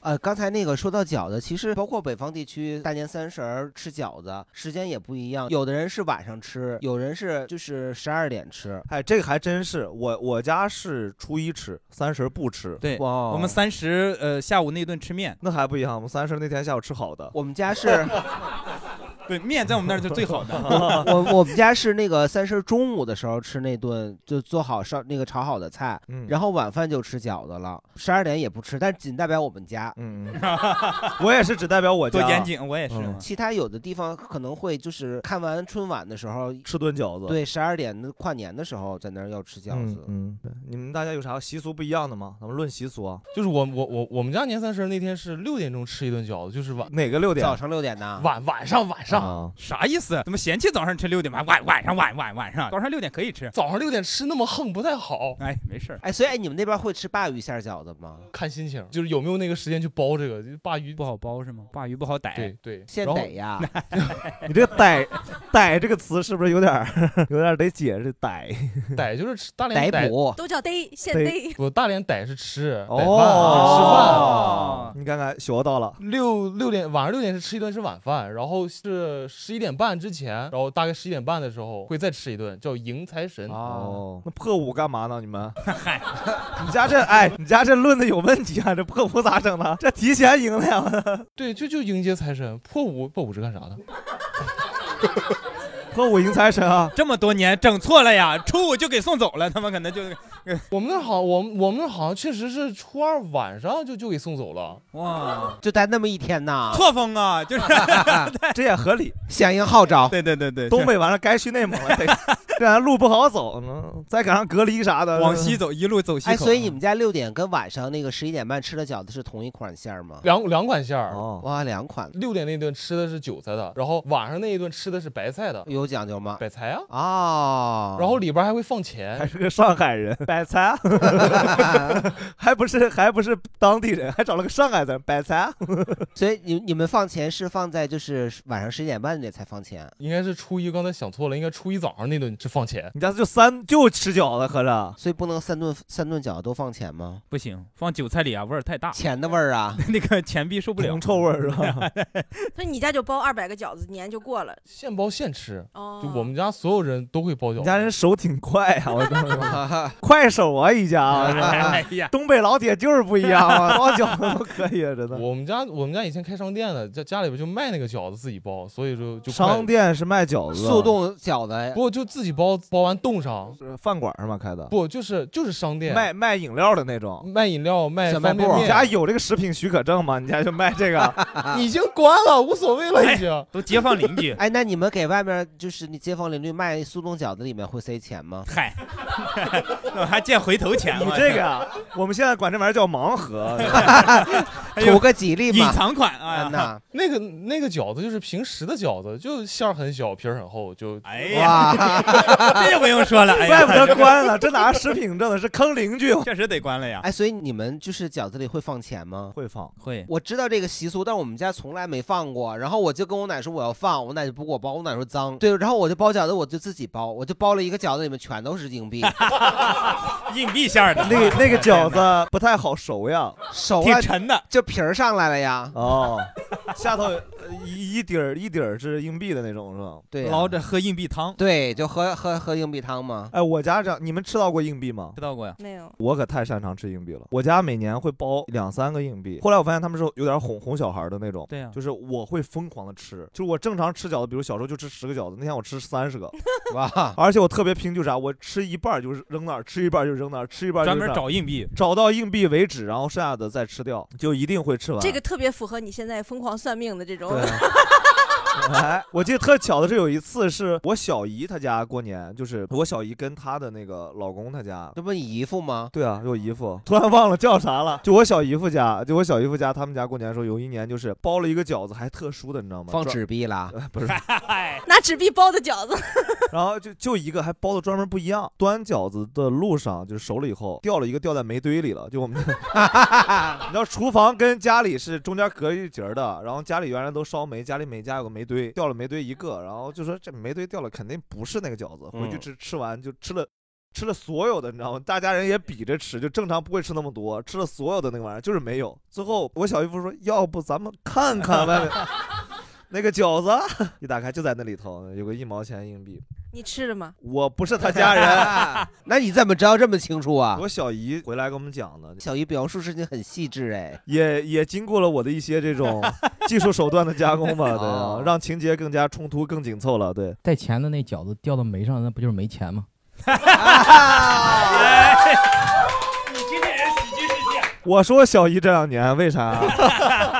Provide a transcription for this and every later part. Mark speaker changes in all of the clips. Speaker 1: 呃，刚才那个说到饺子，其实包括北方地区，大年三十儿吃饺子时间也不一样，有的人是晚上吃，有人是就是十二点吃。
Speaker 2: 哎，这个还真是，我我家是初一吃，三十不吃。
Speaker 3: 对，
Speaker 1: 哇
Speaker 3: 我们三十呃下午那顿吃面，
Speaker 2: 哦那还不一样，我们三十那天下午吃好的。
Speaker 1: 我们家是
Speaker 3: 对面在我们那儿就最好的。
Speaker 1: 我我们家是那个三十中午的时候吃那顿，就做好烧那个炒好的菜，
Speaker 2: 嗯
Speaker 1: 然后晚饭就吃饺子了，十二点也不吃，但仅代表我们家。
Speaker 2: 嗯，我也是只代表我家。
Speaker 3: 多严谨，我也是。
Speaker 2: 嗯
Speaker 1: 其他有的地方可能会就是看完春晚的时候，
Speaker 2: 吃顿饺子。
Speaker 1: 对，十二点的跨年的时候在那儿要吃饺子。
Speaker 2: 嗯，嗯，你们大家有啥习俗不一样的吗？咱们论习俗啊，
Speaker 4: 就是我我我我们家年三十那天是六点钟吃一顿饺子，就是晚
Speaker 2: 哪个六点？
Speaker 1: 早上六点呢？
Speaker 4: 晚晚上晚上、
Speaker 2: 啊，
Speaker 3: 啥意思？怎么嫌弃早上吃六点吗？晚晚上晚晚晚上早上六点可以吃。
Speaker 4: 早上六点吃那么横不太 好，
Speaker 3: 哎，没事儿。
Speaker 1: 哎，所以哎你们那边会吃鲅鱼馅儿饺子
Speaker 2: 啊
Speaker 1: 吗？
Speaker 4: 看心情，就是有没有那个时间去包这个就鲅鱼。
Speaker 3: 不好包是吗？鲅鱼不好
Speaker 4: 对
Speaker 3: 逮。
Speaker 4: 对，
Speaker 1: 现
Speaker 4: 然后
Speaker 1: 逮 呀，
Speaker 2: 你这个“逮逮”这个词是不是有点儿有点儿得解释“逮
Speaker 4: 逮就是吃大
Speaker 1: 逮
Speaker 4: 连逮，
Speaker 1: 捕。
Speaker 5: 都叫逮，现
Speaker 2: 逮
Speaker 5: 逮。
Speaker 4: 我大连逮是吃”？逮饭、
Speaker 2: 哦，你看看学到了
Speaker 4: 吃饭。六六点晚上六点是吃一顿是晚饭，然后是十一点半之前，然后大概十一点半的时候会再吃一顿，叫迎财神。
Speaker 2: 哦。那破五干嘛呢？你们？ 你家这哎，你家这论的有问题啊！这破五咋整的？这提前赢了呀！
Speaker 4: 对，就就迎接财神。破五破五是干啥的？
Speaker 2: 破五迎财神啊！
Speaker 3: 这么多年整错了呀，初五就给送走了，他们可能就
Speaker 4: 我们那儿好，我们我们那儿好像确实是初二晚上就就给送走了。
Speaker 3: 哇
Speaker 1: 就待那么一天呐，
Speaker 3: 错峰啊，就是
Speaker 2: 这也合理。
Speaker 1: 响应号召。
Speaker 3: 对对对 对，
Speaker 2: 东北完了该去内蒙 了，得这咱路不好走呢，再赶上隔离啥的，
Speaker 3: 往西走一路走西口。
Speaker 1: 哎，所
Speaker 2: 啊
Speaker 1: 以你们家六点跟晚上那个十一点半吃的饺子是同一款馅儿吗？
Speaker 4: 两两款馅儿，
Speaker 2: 哦，
Speaker 1: 哇，两款
Speaker 4: 六点那顿吃的是韭菜的，然后晚上那一顿吃的是白菜的，
Speaker 1: 有讲究吗？
Speaker 4: 白菜啊，
Speaker 1: 哦，
Speaker 4: 然后里边还会放
Speaker 2: 还
Speaker 3: 啊
Speaker 4: 钱，
Speaker 2: 是个上海人，白菜，啊 还不是还不是当地人，还找了个上海人，白菜。啊
Speaker 1: 所以你你们放钱是放在就是晚上十点半那才放钱，
Speaker 4: 应该是初一，刚才想错了，应该初一早上那顿是放钱。
Speaker 2: 你家就三就吃饺子，合着
Speaker 1: 所以不能三顿三顿饺子都放钱吗？
Speaker 3: 不行，放韭菜里啊味儿太大，
Speaker 1: 钱的味儿啊，
Speaker 3: 那个钱币受不了
Speaker 2: 铜。臭味儿是吧？
Speaker 5: 所以你家就包二百个饺子，年就过了。
Speaker 4: 现包现吃，
Speaker 5: 哦，
Speaker 4: 就我们家所有人都会包饺
Speaker 2: 你
Speaker 4: 子。
Speaker 2: 家 人手挺快啊，我操，快手啊，一家我操
Speaker 3: 哎呀，
Speaker 2: 东北老铁就是不一样啊，包 饺子都可以啊，真的。
Speaker 4: 我们家我们家以前开商店的，家家里边就卖那个饺子自己包，所以说就快
Speaker 2: 商。店是卖饺子，
Speaker 1: 速冻饺子呀
Speaker 4: 不，过就自己包，包完冻上。
Speaker 2: 是饭馆是吗？开的
Speaker 4: 不，就是就是商店
Speaker 2: 卖卖饮料的那种。
Speaker 4: 卖饮料、卖
Speaker 1: 嗯小卖
Speaker 4: 方便
Speaker 1: 部啊
Speaker 2: 你家
Speaker 4: 面，
Speaker 2: 有这个食品许可证吗？你家就卖这个？
Speaker 1: 。
Speaker 4: 已经关了，无所谓了，已经。
Speaker 3: 啊哎都街坊邻居
Speaker 1: 哎，那你们给外面就是你街坊邻居卖速冻饺子里面会塞钱吗？
Speaker 3: 嗨，我还见回头钱
Speaker 2: 你
Speaker 3: 了，
Speaker 2: 这个啊，我们现在管这玩意儿叫 盲盒，
Speaker 3: 哎呦
Speaker 1: 图个吉利
Speaker 3: 隐
Speaker 1: 嘛。
Speaker 3: 藏款
Speaker 2: 哎
Speaker 1: 啊
Speaker 3: 啊！
Speaker 1: 那
Speaker 4: 那个那个饺子就是平时的饺子，就馅儿很小，皮儿很厚，就
Speaker 3: 哎呀，
Speaker 1: 哇，
Speaker 3: 这就不用说了，哎
Speaker 2: 怪
Speaker 3: 呀
Speaker 2: 不，得关了。这拿食品证的是坑邻居，
Speaker 3: 确实得关了呀。
Speaker 1: 哎，所以你们就是饺子里会放钱吗？
Speaker 2: 会放。
Speaker 3: 会，
Speaker 1: 我知道这个习俗，但我们家从来没放过。然后我就跟我奶说我要放，我奶就不给我包，我奶说脏。对，然后我就包饺子，我就自己包，我就包了一个饺子，里面全都是硬币，
Speaker 3: 硬币馅儿的，啊
Speaker 2: 那个那个饺子不太好熟 呀，
Speaker 1: 手啊
Speaker 3: 挺沉的，
Speaker 1: 就皮儿上来了呀。
Speaker 2: 哦，下头呃一一底儿一底儿是硬币的那种是吧？
Speaker 1: 对呀、
Speaker 3: 捞着喝硬币汤，
Speaker 1: 对，就喝喝喝硬币汤嘛。
Speaker 2: 哎，我家这你们吃到过硬币吗
Speaker 3: 知？道过呀？
Speaker 5: 没有，
Speaker 2: 我可太擅长吃硬币了，我家每年会包两三个硬币。后来我发现他们是有点哄哄小孩的那种，
Speaker 3: 对呀，
Speaker 2: 就是我会疯狂的吃，就是我正常吃饺子，比如小时候就吃十个饺子，那天我吃三 十个，
Speaker 1: 哇，
Speaker 2: 而且我特别拼，就是啥，我吃一半儿就扔那儿，吃一半儿就扔那儿，吃一半儿就
Speaker 3: 专
Speaker 2: 扔那
Speaker 3: 门
Speaker 2: 儿
Speaker 3: 找硬币，
Speaker 2: 找到硬币为止，然后剩下的再吃掉，就一定会吃完。啊
Speaker 5: 这个特别符合你现在疯狂算命的这种
Speaker 2: 对。 哎，我记得特巧的是有一次是我小姨她家过年，就是我小姨跟她的那个老公他家，
Speaker 1: 这不你姨父吗？
Speaker 2: 对啊，我姨父， 突然忘了叫啥了。就我小姨父家，就我小姨父家，他们家过年的时候，有一年就是包了一个饺子，还特殊的，你知道吗？
Speaker 1: 放
Speaker 2: 专
Speaker 1: 纸币啦，
Speaker 2: 不是，
Speaker 5: 拿纸币包的饺子，
Speaker 2: 然后就就一个还包的专门不一样。端饺子的路上，就是熟了以后掉了一个掉在煤堆里了。就我们，你知道厨房跟家里是中间隔一截儿的，然后家里原来都烧煤，家里每家有个煤堆，掉了煤堆一个，然后就说这煤堆掉了肯定不是那个饺子，回去
Speaker 1: 嗯
Speaker 2: 吃吃完就吃了。吃了所有的，你知道吗？大家人也比着吃，就正常不会吃那么多，吃了所有的那个玩意儿，就是没有。最后我小姨夫说：“要不咱们看看外面 那个饺子？”啊 一打开就在那里头，有个一毛钱硬币。
Speaker 5: 你吃了吗？
Speaker 2: 我不是他家人，
Speaker 1: 那你怎么知道这么清楚啊？
Speaker 2: 我小姨回来给我们讲的，
Speaker 1: 小姨表述事情很细致哎，
Speaker 2: 也也经过了我的一些 这种技术手段的加工吧，对啊
Speaker 1: 哦，
Speaker 2: 让情节更加冲突、更紧凑了，对。
Speaker 6: 带钱的那饺子掉到煤上，那不就是没钱吗？
Speaker 7: 你今天人喜剧世界，
Speaker 2: 我说小姨这两年为啥啊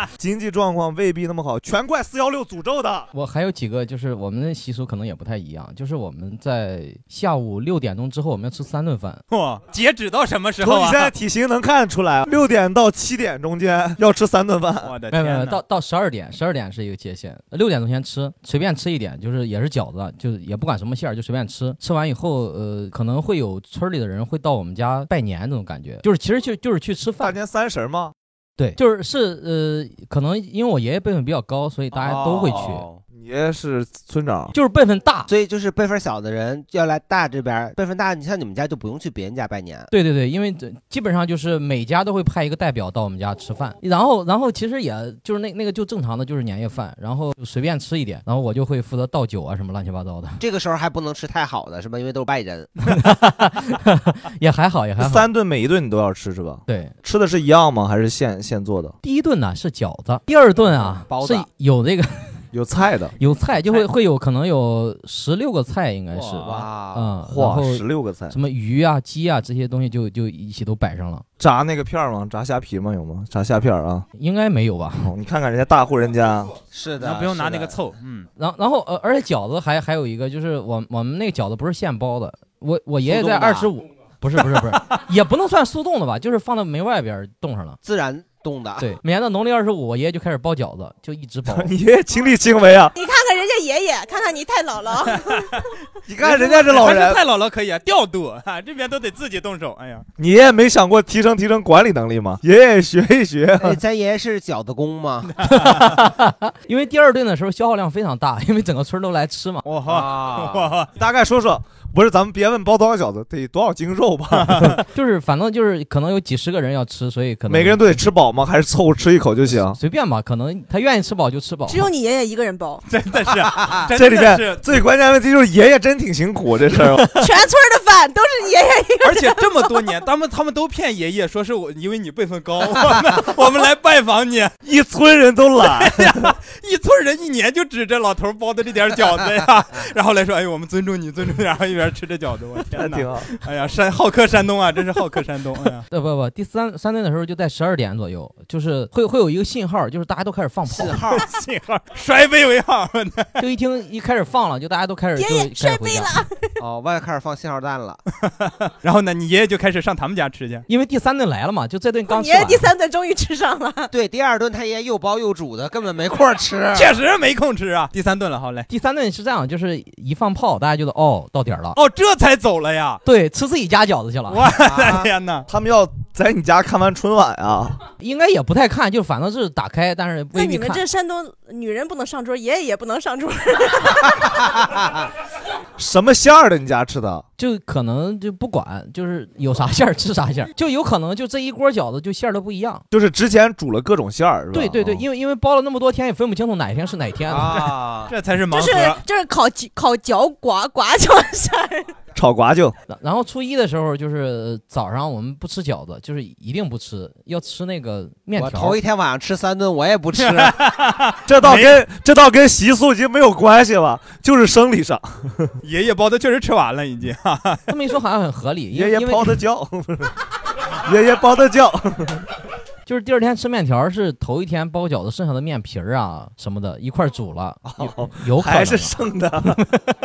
Speaker 2: 经济状况未必那么好，全怪四幺六诅咒的。
Speaker 6: 我还有几个，就是我们的习俗可能也不太一样，就是我们在下午六点钟之后，我们要吃三顿饭。
Speaker 3: 哇，截止到什么时候
Speaker 2: 从你
Speaker 3: 啊
Speaker 2: 现？在体型能看出来，六点到七点中间要吃三顿饭，
Speaker 3: 我的
Speaker 6: 没有
Speaker 3: 天
Speaker 6: 没有，
Speaker 3: 哪！
Speaker 6: 到到十二点，十二点是一个界限。六点钟先吃，随便吃一点，就是也是饺子，就是也不管什么馅儿，就随便吃。吃完以后，呃，可能会有村里的人会到我们家拜年那种感觉，就是其实就就是去吃
Speaker 2: 大
Speaker 6: 饭。
Speaker 2: 年三十嘛，
Speaker 6: 对，就是是呃，可能因为我爷爷辈分比较高，所以大家都会去，
Speaker 1: 哦
Speaker 2: 你爷是村长，
Speaker 6: 就是辈分大。
Speaker 1: 所以就是辈分小的人要来大这边，辈分大，你像你们家就不用去别人家拜年。
Speaker 6: 对对对，因为这基本上就是每家都会派一个代表到我们家吃饭，然后然后其实也就是那那个就正常的就是年夜饭，然后随便吃一点，然后我就会负责倒酒啊什么乱七八糟的，
Speaker 1: 这个时候还不能吃太好的，是吧？因为都是外人。
Speaker 6: 也还好也还好。
Speaker 2: 三顿每一顿你都要吃是吧？
Speaker 6: 对，
Speaker 2: 吃的是一样吗？还是现现做的？嗯
Speaker 6: 第一顿呢是饺子，第二顿啊
Speaker 1: 包子
Speaker 6: 是有这个
Speaker 2: 有菜的，
Speaker 6: 有菜，就会会有可能有十六个菜应该是，
Speaker 3: 哇
Speaker 1: 哇，
Speaker 6: 嗯， 然
Speaker 2: 哇，
Speaker 6: 后
Speaker 2: 十六个菜。
Speaker 6: 什么鱼啊、鸡啊这些东西就就一起都摆上了，
Speaker 2: 炸那个片儿吗？炸虾皮吗？有吗？炸虾片儿啊！
Speaker 6: 应该没有吧？
Speaker 2: 哦，你看看人家大户人家，
Speaker 1: 是
Speaker 3: 那
Speaker 1: 的，
Speaker 3: 不用拿
Speaker 1: 是
Speaker 3: 那个
Speaker 1: 的。
Speaker 3: 凑，嗯，
Speaker 6: 然后然后呃，而且饺子还还有一个就是我我们那个饺子不是现包的，我我爷爷在
Speaker 1: 速冻的啊
Speaker 6: 二十五， 不是不是不是， 也不能算速冻的吧，就是放到煤外边儿冻上了。
Speaker 1: 自然冻的。
Speaker 6: 对，每年到农历二十五，我爷爷就开始包饺子，就一直包
Speaker 2: 。你爷爷亲力亲为啊！
Speaker 5: 你看看人家爷爷，看看你太姥姥，
Speaker 2: 你看人家这老
Speaker 3: 还
Speaker 2: 人
Speaker 3: 是，太姥姥可以啊，调度啊，这边都得自己动手。哎呀，
Speaker 2: 你爷爷没想过提升提升管理能力吗？爷爷学一学，
Speaker 1: 哎，咱爷爷是饺子工
Speaker 5: 哦
Speaker 1: 吗？
Speaker 6: 因为第二顿的时候消耗量非常大，因为整个村儿都来 吃嘛。
Speaker 3: 哇哈
Speaker 1: 啊，
Speaker 3: 哇哈，
Speaker 2: 大概说说，不是咱们别问包多少饺子，得多少斤肉 吧？
Speaker 6: 就是反正就是可能有几十个人要吃，所以可能
Speaker 2: 每个人都得吃饱吗？还是凑合吃一口就行？
Speaker 6: 随便吧，可能他愿意吃饱就吃饱。
Speaker 5: 只有你爷爷一个人包，
Speaker 3: 真的是，
Speaker 2: 这
Speaker 3: 真
Speaker 2: 里
Speaker 3: 的
Speaker 2: 面
Speaker 3: 是，
Speaker 2: 最关键问题就是爷爷真挺辛苦这事儿，
Speaker 5: 全 村的饭都是爷爷。
Speaker 3: 而且这么多年，他们他们都骗爷爷说是我，因为你辈分高，我们我们来拜 访你。
Speaker 2: 一村人都懒。
Speaker 3: 一村人一年就指着老头包的这点饺 子呀，然后来说，哎，我们尊重你，尊重你，然后一边吃着饺子，我天哪！
Speaker 2: 挺好，
Speaker 3: 哎呀，山好客山东啊，真是好客山东！哎呀，
Speaker 6: 对不不，第三三顿的时候就在十二点左右，就是会会有一个信号，就是大家都开始放炮
Speaker 1: 信， 号。
Speaker 3: 信号摔杯为号，
Speaker 6: 就一听一开始放了，就大家都开始就
Speaker 5: 爷爷
Speaker 6: 开始
Speaker 5: 摔
Speaker 6: 回
Speaker 5: 杯
Speaker 6: 家。
Speaker 5: 了，
Speaker 1: 哦，外开始放信号弹了。
Speaker 3: 然后呢，你爷爷就开始上他们家吃去。
Speaker 6: 因为第三顿来了嘛，就这顿刚
Speaker 5: 你
Speaker 6: 吃
Speaker 5: 爷
Speaker 6: 完
Speaker 5: 爷。第三顿终于吃上了，
Speaker 1: 对，第二顿他爷又包又煮的，根本没空吃。
Speaker 3: 确实没空吃啊。第三顿了，好嘞。
Speaker 6: 第三顿是这样，就是一放炮，大家觉得哦到点儿了，
Speaker 3: 哦，这才走了呀！哎
Speaker 6: 对，吃自己家饺子去了，
Speaker 3: 我
Speaker 1: 啊
Speaker 3: 的天哪！
Speaker 2: 他们要在你家看完春晚啊？
Speaker 6: 应该也不太看，就反正是打开，但是
Speaker 5: 那
Speaker 6: 未
Speaker 5: 你
Speaker 6: 必
Speaker 5: 们
Speaker 6: 看。
Speaker 5: 这山东女人不能上桌，爷爷也不能上桌，
Speaker 2: 什么馅儿的？你家吃的？啊
Speaker 6: 就可能就不管，就是有啥馅儿吃啥馅儿，就有可能就这一锅饺子就馅儿都不一样。
Speaker 2: 就是之前煮了各种馅儿，是吧？
Speaker 6: 对对对，
Speaker 2: 哦
Speaker 6: 因为因为包了那么多天，也分不清楚哪天是哪天。
Speaker 1: 啊，
Speaker 3: 这才是盲
Speaker 5: 就是
Speaker 3: 盒。
Speaker 5: 就是烤鸡烤脚刮刮脚馅儿，
Speaker 2: 炒瓜就
Speaker 6: 然然后初一的时候，就是早上我们不吃饺子，就是一定不吃，要吃那个面
Speaker 1: 我
Speaker 6: 条
Speaker 1: 头一。天晚上吃三顿，我也不吃。
Speaker 2: 这倒跟这倒跟习俗已经没有关系了，就是生理上。
Speaker 3: 爷爷包的确实吃完了，已经。啊
Speaker 6: 这么一说好像很合理，因
Speaker 2: 爷
Speaker 6: 为
Speaker 2: 爷
Speaker 6: 因为
Speaker 2: 包的饺，爷爷包的饺，
Speaker 6: 就是第二天吃面条儿是头一天包饺子剩下的面皮儿啊什么的一块儿煮了，
Speaker 2: 哦，
Speaker 6: 有可能
Speaker 2: 还是
Speaker 6: 啊
Speaker 2: 剩的。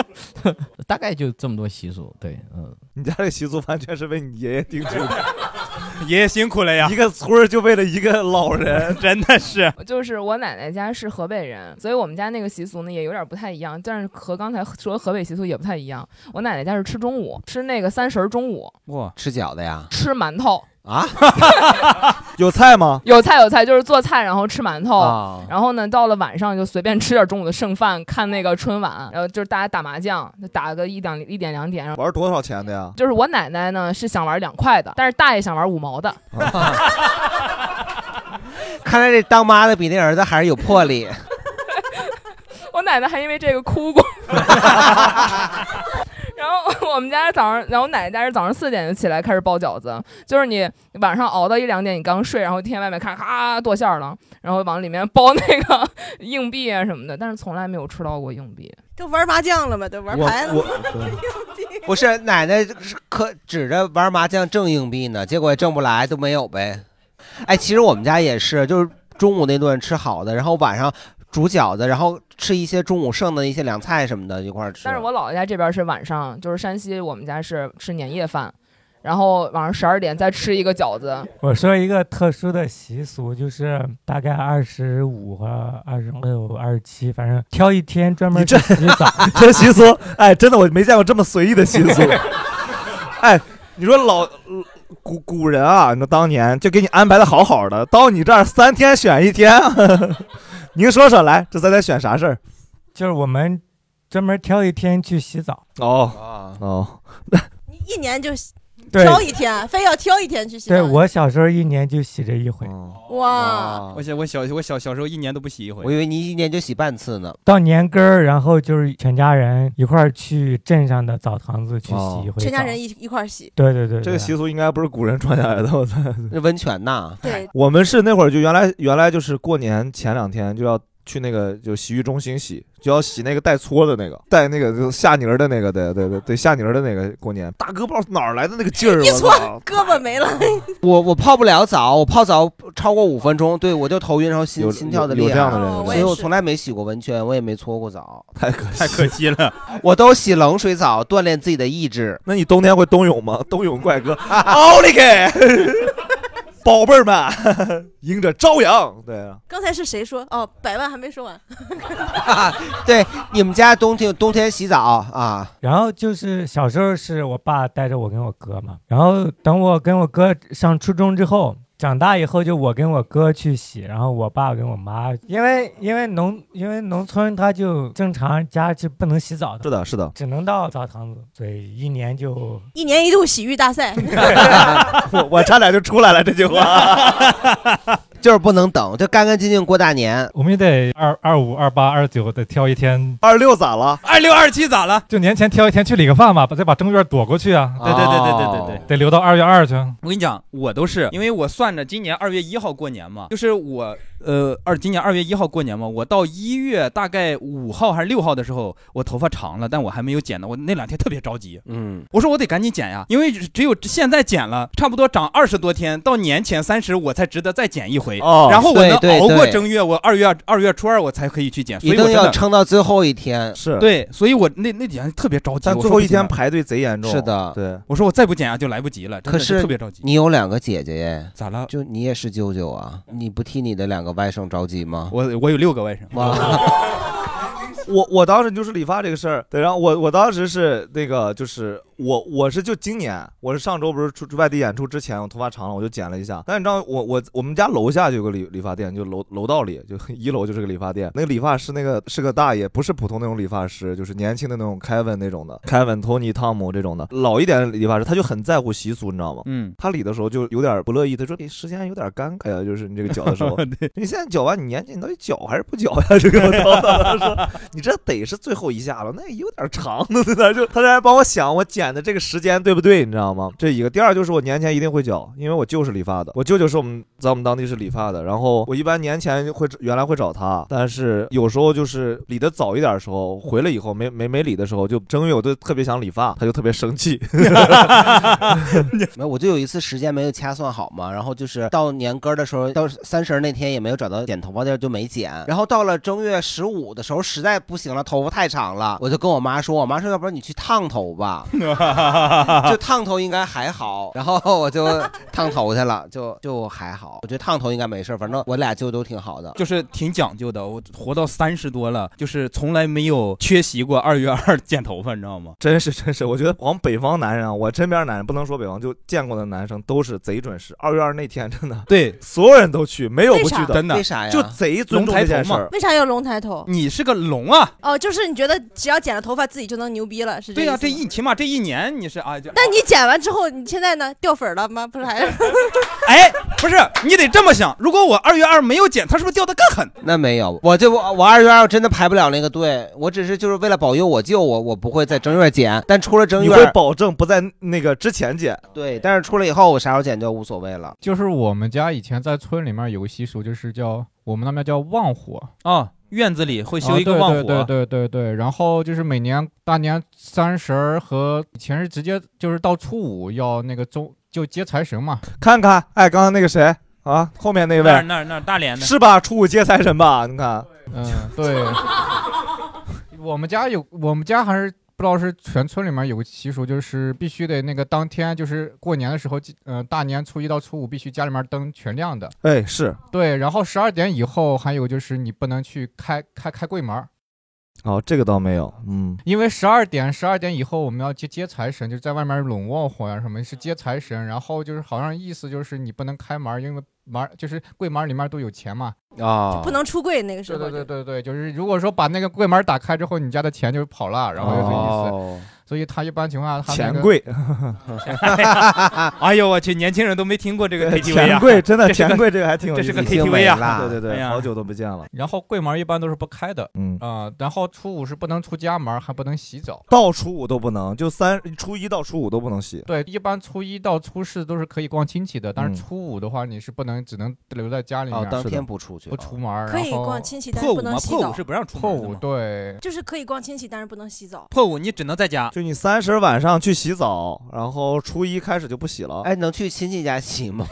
Speaker 6: 大概就这么多习俗。对，嗯，
Speaker 2: 你家这习俗完全是为你爷爷定制的，
Speaker 3: 爷爷辛苦了呀
Speaker 2: 一，个村儿就为了一个老人。
Speaker 3: 真的是。
Speaker 8: 就是我奶奶家是河北人，所以我们家那个习俗呢也有点不太一样，但是和刚才说河北习俗也不太一样。我奶奶家是吃中午，吃那个三十儿中午
Speaker 3: 哇，
Speaker 1: 吃饺子呀？
Speaker 8: 吃馒头，
Speaker 1: 啊
Speaker 2: 有菜吗？
Speaker 8: 有菜有菜，就是做菜然后吃馒头。
Speaker 1: 啊！
Speaker 8: 然后呢，到了晚上就随便吃点中午的剩饭，看那个春晚，然后就是大家打麻将，就打个一两一点两点，然后
Speaker 2: 玩多少钱的呀？
Speaker 8: 就是我奶奶呢是想玩两块的，但是大爷想玩五毛的，
Speaker 1: 看来这当妈的比那儿子还是有魄力。
Speaker 8: 我奶奶还因为这个哭过。然后我们家早上，然后我奶奶家是早上四点就起来开始包饺子，就是你晚上熬到一两点，你刚睡，然后天外面咔咔剁馅儿了，然后往里面包那 个 硬币啊什么的，但是从来没有吃到过硬币。
Speaker 5: 都玩麻将了吗？都玩牌了
Speaker 2: 我
Speaker 5: 吗？
Speaker 2: 我
Speaker 1: 不是奶奶是可指着玩麻将挣硬币呢，结果也挣不来，都没有呗。哎，其实我们家也是，就是中午那顿吃好的，然后晚上煮饺子，然后吃一些中午剩的一些凉菜什么的一块儿吃。
Speaker 8: 但是我姥姥家这边是晚上，就是山西我们家是吃年夜饭，然后晚上十二点再吃一个饺子，
Speaker 7: 我说一个特殊的习俗，就是大概二十五和二十六、二十七，反正挑一天专门
Speaker 2: 你这
Speaker 7: 去洗 澡。
Speaker 2: 这习俗，哎，真的我没见过这么随意的习 俗。哎，你说老古古人啊，那当年就给你安排的好好的，到你这儿三天选一天，您说说来，这三天选啥事儿？
Speaker 7: 就是我们专门挑一天去洗澡。
Speaker 2: 哦
Speaker 1: 啊，
Speaker 2: 哦，
Speaker 5: 你一年就
Speaker 7: 对，
Speaker 5: 挑一天，非要挑一天去洗澡。
Speaker 7: 对我小时候一年就洗这一回，
Speaker 2: 哦
Speaker 5: 哇，
Speaker 1: 啊
Speaker 3: 我小我小我小小时候一年都不洗一
Speaker 1: 我
Speaker 3: 回，
Speaker 1: 以为你一年就洗半次呢。
Speaker 7: 到年根儿，然后就是全家人一块儿去镇上的澡堂子去洗一回澡。
Speaker 2: 哦
Speaker 5: 全家人一一块儿洗。
Speaker 7: 对对对，
Speaker 2: 这个
Speaker 7: 对
Speaker 2: 习俗应该不是古人传下来的，我猜。
Speaker 1: 那温泉呐，
Speaker 5: 对，
Speaker 2: 我们是那会儿就原来原来就是过年前两天就要去那个就洗浴中心洗，就要洗那个带搓的那个，带那个就下泥儿的那个，对对对对下泥儿的那个。过年大哥不知道哪儿来的那个劲儿，
Speaker 5: 一搓
Speaker 2: 我操！
Speaker 5: 胳膊没了，
Speaker 1: 我我泡不了澡，我泡澡超过五分钟，对我就头晕，然后心
Speaker 2: 有
Speaker 1: 心跳的
Speaker 2: 有
Speaker 1: 厉
Speaker 2: 有这样的
Speaker 1: 害。
Speaker 2: 人，
Speaker 5: 哦
Speaker 2: 有
Speaker 5: 我
Speaker 1: 所
Speaker 2: 这
Speaker 5: 也
Speaker 1: 以
Speaker 2: 样
Speaker 1: 我
Speaker 5: 是
Speaker 1: 从来没洗过温泉，我也没搓过澡，
Speaker 2: 太可惜。
Speaker 3: 太可惜了。
Speaker 1: 我都洗冷水澡，锻炼自己的意志。
Speaker 2: 那你冬天会冬泳吗？冬泳怪哥，奥利给！ 宝贝儿们， 迎着朝阳，对啊，
Speaker 5: 刚才是谁说？哦，百万还没 说完。
Speaker 1: 对，你们家冬天冬天洗澡啊？
Speaker 7: 然后就是小时候是我爸带着我跟我哥嘛，然后等我跟我哥上初中之后，长大以后就我跟我哥去洗，然后我爸跟我妈，因为因为农因为农村他就正常家是不能洗澡的，
Speaker 2: 是的，是的，
Speaker 7: 只能到澡堂子，所以一年就
Speaker 5: 一年一度洗浴大 赛，
Speaker 2: 我我差点就出来了这句话。
Speaker 1: 就是不能等，就干干净净过大年。
Speaker 9: 我们也得二二五、二八、二九得挑一天，
Speaker 2: 二十六咋了？
Speaker 3: 二六二七咋了？
Speaker 9: 就年前挑一天去理个发嘛，把再把正月躲过去啊，
Speaker 3: 对对对对对对对
Speaker 1: 哦。
Speaker 9: 得留到二月二去。
Speaker 3: 我跟你讲，我都是因为我算着今年二月一号过年嘛，就是我呃二今年二月一号过年嘛，我到一月大概五号还是六号的时候，我头发长了，但我还没有剪呢，我那两天特别着急。
Speaker 1: 嗯，
Speaker 3: 我说我得赶紧剪呀，因为只有现在剪了，差不多长二十多天，到年前三十我才值得再剪一回。
Speaker 2: 哦
Speaker 3: 然后我能
Speaker 1: 对对
Speaker 3: 熬过
Speaker 1: 对
Speaker 3: 正月，我二月二月初二我才可以去剪，所以
Speaker 1: 一
Speaker 3: 我
Speaker 1: 定
Speaker 3: 真
Speaker 1: 要
Speaker 3: 的
Speaker 1: 撑到最后一天。
Speaker 2: 是，
Speaker 3: 对，所以我那那几天特别着急。
Speaker 2: 但
Speaker 3: 我
Speaker 2: 最
Speaker 3: 说
Speaker 2: 后
Speaker 3: 不
Speaker 2: 一
Speaker 3: 剪
Speaker 2: 天
Speaker 3: 了
Speaker 2: 排队贼严重。
Speaker 1: 是，的，
Speaker 2: 对，
Speaker 3: 我说我再不剪啊就来不及了，真的
Speaker 1: 可是
Speaker 3: 特别 着急。
Speaker 1: 你有两个姐姐耶，
Speaker 3: 咋了？
Speaker 1: 就你也是舅舅啊，你不替你的两个外甥着急吗？
Speaker 3: 我我有六个外甥。
Speaker 1: 哇，
Speaker 2: 我我当时就是理发这个事儿，对，然后我我当时是那个就是我我是就今年，我是上周不是出出外地演出之前，我头发长了我就剪了一下。但是你知道我我我们家楼下就有个理理发店，就楼楼道里就一楼就是个理发店，那个理发师那个是个大爷，不是普通那种理发师，就是年轻的那种 Kevin 那种的，Kevin、Tony、汤姆这种的，老一点的理发师，他就很在乎习俗，你知道吗？
Speaker 3: 嗯，
Speaker 2: 他理的时候就有点不乐意，他说：“这时间有点尴尬 啊呀，就是你这个绞的时候，你现在绞完，你年纪你到底绞还是不绞呀？”这个我叨叨的说，你这得是最后一下了，那有点长的，在那儿就他在那儿帮我想我剪的这个时间对不对，你知道吗？这一个，第二就是我年前一定会缴，因为我舅是理发的，我舅舅是我们在我们当地是理发的，然后我一般年前会原来会找他，但是有时候就是理的早一点的时候，回来以后没没没理的时候，就正因为我都特别想理发，他就特别生气。
Speaker 1: 没有，我就有一次时间没有掐算好嘛，然后就是到年根儿的时候，到三十儿那天也没有找到剪头发地儿，就没剪。然后到了正月十五的时候，实在不行了，头发太长了，我就跟我妈说，我妈说要不然你去烫 头吧，就烫头应该还好。然后我就烫头去了，就就还好，我觉得烫头应该没事儿，反正我俩就都挺好的。
Speaker 3: 就是挺讲究的。我活到三十多了，就是从来没有缺席过二月二剪头发，你知道吗？
Speaker 2: 真是真是，我觉得往北方男人啊，我身边男人不能说北方，就见过的男生都是贼准时。二月二那天真的，
Speaker 3: 对，
Speaker 2: 所有人都去，没有不去
Speaker 5: 为啥
Speaker 2: 的，
Speaker 5: 真
Speaker 3: 的
Speaker 1: 为啥呀
Speaker 2: 就贼尊重这件事儿。
Speaker 5: 为啥要龙抬头？
Speaker 3: 你是个龙啊！
Speaker 5: 哦，就是你觉得只要剪了头发自己就能牛逼了，是
Speaker 3: 对呀、
Speaker 5: 呀、
Speaker 3: 这一起码这一年你是啊，就
Speaker 5: 那你剪完之后，你现在呢？掉粉儿了吗？不是还 是
Speaker 3: 哎，不是你得这么想，如果我二月二没有剪，他是不是掉的更狠？
Speaker 1: 那没有，我就我我二月二真的排不了那个队，我只是就是为了保佑我舅，我我不会在正月剪，但出了正
Speaker 2: 你
Speaker 1: 月
Speaker 2: 会保证不在那个之前剪。
Speaker 1: 对，但是出了以后我啥时候剪就无所谓了。
Speaker 10: 就是我们家以前在村里面有个习俗，就是叫我们那边叫旺火，
Speaker 3: 啊、院子里会
Speaker 10: 啊
Speaker 3: 修一个旺火，
Speaker 10: 对对对对对对。然后就是每年大年三十儿和以前是直接就是到初五要那个中就接财神嘛。
Speaker 2: 看看，哎，刚刚那个谁啊，后面那
Speaker 10: 那儿
Speaker 2: 位，
Speaker 10: 那儿那儿大连的
Speaker 2: 是吧？初五接财神吧？你看，
Speaker 10: 嗯， 对。我们家有，我们家还是不知道是全村里面有个习俗，就是必须得那个当天就是过年的时候，呃，大年初一到初五必须家里面灯全亮的。
Speaker 2: 哎，是
Speaker 10: 对，然后十二点以后，还有就是你不能去开开开柜门儿，
Speaker 2: 哦，这个倒没有，嗯，
Speaker 10: 因为十二点十二点以后我们要接接财神，就在外面拢旺火呀、什么，是接财神。然后就是好像意思就是你不能开门儿，因为门儿就是柜门儿里面都有钱嘛。
Speaker 1: 啊
Speaker 5: 不能出柜那个时
Speaker 10: 对
Speaker 5: 候？
Speaker 10: 对对对对，就是如果说把那个柜门儿打开之后，你家的钱就跑了，然后就这意思。
Speaker 2: 哦
Speaker 10: 所以他一般情况下，他那
Speaker 2: 钱
Speaker 10: 个
Speaker 2: 柜，
Speaker 3: 哎呦我去，年轻人都没听过这个 KTV 啊！
Speaker 2: 呃钱柜真的
Speaker 3: 这是个
Speaker 2: 钱柜这个还挺有
Speaker 3: 这
Speaker 2: 意
Speaker 3: 是
Speaker 2: 思
Speaker 3: 个
Speaker 2: 的，
Speaker 3: KTV 啊！
Speaker 2: 对对
Speaker 3: 哎
Speaker 2: 对，
Speaker 3: 呀
Speaker 2: 好久都不见了。
Speaker 10: 然后柜门儿一般都是不开的，
Speaker 2: 嗯
Speaker 10: 啊、然后初五是不能出家门儿，还不能洗澡。
Speaker 2: 到初五都不能，就三初一到初五都不能洗。
Speaker 10: 对，一般初一到初四都是可以逛亲戚的，但
Speaker 2: 嗯
Speaker 10: 是初五的话你是不能，只能留在家里面。
Speaker 1: 哦，当
Speaker 10: 是的
Speaker 1: 天不出去，
Speaker 10: 不出门儿，
Speaker 5: 可以
Speaker 10: 然后
Speaker 5: 逛亲戚，但是不能洗澡。
Speaker 3: 不让出
Speaker 10: 破五对，
Speaker 5: 就是可以逛亲戚，但是不能洗澡。
Speaker 3: 破五你只能在家。
Speaker 2: 就你三十晚上去洗澡，然后初一开始就不洗了。
Speaker 1: 哎，能去亲戚家洗吗？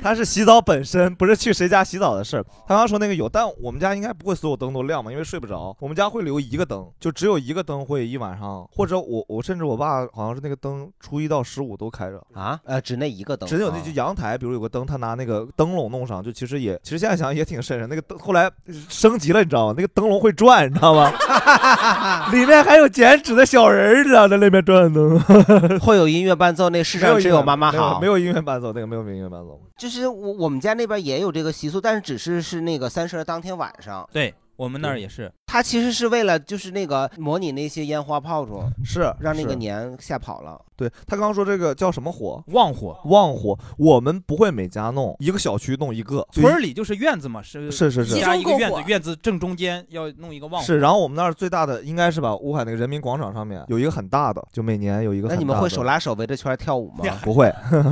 Speaker 2: 他是洗澡本身，不是去谁家洗澡的事儿。他刚刚说那个有，但我们家应该不会所有灯都亮嘛，因为睡不着。我们家会留一个灯，就只有一个灯会一晚上，或者我我甚至我爸好像是那个灯初一到十五都开着。
Speaker 1: 啊，呃，只那一个灯，
Speaker 2: 只有那就阳台，比如有个灯，他拿那个灯笼弄上，就其实也，其实现在想也挺瘆人。那个灯后来升级了，你知道吗？那个灯笼会转，你知道吗？ 里面还有剪纸的小人儿，你知道在那边转 灯。
Speaker 1: 会有音乐伴奏，那世上只有妈妈好。
Speaker 2: 没有音乐伴奏，那个没有音乐伴奏。
Speaker 1: 就是我我们家那边也有这个习俗，但是只是是那个三十儿当天晚上。
Speaker 3: 对我们那儿也是，
Speaker 1: 它其实是为了就是那个模拟那些烟花炮竹，
Speaker 2: 是
Speaker 1: 让那个
Speaker 2: 是
Speaker 1: 年吓跑了。
Speaker 2: 对他刚刚说这个叫什么火？
Speaker 3: 旺火，
Speaker 2: 旺火。我们不会每家弄，一个小区弄一个，就一
Speaker 3: 村儿里就是院子嘛，是
Speaker 2: 是是是
Speaker 3: 一家一个院
Speaker 5: 集中
Speaker 3: 子
Speaker 5: 篝，火
Speaker 3: 院子正中间要弄一个旺火。
Speaker 2: 是。然后我们那儿最大的应该是吧，乌海那个人民广场上面有一个很大的，就每年有一个
Speaker 1: 那
Speaker 2: 很大的。
Speaker 1: 你们会手拉手围着圈儿跳舞 吗？
Speaker 2: 不会，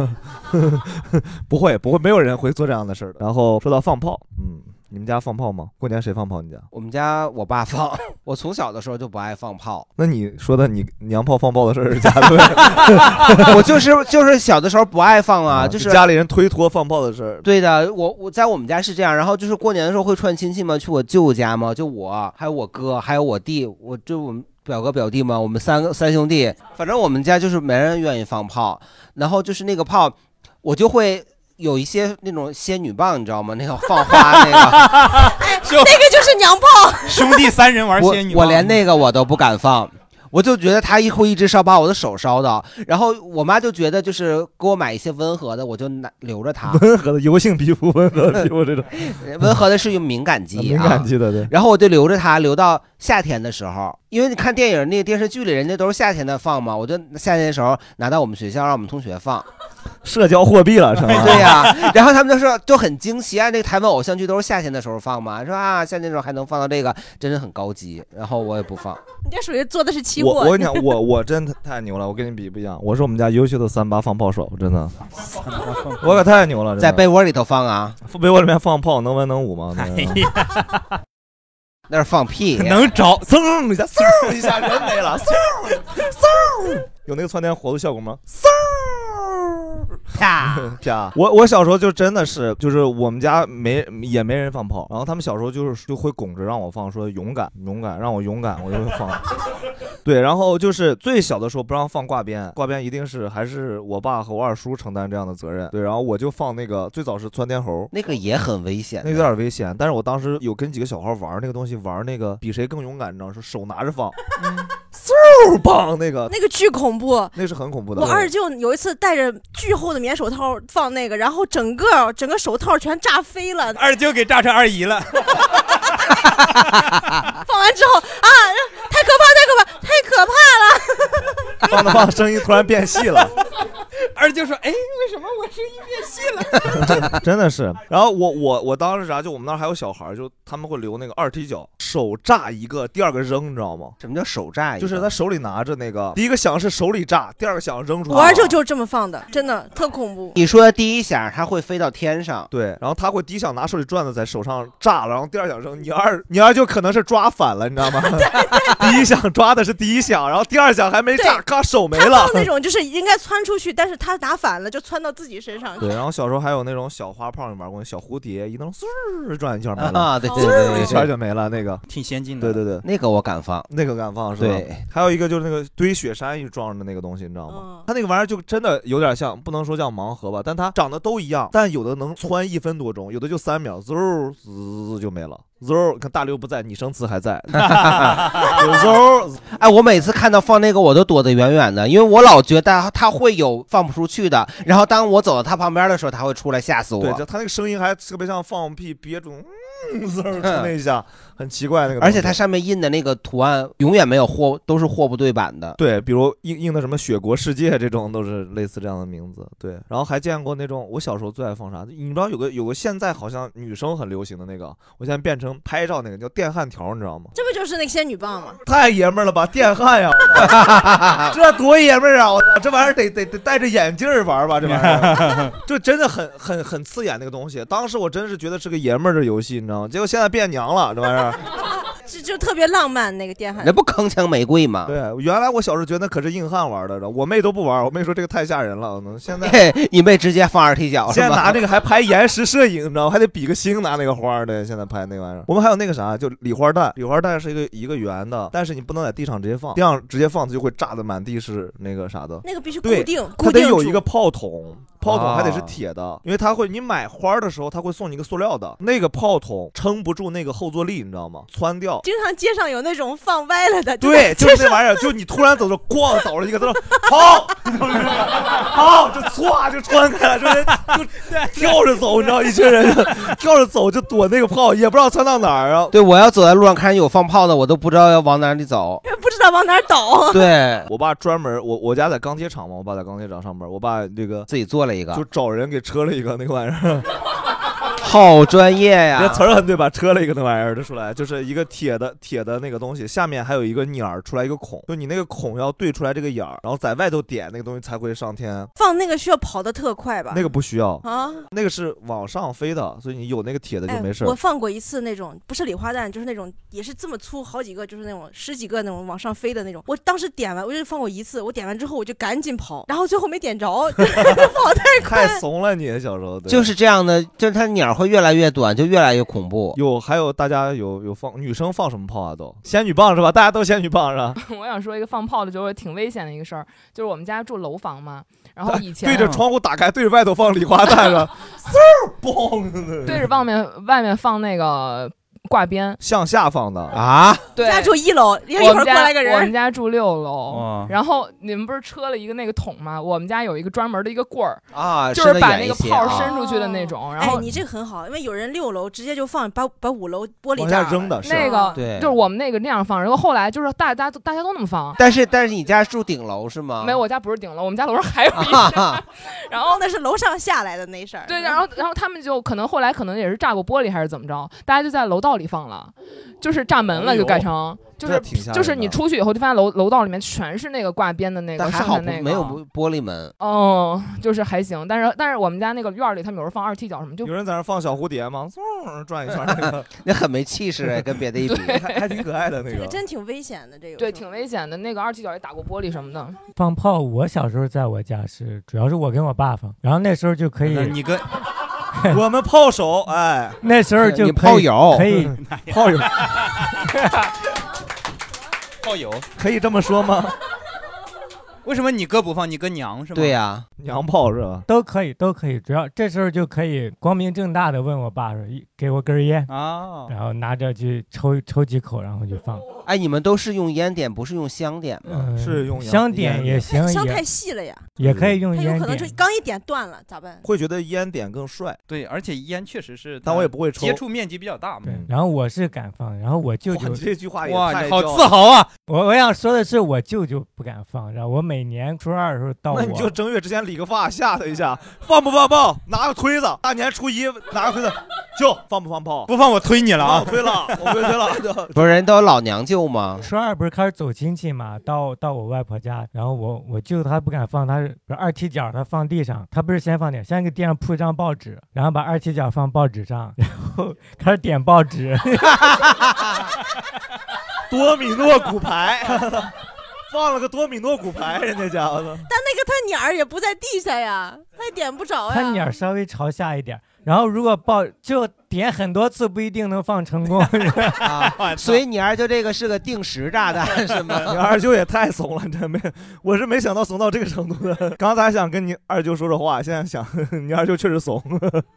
Speaker 2: 不会，不会，没有人会做这样的事儿的。然后说到放炮，嗯，你们家放炮吗？过年谁放炮？你家？
Speaker 1: 我们家我爸放，我从小的时候就不爱放 炮，
Speaker 2: 那你说的你娘炮放炮的事儿是假的，
Speaker 1: 我就是就是小的时候不爱放啊，就是
Speaker 2: 家里人推脱放炮的事儿。
Speaker 1: 对的，我我在我们家是这样，然后就是过年的时候会串亲戚嘛，去我舅家嘛，就我还有我哥还有我弟，我就我们表哥表弟嘛，我们三个三兄弟，反正我们家就是没人愿意放炮，然后就是那个炮，我就会有一些那种仙女棒，你知道吗？那个放 花那个，
Speaker 3: 就
Speaker 5: 那个就是娘炮，
Speaker 3: 兄弟三人玩
Speaker 1: 我
Speaker 3: 仙女棒，
Speaker 1: 我连那个我都不敢放。我就觉得他一会一直烧，把我的手烧到，然后我妈就觉得就是给我买一些温和的，我就拿留 着它。
Speaker 2: 温和的油性皮肤，温和的皮肤这种
Speaker 1: 温和的是用敏感肌、啊，
Speaker 2: 敏感肌的，对。
Speaker 1: 然后我就留着它，留到夏天的时候，因为你看电 影那个电视剧里，人家都是夏天的放嘛，我就夏天的时候拿到我们学校让我们同学放，
Speaker 2: 社交货币了是吗？
Speaker 1: 对呀、然后他们就说就很惊奇啊，这个台湾偶像剧都是夏天的时候放嘛，说啊夏天的时候还能放到这个，真的很高级。然后我也不放，
Speaker 5: 你这属于做的是期货。
Speaker 2: 我我跟你讲，我我真的太牛了，我跟你比不一样，我是我们家优秀的三八放炮手，真的，我可太牛了，真的
Speaker 1: 在被窝里头放啊，
Speaker 2: 被窝里面放炮能文能武吗？
Speaker 1: 哎那是放屁，
Speaker 2: 能着，噌一下，嗖 一下人没了，嗖
Speaker 1: 嗖，
Speaker 2: 有那个窜天活动效果吗？
Speaker 1: 啪
Speaker 2: 啪！我我小时候就真的是，就是我们家没也没人放炮，然后他们小时候就是就会拱着让我放，说勇敢勇敢，让我勇敢，我就会 放。对，然后就是最小的时候不让放挂鞭，挂鞭一定是还是我爸和我二叔承担这样的责任。对，然后我就放那个最早是窜天猴，
Speaker 1: 那个也很危险，
Speaker 2: 那个有点危险。但是我当时有跟几个小孩玩那个东西，玩那个比谁更勇敢，你知道吗，是手拿着放，嗖棒那个
Speaker 5: 嗯那个巨恐怖，
Speaker 2: 那是很恐怖的。
Speaker 5: 我二舅有一次戴着巨厚的棉手套放那个，然后整个整个手套全炸飞了。
Speaker 3: 二舅给炸成二姨了，
Speaker 5: 放完之后啊，太可怕，太可怕，太可怕了！
Speaker 2: 放着 放着声音突然变细了。
Speaker 3: 二舅说：“哎，为什么我声音变细了？
Speaker 2: 真的是。然后我我我当时啥，啊就我们那儿还有小孩儿，就他们会留那个二踢脚，手炸一个，第二个扔，你知道吗？
Speaker 1: 什么叫手炸一
Speaker 2: 就是他手里拿着那个，第一个响是手里炸，第二个响扔出来。
Speaker 5: 我二舅就是这么放的，真的特恐怖。
Speaker 1: 你说的第一响，它会飞到天上，
Speaker 2: 对，然后他会第一响拿手里转子在手上炸了，然后第二响扔。你二你二舅可能是抓反了，你知道吗？ 第一响抓的是第一响，然后第二响还没炸，
Speaker 5: 对
Speaker 2: 咔手没
Speaker 5: 他
Speaker 2: 了
Speaker 5: 放。那种就是应该窜出去，但是他打反了，就窜到自己身 上去
Speaker 2: 对，。然后小时候还有那种小花炮，你玩过吗？小蝴蝶一弄嗖儿转一圈没了
Speaker 1: 啊对对
Speaker 2: 嗖
Speaker 1: 对
Speaker 2: 儿
Speaker 1: 对
Speaker 2: 一
Speaker 1: 对
Speaker 2: 圈儿就没了，那个
Speaker 3: 挺先进
Speaker 2: 的。对对对，
Speaker 1: 那个我敢放，
Speaker 2: 那个敢放是吧？
Speaker 1: 对，
Speaker 2: 还有一个就是那个堆雪山一撞的那个东西，你知道吗？
Speaker 3: 嗯
Speaker 2: 它那个玩意儿就真的有点像，不能说叫盲盒吧，但它长得都一样，但有的能窜一分多钟，有的就三秒，嗖儿滋就没了。嗖儿，看大刘不在，拟声词还 在， 有嗖儿。
Speaker 1: 哎，我每次看到放那个，我都躲得远远的，因为我老觉得它会有放不出去的。然后当我走到它旁边的时候，它会出来吓死
Speaker 2: 对，就
Speaker 1: 我。
Speaker 2: 它那个声音还特别像放屁憋住，嗯，嗖儿出那一下，很奇怪那个东西。
Speaker 1: 而且它上面印的那个图案永远没有货，都是货不对版的。
Speaker 2: 对，比如印印的什么“雪国世界”这种，都是类似这样的名字。对，然后还见过那种我小时候最爱放啥，你知道有个有个现在好像女生很流行的那个，我现在变成拍照那个叫电焊条，你知道吗？
Speaker 5: 这不就是那仙女棒吗？
Speaker 2: 太爷们儿了吧，电焊呀！ 这多爷们儿啊！我操，这玩意儿得得得戴着眼镜儿玩儿吧，这玩 意儿就真的很很很刺眼那个东西。当时我真是觉得是个爷们儿的游戏，你知道吗？结果现在变娘了，这玩意儿。
Speaker 5: 就就特别浪漫那个电 焊。
Speaker 1: 那不铿锵玫瑰吗？
Speaker 2: 对，原来我小时候觉得那可是硬汉玩儿的，我妹都不玩儿，我妹说这个太吓人了。嗯现在
Speaker 1: 你被直接放二踢脚是
Speaker 2: 现在
Speaker 1: 吧？
Speaker 2: 拿这个还拍延时摄影，你知道吗？还得比个星拿那个花儿的，现在拍那玩意儿。我们还有那个啥，就礼花弹，礼花弹是一个一个圆的，但是你不能在地上直接放，地上直接放它就会炸的满地是那个啥的。
Speaker 5: 那个必须固
Speaker 2: 对
Speaker 5: 定，
Speaker 2: 它
Speaker 5: 固
Speaker 2: 得
Speaker 5: 定
Speaker 2: 有
Speaker 5: 住
Speaker 2: 一个炮筒，炮筒还得是
Speaker 1: 啊
Speaker 2: 铁的，因为它会你买花儿的时候，它会送你一个塑料的，那个炮筒撑不住那个后坐力，你知道吗？窜掉。
Speaker 5: 经常街上有那种放歪了 的，
Speaker 2: 对，
Speaker 5: 就
Speaker 2: 就是那玩意儿，就你突然走着，咣倒了一个，他说好，好，就唰就穿开了，就就跳着走，你知道，一群人就跳着走就躲那个炮，也不知道窜到哪儿啊。
Speaker 1: 对，我要走在路上看见有放炮的，我都不知道要往哪里走。
Speaker 5: 不知道往哪儿倒。
Speaker 1: 对，
Speaker 2: 我爸专门，我我家在钢铁厂嘛，我爸在钢铁厂上班，我爸这个
Speaker 1: 自己做了一个啊
Speaker 2: 就找人给车了一个那个玩意 儿，
Speaker 1: 好专业呀、
Speaker 2: 这词儿很对吧？车了一个那玩意儿，这出来就是一个铁的铁的那个东西，下面还有一个眼儿，出来一个孔，就你那个孔要对出来这个眼儿，然后在外头点那个东西才会上天。
Speaker 5: 放那个需要跑得特快吧？
Speaker 2: 那个不需要
Speaker 5: 啊，
Speaker 2: 那个是往上飞的，所以你有那个铁的就
Speaker 5: 哎
Speaker 2: 没事。
Speaker 5: 我放过一次那种，不是礼花弹，就是那种也是这么粗，好几个，就是那种十几个那种往上飞的那种。我当时点完，我就放过一次，我点完之后我就赶紧跑，然后最后没 点着，跑太快。
Speaker 2: 太怂了你，小时候对
Speaker 1: 就是这样的，就是它鸟会越来越短，就越来越恐怖。
Speaker 2: 有还有大家有有放女生放什么炮啊都？仙女棒是吧？大家都仙女棒是吧？
Speaker 8: 我想说一个放炮的，就是挺危险的一个事儿，就是我们家住楼房嘛，然后以前
Speaker 1: 啊
Speaker 2: 对着窗户打开，对着 外头放礼花弹是吧？嗖，嘣！
Speaker 8: 对着外面外面放那个挂边，
Speaker 2: 向下放的
Speaker 1: 啊？
Speaker 8: 对，
Speaker 5: 家住一楼一会儿
Speaker 8: 我们家
Speaker 5: 过来个人
Speaker 8: 我们家住六楼
Speaker 2: 哇，
Speaker 8: 然后你们不是车了一个那个桶吗？我们家有一个专门的一个棍儿
Speaker 1: 啊
Speaker 8: 就
Speaker 1: 伸
Speaker 8: 是
Speaker 1: 得
Speaker 8: 把
Speaker 1: 远
Speaker 8: 那
Speaker 1: 一
Speaker 8: 个
Speaker 1: 些
Speaker 8: 炮
Speaker 1: 啊
Speaker 8: 伸出去的那种。然
Speaker 5: 哎
Speaker 8: 后，
Speaker 5: 你这个很好，因为有人六楼直接就放，把把五楼玻璃
Speaker 1: 往
Speaker 5: 炸
Speaker 1: 下
Speaker 5: 了
Speaker 1: 扔的是
Speaker 8: 那个
Speaker 1: 对啊
Speaker 8: 就是我们那个那样放，然后后来就是大家都大家都那么放，
Speaker 1: 但是但是你家住顶楼是吗？
Speaker 8: 没有，我家不是顶楼，我们家楼上还有 一
Speaker 1: 啊
Speaker 8: 家， 然后
Speaker 5: 那是楼上下来的那事儿。
Speaker 8: 对，然后然后他们就可能后来可能也是炸过玻璃还是怎么着，大家就在楼道里放了，就是炸门
Speaker 1: 哦
Speaker 8: 了
Speaker 1: 哎
Speaker 8: 就
Speaker 1: 呦
Speaker 8: 改成。就
Speaker 1: 这
Speaker 8: 是
Speaker 1: 挺吓人的
Speaker 8: 就是你出去以后就发现楼楼道里面全是那个挂边的那个
Speaker 1: 但还
Speaker 8: 剩
Speaker 1: 好
Speaker 8: 的
Speaker 1: 不
Speaker 8: 那个
Speaker 1: 没有玻璃门。
Speaker 8: 哦，就是还行，但是但是我们家那个院儿里他们有时候放二踢脚什么就
Speaker 2: 有人在那放小蝴 蝶吗？嗖转一圈，那个
Speaker 1: 那很没气势哎，跟别的一比，
Speaker 2: 还还挺可爱的那
Speaker 8: 这
Speaker 1: 个
Speaker 5: 真挺危险的，这个
Speaker 8: 对挺危险的，那个二踢脚也打过玻璃什么的。
Speaker 7: 放炮，我小时候在我家是，主要是我跟我爸放，然后那时候就可以，
Speaker 2: 你跟我们炮手，哎，
Speaker 7: 那时候就
Speaker 2: 你
Speaker 7: 可以
Speaker 2: 炮友
Speaker 7: 可以
Speaker 2: 炮友，
Speaker 3: 炮友
Speaker 2: 可以这么说吗？
Speaker 3: 为什么你哥不放，你哥娘是吗？
Speaker 2: 娘炮是吧？
Speaker 7: 都可以，都可以，主要这时候就可以光明正大的问我爸说，一给我根烟
Speaker 2: 哦
Speaker 3: 啊，
Speaker 7: 然后拿着去抽抽几口，然后就放。
Speaker 5: 哦
Speaker 1: 哎，你们都是用烟点，不是用香点吗？
Speaker 7: 嗯是用香点烟也行
Speaker 5: 哎香也太细了呀
Speaker 7: 也可以用
Speaker 5: 他有可能就刚一点断了，咋办？
Speaker 2: 会觉得烟点更帅。
Speaker 3: 对，而且烟确实是，
Speaker 2: 但我也不会抽
Speaker 3: 接 触面积比较大嘛。
Speaker 7: 然后我是敢放，然后我舅舅
Speaker 2: 哇你这句话也
Speaker 3: 哇
Speaker 2: 太
Speaker 3: 你好
Speaker 2: 骄傲
Speaker 3: 自豪啊！
Speaker 7: 我我想说的是，我舅舅不敢放，然后我每年初二的时候到我，
Speaker 2: 那你就正月之前理个发，吓他一下，放不放炮？拿个推子，大年初一拿个推子，舅放不放炮？
Speaker 3: 不放我推你了啊
Speaker 2: 我哦推了，我推了。 就
Speaker 1: 不是人都有老娘舅吗？
Speaker 7: 初二不是开始走亲戚嘛，到到我外婆家，然后我我舅他不敢放，他是不是二踢脚，他放地上，他不是先放点，先给地上铺一张报纸，然后把二踢脚放报纸上， 然后开始点报 纸，
Speaker 2: 多米诺骨牌， 放了个多米诺骨牌，人家家伙 的。
Speaker 5: 但那个他鸟儿也不在地下呀，他也点不着呀。
Speaker 7: 他鸟稍微朝下一点，然后如果报就点很多次不一定能放成功，
Speaker 1: 啊所以你二舅这个是个定时炸弹是 吗？
Speaker 2: 你 二舅也太怂了，真没，我是没想到怂到这个程度的。刚才想跟你二舅说说话，现在想 你二舅确实怂。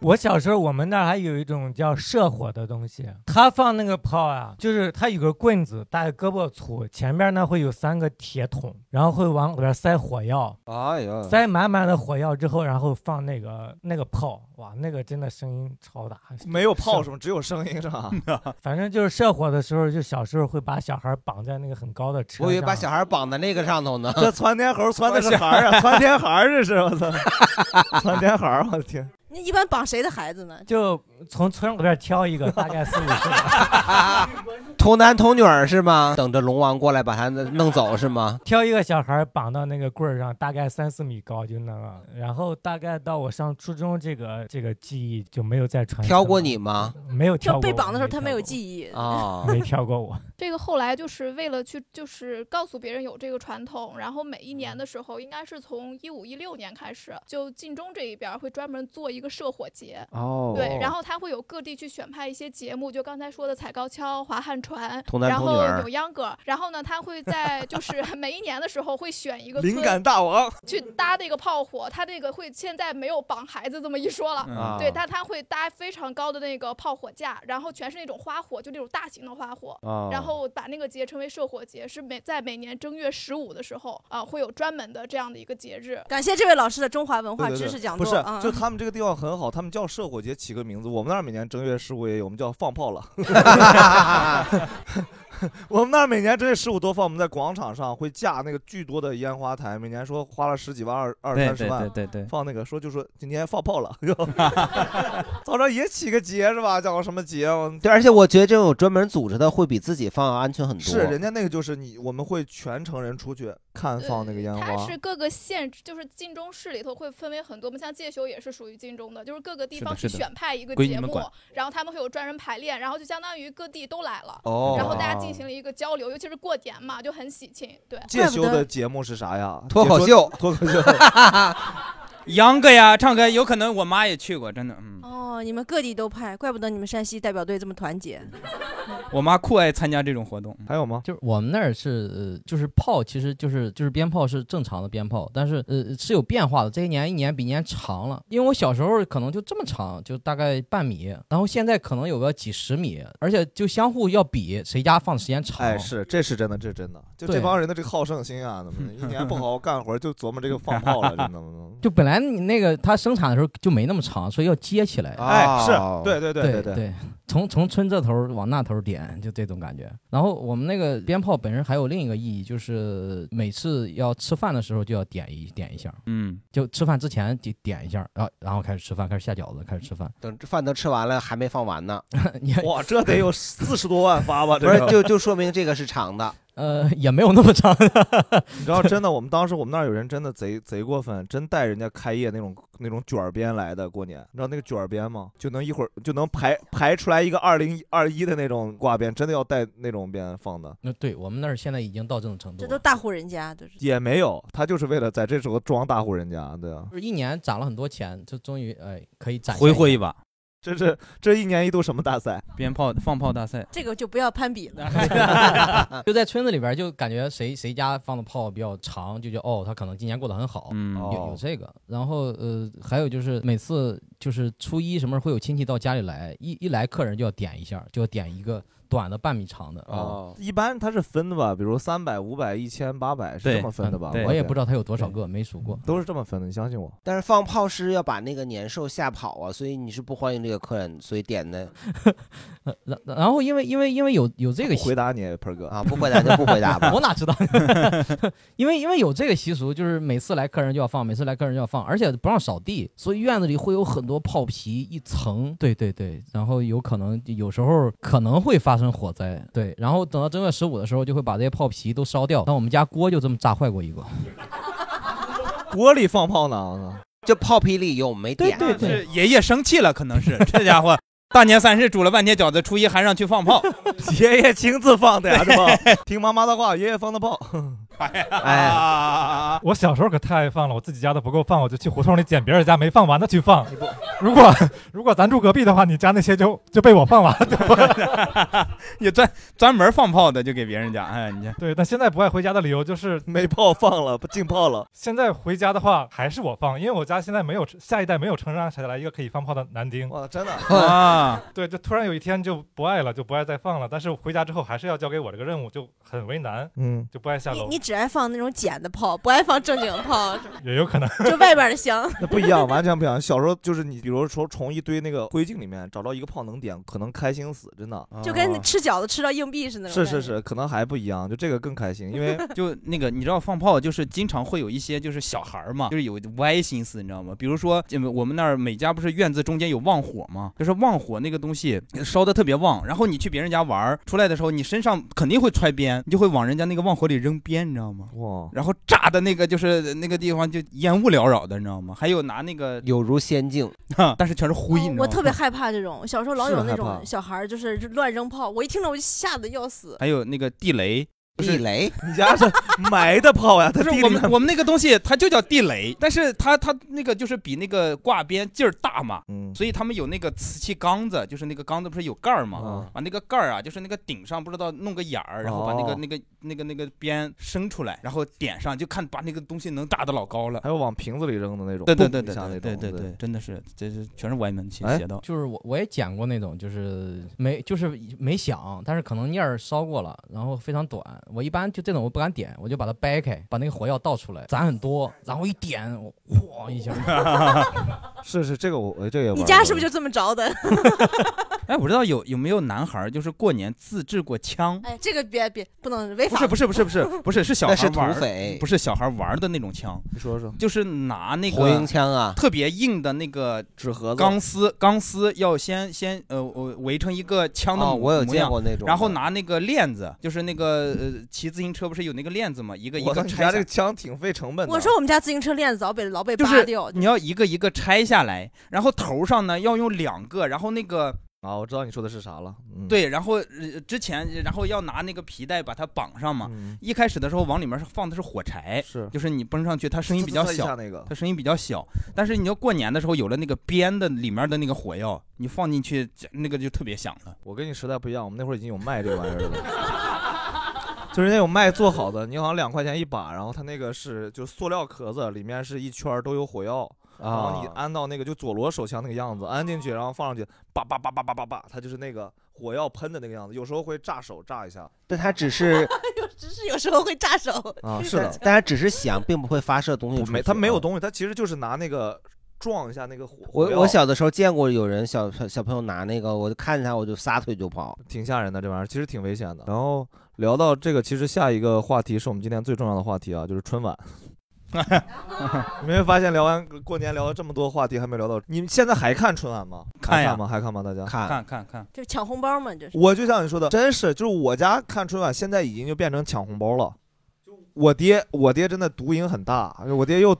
Speaker 7: 我小时候我们那儿还有一种叫射火的东西，它放那个炮啊，就是它有个棍子，大概胳膊粗，前面呢会有三个铁桶，然后会往里边塞火药，
Speaker 1: 哎呀，
Speaker 7: 塞满满的火药之后，然后放那个那个炮，哇，那个真的声音超大，
Speaker 2: 没有炮声，只有声音是吧？
Speaker 7: 反正就是射火的时候，就小时候会把小孩绑在那个很高的车上，
Speaker 1: 我以为把 小孩绑在那个上头呢。
Speaker 2: 这窜天猴窜的是孩儿啊，窜天孩儿这是我 操，窜天孩儿，我的天！
Speaker 5: 你一般绑谁的孩子呢？
Speaker 7: 就从村里边挑 一个，大概四五岁。
Speaker 1: 童男童女儿是吗？等着龙王过来把他弄走是吗？
Speaker 7: 挑一个小孩绑到那个棍儿上，大概三四米高就那个，然后大概到我上初中，这个这个记忆就没有再传。
Speaker 1: 挑过你吗？
Speaker 7: 没 有挑
Speaker 5: 就
Speaker 7: 过我，
Speaker 5: 被绑的时候他没有记忆
Speaker 1: 啊
Speaker 7: 没挑过我。
Speaker 11: 这个后来就是为了去，就是告诉别人有这个传统，然后每一年的时候，应该是从一五一六年开始，就晋中这一边儿会专门做一个社火节。
Speaker 1: 哦
Speaker 11: 对，然后他会有各地去选派一些节目，就刚才说的踩高跷、划旱船，
Speaker 1: 童男
Speaker 11: 然
Speaker 1: 童女
Speaker 11: 后
Speaker 1: 儿
Speaker 11: 扭秧歌，然后呢，他会在就是 每一年的时候会选一个
Speaker 2: 灵
Speaker 11: 村
Speaker 2: 感大王，
Speaker 11: 去搭这个炮火，他这个会现在没有绑孩子这么一说了，
Speaker 2: 嗯
Speaker 11: 对，
Speaker 2: 啊
Speaker 11: 但他会搭非常高的那个炮火架，然后全是那种花火，就那种大型的花火，
Speaker 2: 哦
Speaker 11: 然后把那个节称为社火节，是每在每年正月十五的时候啊、会有专门的这样的一个节日。
Speaker 5: 感谢这位老师的中华文化
Speaker 2: 对对
Speaker 5: 知
Speaker 2: 对
Speaker 5: 识讲
Speaker 2: 不
Speaker 5: 座。
Speaker 2: 是，
Speaker 5: 嗯
Speaker 2: 就他们这个地方很好，他们叫社火节起个名字，我们那儿每年正月十五也有，我们叫放炮了。 我们那儿每年正月十五多放，我们在广场上会架那个巨多的烟花台，每年说花了十几万、二二
Speaker 3: 对
Speaker 2: 三十
Speaker 3: 对
Speaker 2: 万，
Speaker 3: 对对对
Speaker 2: 放那个说就说今天放炮了， 早上也起个节是吧？叫什么节？啊我
Speaker 1: 对，而且我觉得这种有专门组织的会比自己放要安全很多。
Speaker 2: 是人家那个就是你，我们会全城人出去看放那个烟
Speaker 11: 它
Speaker 2: 花
Speaker 11: 呃是。各个县，就是晋中市里头会分为很多嘛，像介休也是属于晋中的，就是各个地
Speaker 2: 是的
Speaker 11: 方去
Speaker 2: 是的
Speaker 11: 选派一个
Speaker 2: 归
Speaker 11: 节
Speaker 2: 你们
Speaker 11: 目
Speaker 2: 管，
Speaker 11: 然后他们会有专人排练，然后就相当于各地都来了，
Speaker 2: 哦
Speaker 11: 然后大家进行了一个交流，尤其是过年嘛，就很喜庆。对，
Speaker 2: 介休的节目是啥呀？
Speaker 1: 哎脱口
Speaker 2: 解
Speaker 1: 秀
Speaker 2: 说 脱口秀。
Speaker 3: 秧歌呀，唱歌，有可能我妈也去过，真的，嗯，
Speaker 5: 哦，你们各地都派，怪不得你们山西代表队这么团结。
Speaker 3: 我妈酷爱参加这种活动。
Speaker 2: 嗯还有吗？
Speaker 6: 就是我们那儿是呃，就是炮，其实就是就是鞭炮是正常的鞭炮，但是呃是有变化的。这些年一年比一年长了，因为我小时候可能就这么长，就大概半米，然后现在可能有个几十米，而且就相互要比谁家放的时间长。
Speaker 2: 哎，是，这是真的，这是真的。就这
Speaker 6: 对
Speaker 2: 帮人的这个好胜心啊，怎 么的，一年不好好干活儿就琢磨这个放炮了，真的。
Speaker 6: 就本来你那个它生产的时候就没那么长，所以要接起来。
Speaker 2: 哎是对对对
Speaker 6: 对
Speaker 2: 对对
Speaker 6: 从从村这头往那头点，就这种感觉。然后我们那个鞭炮本身还有另一个意义，就是每次要吃饭的时候就要点一点一下，
Speaker 3: 嗯，
Speaker 6: 就吃饭之前就点一下，然后然后开始吃饭，开始下饺子，开始吃 饭。
Speaker 1: 等饭都吃完了还没放 完呢，
Speaker 2: 哇，这得有四十多万发吧？这
Speaker 1: 不是
Speaker 2: 个
Speaker 1: 就就说明这个是长的，
Speaker 6: 呃，也没有那么长。
Speaker 2: 你知道，真的，我们当时我们那儿有人真的贼贼过分，真带人家开业那种那种卷儿鞭来的过年。你知道那个卷儿鞭吗？就能一会儿就能排排出来一个二零二一的那种挂鞭，真的要带那种鞭放的。
Speaker 6: 那对我们那儿现在已经到这种程度
Speaker 5: 这
Speaker 6: 了，
Speaker 5: 都大户人家，对
Speaker 2: 也没有，他就是为了在这时候装大户人家，对啊，
Speaker 6: 就是一年攒了很多钱，就终于哎可以攒
Speaker 3: 挥霍一把。
Speaker 6: 啊
Speaker 2: 这是这一年一度什么大赛？
Speaker 3: 鞭炮放炮大赛。
Speaker 5: 这个就不要攀比了。
Speaker 6: 就在村子里边，就感觉谁谁家放的炮比较长，就觉得哦，他可能今年过得很好，
Speaker 3: 嗯
Speaker 6: 有有这个。然后呃，还有就是每次就是初一什么时候会有亲戚到家里来，一一来客人就要点一下，就要点一个短的半米长的。哦
Speaker 2: 啊，一般它是分的吧，比如三百、五百、一千、八百是
Speaker 6: 对
Speaker 2: 这么分的吧？
Speaker 6: 嗯对我也不知道它有多少个，没数过，
Speaker 2: 嗯都是这么分的，你相信我。
Speaker 1: 但是放炮是要把那个年兽吓跑啊，所以你是不欢迎这个客人，所以点 的。
Speaker 6: 然呃然后因为因为因为有有这个习。
Speaker 2: 回答你盆哥
Speaker 1: 啊，不回答就不回答吧
Speaker 6: 我哪知道？ 因为因为有这个习俗，就是每次来客人就要放，每次来客人就要放，而且不让扫地，所以院子里会有很多炮皮一层。对对对，然后有可能有时候可能会发生火灾。对，然后等到正月十五的时候，就会把这些炮皮都烧掉。但我们家锅就这么炸坏过一个。
Speaker 2: 锅里放炮呢？
Speaker 1: 啊就炮皮里有没点？啊
Speaker 3: 对对，爷爷生气了，可能 是这家伙大年三十煮了半天饺子，初一还让去放炮，
Speaker 2: 爷爷亲自放 哎的呀，是吧？听妈妈的话，爷爷放的炮。 哎，
Speaker 9: 我小时候可太爱放了，我自己家都不够放，我就去胡同里捡别人家没放完的去放。如果 如果咱住隔壁的话，你家那些就就被我放完了。
Speaker 3: 也专专门放炮的就给别人家。哎，你这
Speaker 9: 对，但现在不爱回家的理由就是
Speaker 2: 没炮放了，不禁炮了。
Speaker 9: 现在回家的话还是我放，因为我家现在没有下一代没有承让下来一个可以放炮的男丁。
Speaker 2: 哇，真的
Speaker 3: 啊！
Speaker 9: 对，就突然有一天就不爱了，就不爱再放了。但是回家之后还是要交给我这个任务，就很为难。
Speaker 2: 嗯，
Speaker 9: 就不爱下
Speaker 5: 你
Speaker 9: 楼，
Speaker 5: 你只爱放那种捡的炮，不爱放正经的炮，是吧
Speaker 9: 也有可能。
Speaker 5: 就外边 的香。
Speaker 2: 那不一样，完全不一样。小时候就是你，比如说从一堆那个灰烬里面找到一个炮能点，可能开心死，真的。
Speaker 5: 就跟
Speaker 3: 哦
Speaker 2: 啊
Speaker 5: 吃饺子吃到硬币似的那种
Speaker 2: 是
Speaker 5: 感觉。
Speaker 2: 是是，可能还不一样，就这个更开心，因 为
Speaker 3: 就那个你知道放炮就是经常会有一些就是小孩儿嘛，就是有歪心思，你知道吗？比如说嗯我们那儿每家不是院子中间有旺火嘛，就是旺火那个东西烧的特别旺，然后你去别人家玩儿出来的时候，你身上肯定会揣鞭，你就会往人家那个旺火里扔鞭，你知道吗？
Speaker 2: 哇！
Speaker 3: 然后炸的那个就是呃那个地方就烟雾缭绕的，你知道吗？还有拿那个
Speaker 1: 有如仙境，
Speaker 3: 但是全是灰，你知道吗？
Speaker 5: 哦我特别害怕这种，小时候老
Speaker 3: 是
Speaker 5: 有那
Speaker 3: 害
Speaker 5: 种
Speaker 3: 怕
Speaker 5: 小孩儿就是乱扔炮，我一听到我就吓得要死。
Speaker 3: 还有那个地雷。地
Speaker 1: 雷，
Speaker 2: 你家是埋的 炮呀？它
Speaker 3: 不是我们我们那个东西，它就叫地雷，但是它它那个就是比那个挂鞭劲儿大嘛，
Speaker 2: 嗯
Speaker 3: 所以他们有那个瓷器缸子，就是那个缸子不是有盖儿
Speaker 2: 嗯
Speaker 3: 嘛，把那个盖儿啊，就是那个顶上不知道弄个眼儿，然后把那个
Speaker 2: 哦
Speaker 3: 那个那个那个鞭伸出来，然后点上，就看把那个东西能炸的老高了。
Speaker 2: 还有往瓶子里扔的那种，
Speaker 3: 对对
Speaker 2: 嘣
Speaker 3: 对
Speaker 2: 一
Speaker 3: 对
Speaker 2: 下
Speaker 3: 对
Speaker 2: 那
Speaker 3: 对
Speaker 2: 种
Speaker 3: 对对，真的是，这是全是歪门邪
Speaker 2: 哎
Speaker 3: 邪道。
Speaker 6: 就是我我也捡过那种，就是没就是没响，但是可能念儿烧过了，然后非常短。我一般就这种我不敢点，我就把它掰开，把那个火药倒出来，攒很多，然后一点，我咣一下。
Speaker 2: 是是这个我哎我这个也
Speaker 5: 你
Speaker 2: 玩
Speaker 5: 家
Speaker 2: 过
Speaker 3: 嗯
Speaker 5: 是不是就这么着的？
Speaker 3: 哎，我不知道有有没有男孩儿就是过年自制过枪。
Speaker 5: 哎，这个别别不能违
Speaker 3: 不
Speaker 5: 法。
Speaker 3: 是不是不是不是不是是小孩
Speaker 1: 那是土
Speaker 3: 玩儿
Speaker 1: 匪
Speaker 3: 不是小孩玩儿的那种枪。
Speaker 2: 你说说，
Speaker 3: 就是拿那个
Speaker 1: 火缨枪啊
Speaker 3: 特别硬的那个
Speaker 2: 纸
Speaker 1: 子
Speaker 2: 盒
Speaker 3: 钢丝，钢丝要先先呃我围成一个枪的
Speaker 1: 哦
Speaker 3: 模、
Speaker 1: 我有
Speaker 3: 模
Speaker 1: 见
Speaker 3: 样
Speaker 1: 过那种
Speaker 3: 然后
Speaker 1: 的
Speaker 3: 拿那个链子，就是那个呃骑自行车不是有那个链子嘛，一个一
Speaker 2: 我操
Speaker 3: 个
Speaker 2: 你
Speaker 3: 拆
Speaker 2: 家
Speaker 3: 下
Speaker 2: 这个枪挺费成本的。
Speaker 5: 我说我们家自行车链子早被老被
Speaker 3: 就
Speaker 5: 扒
Speaker 3: 是
Speaker 5: 掉，
Speaker 3: 你要一个一个拆下来，然后头上呢要用两个，然后那个
Speaker 2: 啊，我知道你说的是啥了。嗯，
Speaker 3: 对，然后呃之前然后要拿那个皮带把它绑上嘛。一开始的时候往里面是放的是火柴，
Speaker 2: 嗯是，
Speaker 3: 就是你蹦上去，它声音比较
Speaker 2: 呲呲一下
Speaker 3: 小，
Speaker 2: 那个嗯
Speaker 3: 它声音比较小。但是你要过年的时候有了那个鞭的里面的那个火药，你放进去那个就特别响了。
Speaker 2: 我跟你时代不一样，我们那会儿已经有卖这玩意儿了。 就是那种卖做好的，你好像两块钱一把，然后它那个是就塑料壳子，里面是一圈儿都有火药，然后你
Speaker 1: 啊
Speaker 2: 安到那个就佐罗手枪那个样子，安进去，然后放上去，叭叭叭叭叭叭叭，它就是那个火药喷的那个样子，有时候会炸手炸一下。
Speaker 1: 但他只 是
Speaker 5: 只是有时候会炸手
Speaker 1: 啊，是的，但他只是响，并不会发射东西出去。
Speaker 2: 没，它没有东西，它其实就是拿那个撞一下那个火。火
Speaker 1: 我
Speaker 2: 药
Speaker 1: 我小的时候见过有人小小朋友拿那个，我就看见他我就撒腿就跑。
Speaker 2: 挺吓人的这玩意儿，其实挺危险的。然后聊到这个，其实下一个话题是我们今天最重要的话题啊，就是春晚。 你没发现聊完过年聊了这么多话题，还没聊到你们现在还看春晚吗？
Speaker 3: 看
Speaker 2: 还
Speaker 3: 呀
Speaker 2: 看吗？还看吗？大家
Speaker 3: 看看看，
Speaker 5: 就抢红包嘛，就是。
Speaker 2: 我就像你说的，真是就是我家看春晚，现在已经就变成抢红包了。我爹，我爹真的赌瘾很大，我爹又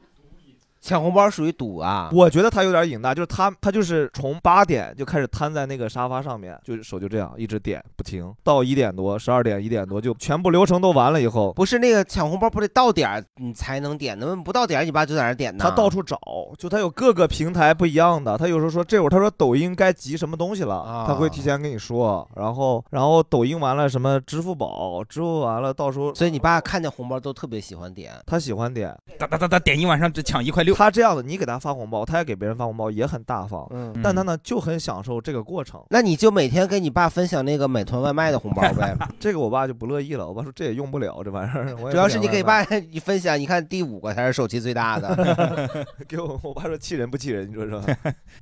Speaker 1: 抢红包属于赌啊。
Speaker 2: 我觉得他有点瘾大，就是他他就是从八点就开始瘫在那个沙发上面，就是手就这样一直点不停，到一点多、十二点、一点多就全部流程都完了以后，
Speaker 1: 不是那个抢红包不得到点儿你才能点的，不到点儿你爸就在那儿点呢。
Speaker 2: 他到处找，就他有各个平台不一样的，他有时候说这会儿他说抖音该集什么东西了，
Speaker 3: 啊
Speaker 2: 他会提前跟你说，然后然后抖音完了什么支付宝，支付完了到时候，
Speaker 1: 所以你爸看见红包都特别喜欢点。
Speaker 2: 他喜欢点，
Speaker 3: 哒哒哒哒，点一晚上只抢一块六。
Speaker 2: 他这样的，你给他发红包，他也给别人发红包，也很大方，
Speaker 1: 嗯
Speaker 2: 但
Speaker 3: 嗯
Speaker 2: 他呢就很享受这个过程。
Speaker 1: 那你就每天跟你爸分享那个美团外卖的红包呗。
Speaker 2: 这个我爸就不乐意了，我爸说这也用不了这玩意儿。 我也不
Speaker 1: 主要是
Speaker 2: 想
Speaker 1: 你给
Speaker 2: 让他
Speaker 1: 爸一分享，你看第五个才是手气最大的。
Speaker 2: 给我我爸说气人不气人，你说是 吧？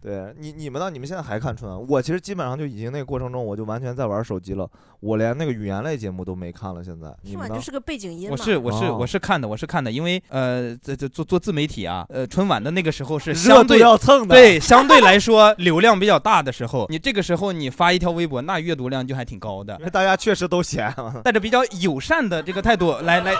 Speaker 2: 对啊你你们呢？你们现在还看春晚？我其实基本上就已经那个过程中，我就完全在玩手机了，我连那个语言类节目都没看了。现在你
Speaker 5: 春
Speaker 2: 们
Speaker 5: 晚
Speaker 2: 呢？
Speaker 5: 就是个背景音嘛。
Speaker 3: 我是我是
Speaker 2: 哦
Speaker 3: 我是看的，我是看的，因为呃，这这做做自媒体啊，呃，春晚的那个时候是
Speaker 2: 热
Speaker 3: 相对
Speaker 2: 度要蹭的
Speaker 3: 对，相对来说流量比较大的时候，你这个时候你发一条微博，那阅读量就还挺高的
Speaker 2: 因。为大家确实都闲。啊
Speaker 3: 带着比较友善的这个态度 来来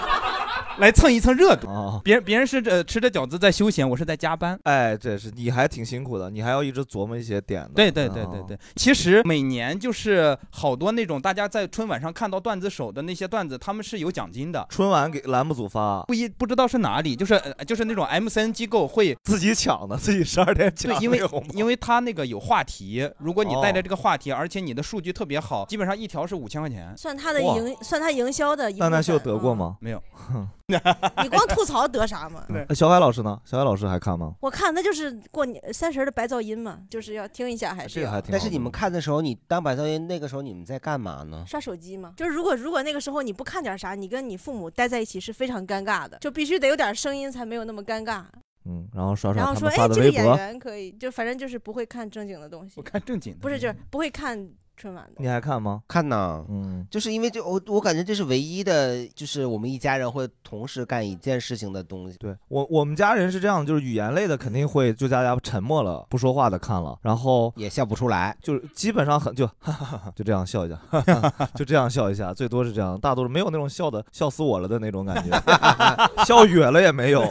Speaker 3: 来蹭一蹭热度，
Speaker 2: 哦
Speaker 3: 别人别人是呃吃着饺子在休闲，我是在加班。
Speaker 2: 哎，这是你还挺辛苦的，你还要一直琢磨一些点的。嗯
Speaker 3: 对对对对对，其实每年就是好多那种大家在春晚上看到段子手的那些段子，他们是有奖金的。
Speaker 2: 春晚给栏目组发，
Speaker 3: 不一不知道是哪里，就是呃就是那种 MCN 机构会
Speaker 2: 自己抢的，自己十二点抢
Speaker 3: 对，因为
Speaker 2: 那个红包
Speaker 3: 因为他那个有话题，如果你带着
Speaker 2: 哦
Speaker 3: 这个话题，而且你的数据特别好，基本上一条是五千块钱。
Speaker 5: 算他的
Speaker 3: 哇
Speaker 5: 营，算他营销的一部
Speaker 2: 蛋
Speaker 5: 分。
Speaker 2: 蛋秀得过吗？
Speaker 3: 嗯没有。
Speaker 5: 你光吐槽得啥嘛？
Speaker 2: 哎小海老师呢？小海老师还看吗？
Speaker 5: 我看那就是过年三十儿的白噪音嘛，就是要听一下还
Speaker 2: 啊
Speaker 5: 是要。
Speaker 1: 但是你们看的时候，你当白噪音那个时候你们在干嘛呢？
Speaker 5: 刷手机嘛，就是如果如果那个时候你不看点啥，你跟你父母待在一起是非常尴尬的，就必须得有点声音才没有那么尴尬。
Speaker 2: 嗯，然后刷
Speaker 5: 然
Speaker 2: 刷
Speaker 5: 后
Speaker 2: 他
Speaker 5: 说，
Speaker 2: 们
Speaker 5: 哎
Speaker 2: 发，的
Speaker 5: 这个
Speaker 2: 微
Speaker 5: 演
Speaker 2: 博，
Speaker 5: 员可以，就反正就是不会看正经的东西，不
Speaker 3: 看正经的，
Speaker 5: 不是就是不会看春晚的。
Speaker 2: 你还看吗？
Speaker 1: 看呢，
Speaker 2: 嗯，
Speaker 1: 就是因为这我我感觉这是唯一的，就是我们一家人会同时干一件事情的东西。
Speaker 2: 对我我们家人是这样的，就是语言类的肯定会就大家沉默了，不说话的看了，然后
Speaker 1: 也笑不出来，
Speaker 2: 就是基本上很就 就这样笑一下， 就这样笑一下，最多是这样，大多数没有那种笑的笑死我了的那种感觉， 笑哕了也没有，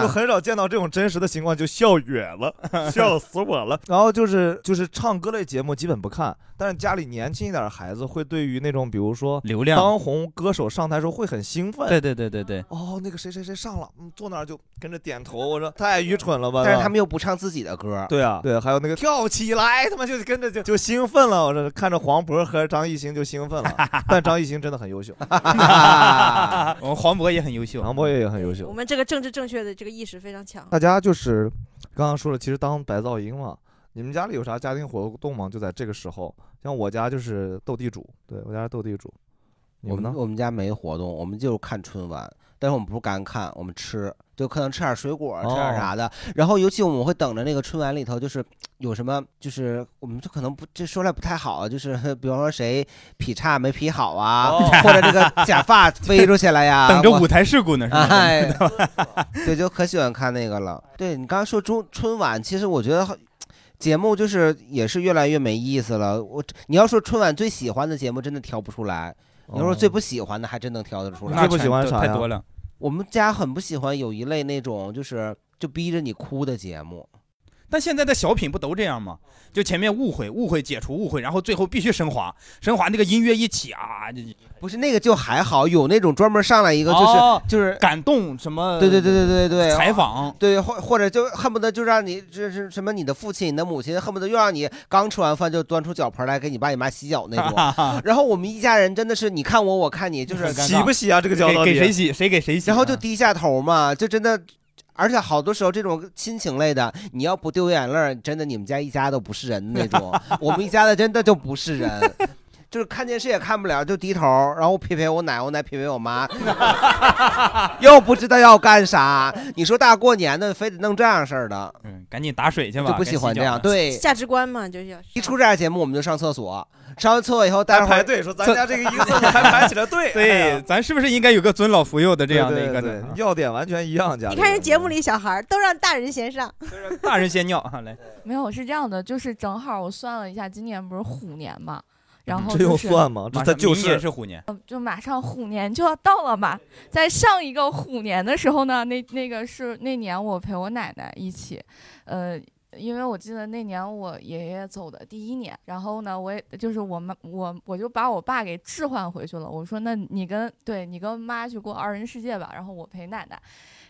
Speaker 2: 就很少见到这种真实的情况，就笑哕了，笑死我了。 然后就是就是唱歌类节目基本不看，但是家里年轻一点的孩子会对于那种比如说
Speaker 3: 流量
Speaker 2: 当红歌手上台的时候会很兴奋，
Speaker 3: 对对对对对，
Speaker 2: 哦，那个谁谁谁上了，嗯，坐那儿就跟着点头。我说太愚蠢了吧？
Speaker 1: 但是他们又不唱自己的歌。
Speaker 2: 对啊，对，还有那个跳起来，他妈就跟着就就兴奋了。我说看着黄渤和张艺兴就兴奋了， 但张艺兴真的很优秀，
Speaker 3: 我们黄渤也很优秀，
Speaker 2: 黄渤也很优秀
Speaker 5: 我。们这个政治正确的这个意识非常强。
Speaker 2: 大家就是刚刚说了，其实当白噪音嘛。你们家里有啥家庭活动吗？就在这个时候，像我家就是斗地主，对我家是斗地主。你
Speaker 1: 我
Speaker 2: 们
Speaker 1: 们
Speaker 2: 呢？
Speaker 1: 我们家没活动，我们就是看春晚，但是我们不是干看，我们吃，就可能吃点水果，吃
Speaker 3: 哦
Speaker 1: 点啥的。然后尤其我们会等着那个春晚里头，就是有什么，就是我们这可能不这说来不太好啊，就是 比方说谁劈叉没劈好啊，或者这个假发飞出去了呀，
Speaker 3: 哦 等着
Speaker 1: 我
Speaker 3: 舞台事故呢是吧
Speaker 1: 哎， 对，就可喜欢看那个了。对你刚刚说中春晚，其实我觉得好。节目就是也是越来越没意思了。我你要说春晚最喜欢的节目，真的挑不出来。你要说最不喜欢的，还真能挑得出来。
Speaker 2: 哦那最不喜欢全啥太呀多
Speaker 3: 了。
Speaker 1: 我们家很不喜欢有一类那种就是就逼着你哭的节目。
Speaker 3: 但现在的小品不都这样吗？就前面误会、误会解除、误会，然后最后必须升华，升华那个音乐一起啊，就
Speaker 1: 不是那个就还好，有那种专门上来一个就是、
Speaker 3: 哦
Speaker 1: 就是
Speaker 3: 感动什么？
Speaker 1: 对对对对对对，
Speaker 3: 采访
Speaker 1: 对，或或者就恨不得就让你这是什么你的父亲、你的母亲，恨不得又让你刚吃完饭就端出脚盆来给你爸你妈洗脚那 种。然后我们一家人真的是你看我我看你，就是
Speaker 3: 很尴尬洗不洗啊这个脚给到底给谁洗谁给谁洗啊
Speaker 1: 然后就低下头嘛，就真的。而且好多时候，这种亲情类的，你要不丢眼泪儿，真的你们家一家都不是人的那 种。我们一家的真的就不是人， 就是看电视也看不了，就低头，然后撇撇我奶，我奶撇撇我妈， 又不知道要干啥。你说大过年的，非得弄这样式儿的，
Speaker 3: 嗯，赶紧打水去吧，
Speaker 1: 就不喜欢这样。
Speaker 3: 该洗脚了
Speaker 1: 对，
Speaker 5: 价值观嘛，就是要
Speaker 1: 一出这样节目，我们就上厕所，上完厕所以后，待会儿
Speaker 2: 排队说咱家这个一个厕所还排起来队，哎呀
Speaker 3: 对，咱是不是应该有个尊老扶幼的这样的一个
Speaker 2: 对
Speaker 3: 呢？啊
Speaker 2: 要点完全一样，家
Speaker 5: 你看人节目里小孩儿都让大人先上，
Speaker 3: 大人先尿啊，来，
Speaker 12: 没有，是这样的，就是正好我算了一下，今年不是虎年嘛，然后、
Speaker 5: 嗯
Speaker 2: 这
Speaker 12: 就是、
Speaker 2: 用算吗？这
Speaker 3: 马
Speaker 2: 他
Speaker 3: 上
Speaker 2: 就
Speaker 3: 明
Speaker 2: 是
Speaker 3: 年是虎年，
Speaker 12: 呃就马上虎年就要到了嘛，在上一个虎年的时候呢，那那个是那年我陪我奶奶一起，呃，因为我记得那年我爷爷走的第一年，然后呢，我也就是我妈我我就把我爸给置换回去了，我说那你跟对你跟妈去过二人世界吧，然后我陪奶奶。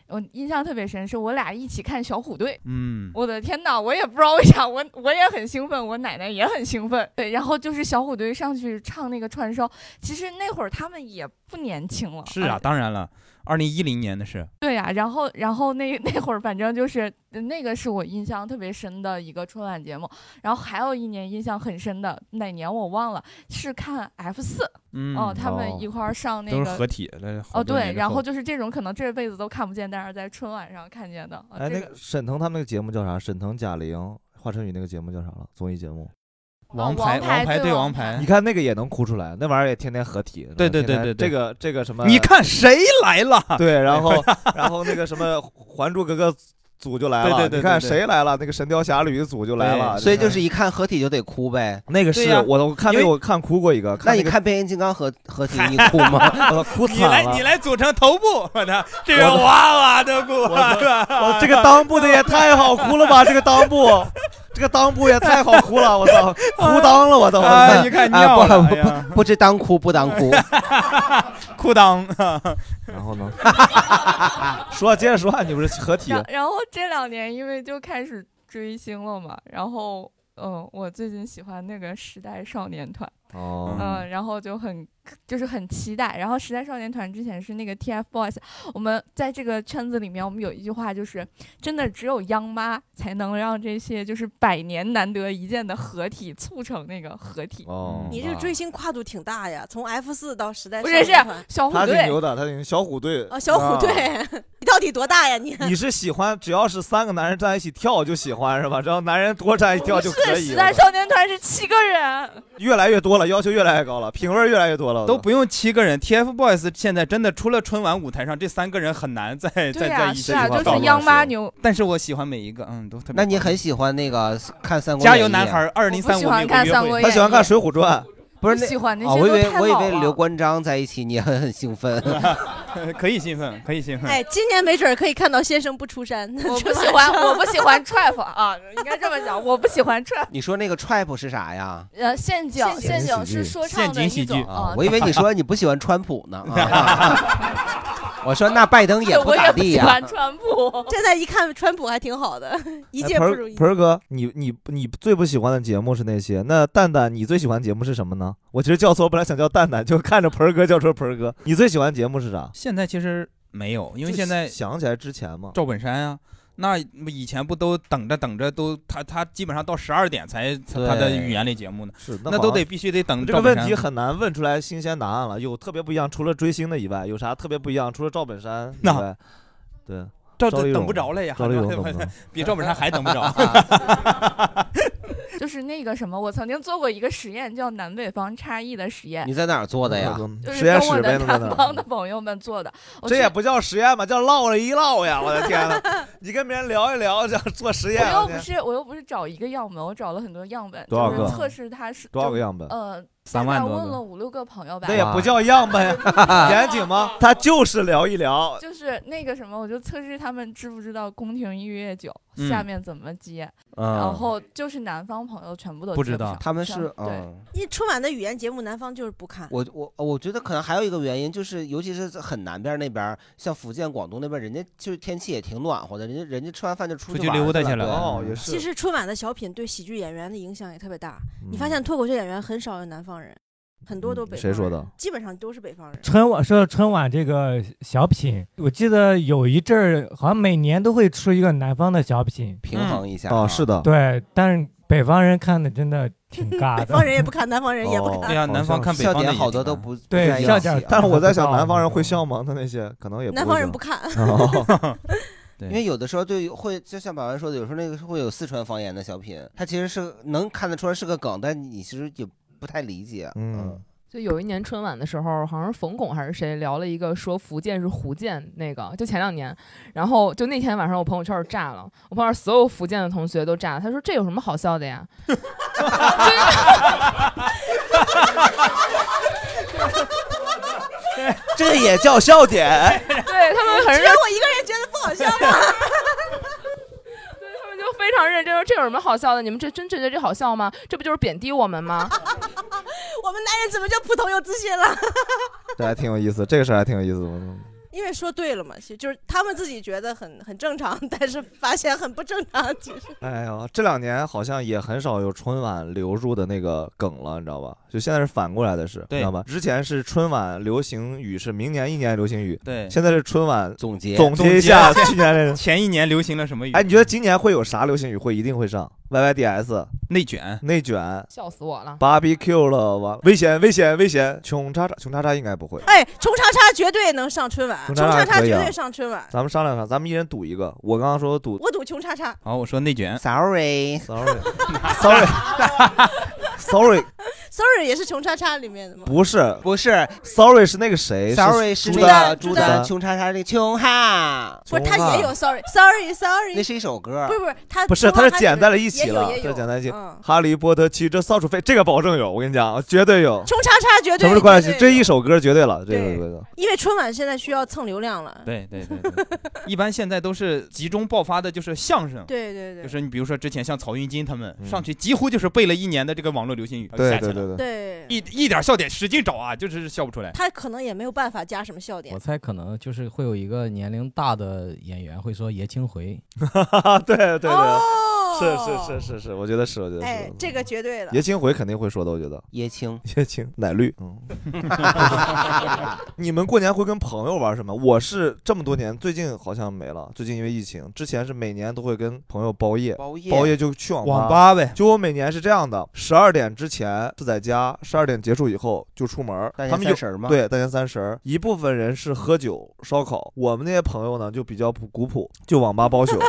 Speaker 12: 我印象特别深，是我俩一起看小虎队。
Speaker 3: 嗯
Speaker 12: 我的天呐，我也不知道为啥，我我也很兴奋，我奶奶也很兴奋。对，然后就是小虎队上去唱那个串烧，其实那会儿他们也不年轻了。
Speaker 3: 是啊，当然了，二零一零年的事，
Speaker 12: 对呀、然后然后那那会儿反正就是呃那个是我印象特别深的一个春晚节目，然后还有一年印象很深的哪年我忘了，是看 F 四，
Speaker 3: 嗯
Speaker 12: 哦，他
Speaker 3: 哦
Speaker 12: 们一块儿上那
Speaker 3: 都
Speaker 12: 个
Speaker 3: 是合体了好
Speaker 12: 哦
Speaker 3: 多
Speaker 12: 对，
Speaker 3: 年之
Speaker 12: 然
Speaker 3: 后
Speaker 12: 后就是这种可能这辈子都看不见，但是在春晚上看见的，啊
Speaker 2: 哎，
Speaker 12: 这
Speaker 2: 那个沈腾他们那个节目叫啥？沈腾、贾玲、华晨宇那个节目叫啥了？综艺节目。
Speaker 3: 王牌王牌王牌对对王王牌牌
Speaker 2: 你看那个也能哭出来，那玩意儿也天天合体。
Speaker 3: 对对
Speaker 2: 天
Speaker 3: 对对
Speaker 2: 天
Speaker 3: 对
Speaker 2: 这个这个什么？
Speaker 3: 你看谁来了？
Speaker 2: 对，然 后然后那个什么《还珠格格》组就来了，
Speaker 1: 对对对
Speaker 2: 你看
Speaker 1: 对对
Speaker 2: 谁来了？那个《神雕侠侣》组就来了，
Speaker 1: 所以就是
Speaker 2: 一
Speaker 1: 一看合体就得哭呗。
Speaker 2: 那个是对呀我我看那个因为我看哭过一个
Speaker 1: 那
Speaker 2: 看那
Speaker 1: 你
Speaker 2: 个？
Speaker 1: 看变形金刚合合体你哭吗
Speaker 2: 我哭
Speaker 3: 你来 你来组成头部， 我的这个
Speaker 1: 我的
Speaker 3: 哇哇的鼓，是吧
Speaker 2: 我 这个裆部的也太好哭了吧！这个裆部，这个裆部也太好哭了，我 操，哭裆了，我操！
Speaker 3: 哎
Speaker 2: 哎
Speaker 1: 啊啊不不不不知当哭不当哭，
Speaker 3: 裤裆。
Speaker 2: 然后呢？ 说接着说，啊你不是合体？
Speaker 12: 然然后这两年因为就开始追星了嘛，然后嗯，我最近喜欢那个时代少年团，
Speaker 2: 哦
Speaker 12: 嗯，然后就很就是很期待。然后时代少年团之前是那个 TFBOYS，我们在这个圈子里面，我们有一句话就是，真的只有央妈才能让这些就是百年难得一见的合体促成那个合体。
Speaker 2: 哦
Speaker 5: 你这个追星跨度挺大呀，从 F 四到时代
Speaker 12: 不
Speaker 5: 少
Speaker 12: 是
Speaker 5: 年
Speaker 12: 是
Speaker 5: 团。
Speaker 12: 小虎
Speaker 2: 他挺
Speaker 12: 队
Speaker 2: 牛的，他挺小虎队
Speaker 5: 呃哦，小虎队，
Speaker 2: 啊
Speaker 5: 你到底多大呀你？
Speaker 2: 你是喜欢只要是三个男人站一起跳就喜欢是吧？只要男人多站一起跳就可
Speaker 12: 是
Speaker 2: 以
Speaker 12: 时
Speaker 2: 了。
Speaker 12: 代少年团是七个人，
Speaker 2: 越来越多了，要求越来越高了，品味越来越多 了。哎
Speaker 3: 都不用七个人，TFBOYS 现在真的除了春晚舞台上这三个人很难再再在
Speaker 12: 对呀，
Speaker 3: 一起
Speaker 12: 是啊，
Speaker 3: 搞
Speaker 12: 就
Speaker 3: 搞
Speaker 12: 是央妈牛。
Speaker 3: 但是我喜欢每一个，嗯，都 特别。
Speaker 1: 那你很喜欢那个看三国
Speaker 3: 加
Speaker 1: 演
Speaker 3: 油
Speaker 1: 义
Speaker 3: 男孩儿2035我不喜欢看三国演义
Speaker 2: 他喜欢看《水浒传》，
Speaker 1: 不是
Speaker 12: 不
Speaker 1: 那
Speaker 12: 喜欢那
Speaker 1: 啊
Speaker 12: 些
Speaker 1: 我以
Speaker 12: 都
Speaker 1: 为
Speaker 12: 太
Speaker 1: 我以
Speaker 12: 老
Speaker 1: 为
Speaker 12: 了
Speaker 1: 刘关张在一起你很很兴奋，
Speaker 3: 可以兴奋，可以兴奋。
Speaker 5: 哎，今年没准儿可以看到先生不出山。
Speaker 12: 我不喜欢，我不喜欢 trap 啊，应该这 么讲，我不喜欢 trap。
Speaker 1: 你说那个 trap 是啥呀？
Speaker 12: 呃，陷阱，陷阱是说唱的一种啊。
Speaker 1: 我以为你说你不喜欢川普呢。啊 我说那拜登也不咋地呀、
Speaker 12: 川 普。
Speaker 5: 现在一看川普还挺好的，一
Speaker 2: 哎
Speaker 5: 届不
Speaker 2: 盆
Speaker 5: 如
Speaker 2: 儿
Speaker 5: 一届。
Speaker 2: 盆儿哥，你你你最不喜欢的节目是那些？那蛋蛋，你最喜欢的节目是什么呢？我其实叫错，我本来想叫蛋蛋，就看着盆儿哥叫出盆儿哥。你最喜欢的节目是啥？
Speaker 3: 现在其实没有，因为
Speaker 2: 就
Speaker 3: 现在
Speaker 2: 想起来之前嘛，
Speaker 3: 赵本山啊，那以前不都等着等着都他他基本上到十二点才才他的
Speaker 2: 对
Speaker 3: 语言类节目呢，
Speaker 2: 是
Speaker 3: 那都得必须得等
Speaker 2: 这个
Speaker 3: 赵
Speaker 2: 问
Speaker 3: 本山
Speaker 2: 题很难问出来新鲜答案了。有特别不一样，除了追星的以外，有啥特别不一样？除了赵本山以外，对，
Speaker 3: 赵
Speaker 2: 丽蓉
Speaker 3: 等不着了呀，
Speaker 2: 赵丽 蓉等不着
Speaker 3: 比赵本 山还等不着。
Speaker 12: 就是那个什么，我曾经做过一个实验，叫南北方差异的实验。
Speaker 1: 你在哪儿做的呀？
Speaker 12: 就是跟我的南方的朋友们做的，我
Speaker 2: 这
Speaker 12: 去
Speaker 2: 也不叫实验吧，叫唠了一唠呀！我的天呐，你跟别人聊一聊，这样做实验
Speaker 12: 我
Speaker 2: 啊。
Speaker 12: 又不是我又不是找一个样本，我找了很多样本，
Speaker 2: 多少
Speaker 12: 就
Speaker 2: 个
Speaker 12: 是测试它是
Speaker 2: 多少个
Speaker 12: 就
Speaker 2: 样本
Speaker 12: 呃，
Speaker 2: 三万
Speaker 12: 大概
Speaker 2: 多个
Speaker 12: 问了五六个朋友吧。啊
Speaker 2: 那也不叫样 呗，严谨吗？他就是聊一聊，
Speaker 12: 就是那个什么，我就测试他们知不知道宫廷乐酒
Speaker 2: 嗯
Speaker 12: 下面怎么接，
Speaker 1: 嗯
Speaker 12: 然后就是南方朋友全部 都接上
Speaker 1: 他们是
Speaker 12: 全对。
Speaker 1: 嗯
Speaker 5: 你春晚的语言节目南方就是不看，
Speaker 1: 我我我觉得可能还有一个原因，就是尤其是在很南边那边，像福建、广东那边，人家就是天气也挺暖和的，人家人家吃完饭就出
Speaker 3: 出
Speaker 1: 去
Speaker 3: 去
Speaker 1: 玩
Speaker 3: 溜达去
Speaker 1: 了。嗯
Speaker 3: 了哦也
Speaker 5: 其实春晚的小品对喜剧演员的影响也特别大。你发
Speaker 1: 嗯
Speaker 5: 现脱口秀演员很少有南方人，很多都北方
Speaker 9: 谁说
Speaker 5: 人
Speaker 9: 的
Speaker 5: 基本上都是北方人。
Speaker 7: 春晚说到春晚这个小品，我记得有一阵儿好像每年都会出一个南方的小品，嗯
Speaker 1: 平衡一下
Speaker 2: 啊是的
Speaker 7: 对，但是北方人看的真的挺尬的。
Speaker 5: 北方人也不看，南方人也不看。
Speaker 2: 对呀南方看北方的也挺难
Speaker 7: 对
Speaker 2: 不在一
Speaker 7: 笑
Speaker 2: 起啊
Speaker 7: 点儿嗯
Speaker 2: 但是我在 想，
Speaker 7: 看不到
Speaker 2: 南方人会笑吗？他那些可能也
Speaker 5: 南方人不看
Speaker 2: 哦
Speaker 1: 哦因为有的时候对于会，就像百万说的，有时候那个是会有四川方言的小品，它其实是能看得出来是个梗，但你其实也不太理解。嗯，
Speaker 8: 就有一年春晚的时候，好像是冯巩还是谁聊了一个说福建是福建那个，就前两年，然后就那天晚上我朋友圈炸了，我朋友圈所有福建的同学都炸了，他说这有什么好笑的呀？
Speaker 2: 这也叫笑 点。
Speaker 8: 对他们很
Speaker 5: 只
Speaker 8: 认
Speaker 5: 有我一个人觉得不好笑 吗？
Speaker 8: 他们就非常认真说这有什么好笑的？你们这真觉得这好笑吗？这不就是贬低我们吗？
Speaker 5: 我们男人怎么就普通又自信了？
Speaker 2: 这还挺有意思，这个事儿还挺有意思的。
Speaker 5: 因为说对了嘛，其实就是他们自己觉得很很正常，但是发现很不正常，其实。
Speaker 2: 哎呀，这两年好像也很少有春晚流入的那个梗了，你知道吧？就现在是反过来的是，你知道吧？之前是春晚流行语是明年一年流行语，
Speaker 3: 对
Speaker 2: 现在是春晚
Speaker 1: 总结
Speaker 2: 总结一下去年 的。
Speaker 3: 前一年流行了什么语？
Speaker 2: 哎，你觉得今年会有啥流行语会一定会上？YYDS
Speaker 3: 内卷，
Speaker 2: 内卷，
Speaker 8: 笑死我了！
Speaker 2: barbecue 了，完危险危险危险，穷叉叉穷叉叉应该不会。
Speaker 5: 哎，冲叉叉绝对能上春晚，
Speaker 2: 冲
Speaker 5: 冲
Speaker 2: 叉叉
Speaker 5: 叉叉
Speaker 2: 可以
Speaker 5: 绝
Speaker 2: 啊
Speaker 5: 对上春晚。
Speaker 2: 咱们商量商量，咱们一人赌一个。我刚刚说赌，
Speaker 5: 我赌穷叉叉，
Speaker 3: 好，我说内卷
Speaker 2: ，sorry，sorry，sorry，sorry，
Speaker 5: ，sorry 也是穷叉叉里面的吗？
Speaker 2: 不是
Speaker 1: 不是
Speaker 2: ，sorry 是那个谁
Speaker 1: Sorry 是
Speaker 2: 朱
Speaker 1: 那个
Speaker 2: 朱
Speaker 1: 朱丹穷叉叉那个穷哈，
Speaker 5: 不是，他也有 sorry，sorry sorry。
Speaker 1: 那是一首歌，
Speaker 5: 不是不啊是，他
Speaker 2: 啊不是，
Speaker 5: 他
Speaker 2: 它是剪在了一起了，
Speaker 5: 也有也
Speaker 2: 这
Speaker 5: 有
Speaker 2: 剪在一起。
Speaker 5: 嗯
Speaker 2: 哈利波特骑着扫帚飞，这个保证有，我跟你讲，绝对有。
Speaker 5: 冲叉叉绝对
Speaker 2: 什么是关系
Speaker 5: 绝？对嗯
Speaker 2: 这一首歌绝对了，这个绝对了。
Speaker 5: 因为春晚现在需要蹭流量了。
Speaker 3: 对对对对，一般现在都是集中爆发的，就是相声。
Speaker 5: 对对对
Speaker 3: 就是你比如说之前像曹云金他们上去，几乎就是背了一年的这个网络流行语，
Speaker 2: 嗯对
Speaker 3: 下去了
Speaker 2: 对对
Speaker 5: 对
Speaker 3: 一一点笑点使劲找啊，就是笑不出来。
Speaker 5: 他可能也没有办法加什么笑点
Speaker 6: 我。猜可能就是会有一个年龄大的演员会说爷青回，
Speaker 2: 对对对，是
Speaker 5: 哦
Speaker 2: 是是是是，我觉得是，我觉得
Speaker 5: 哎
Speaker 2: 是。，
Speaker 5: 这个绝对了。
Speaker 2: 爷青回肯定会说的，我觉得。
Speaker 1: 爷青，嗯
Speaker 2: 爷青，奶绿。你们过年会跟朋友玩什么？我是这么多年，最近好像没了。最近因为疫情，之前是每年都会跟朋友包夜，包
Speaker 1: 夜
Speaker 2: 就去网
Speaker 9: 网吧
Speaker 2: 呗。就我每年是这样的，十二点之前是在家，十二点结束以后就出门儿。
Speaker 1: 大年
Speaker 2: 他们有
Speaker 1: 三十儿吗
Speaker 2: 对，大年三十儿，一部分人是喝酒烧烤，我们那些朋友呢就比较不古朴，就网吧包宿。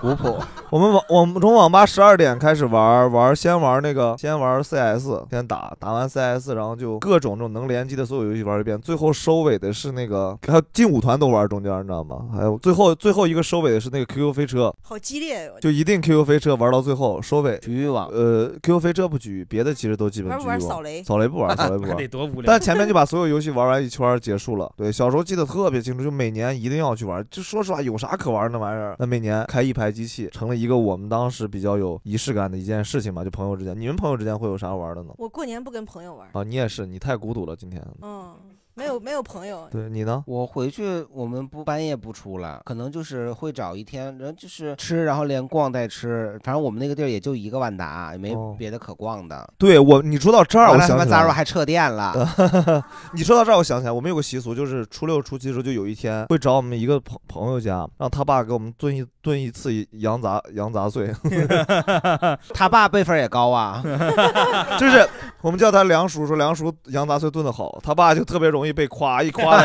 Speaker 1: 古朴。
Speaker 2: 我们网我们从网吧十二点开始玩玩，先玩那个先玩 CS，先打打完 CS，然后就各种这种能联机的所有游戏玩一遍，最后收尾的是那个还有劲舞团都玩中间，你知道吗？还有最后最后一个收尾的是那个 QQ 飞车，
Speaker 5: 好激烈哦哟！
Speaker 2: 就一定 QQ 飞车玩到最后收尾。
Speaker 1: 局域网，
Speaker 2: 呃，QQ 飞车不局域，别的其实都基本
Speaker 5: 玩
Speaker 2: 局
Speaker 5: 不
Speaker 2: 域
Speaker 5: 玩
Speaker 2: 网。
Speaker 5: 扫雷
Speaker 2: 扫雷不玩，扫 雷不
Speaker 3: 那
Speaker 2: 玩。
Speaker 3: 得多无聊
Speaker 2: 但前面就把所有游戏玩完一圈儿结束了。对，小时候记得特别清楚，就每年一定要去玩。就说实话，有啥可玩那玩意儿？那每年开一排机器，成了一个我们当时比较有仪式感的一件事情嘛。就朋友之间，你们朋友之间会有啥玩的呢？
Speaker 5: 我过年不跟朋友玩，
Speaker 2: 啊，你也是，你太孤独了，今天。
Speaker 5: 嗯，没有没有朋友，
Speaker 2: 对你呢？
Speaker 1: 我回去我们不半夜不出来，可能就是会找一天，然后就是吃，然后连逛带吃。反正我们那个地儿也就一个万达，也没别的可逛的。
Speaker 2: 对我，你说到这儿，
Speaker 1: 完
Speaker 2: 我
Speaker 1: 了
Speaker 2: 想
Speaker 1: 他
Speaker 2: 起
Speaker 1: 妈
Speaker 2: 来
Speaker 1: Zara
Speaker 2: 了
Speaker 1: 还撤店了。
Speaker 2: 你说到这儿，我想起来，我们有个习俗，就是初六、初七的时候，就有一天会找我们一个朋朋友家，让他爸给我们炖一炖一次羊杂羊杂碎。
Speaker 1: 他爸辈分也高啊，
Speaker 2: 就是我们叫他梁叔，说梁叔羊杂碎炖的好，他爸就特别容易被夸，一夸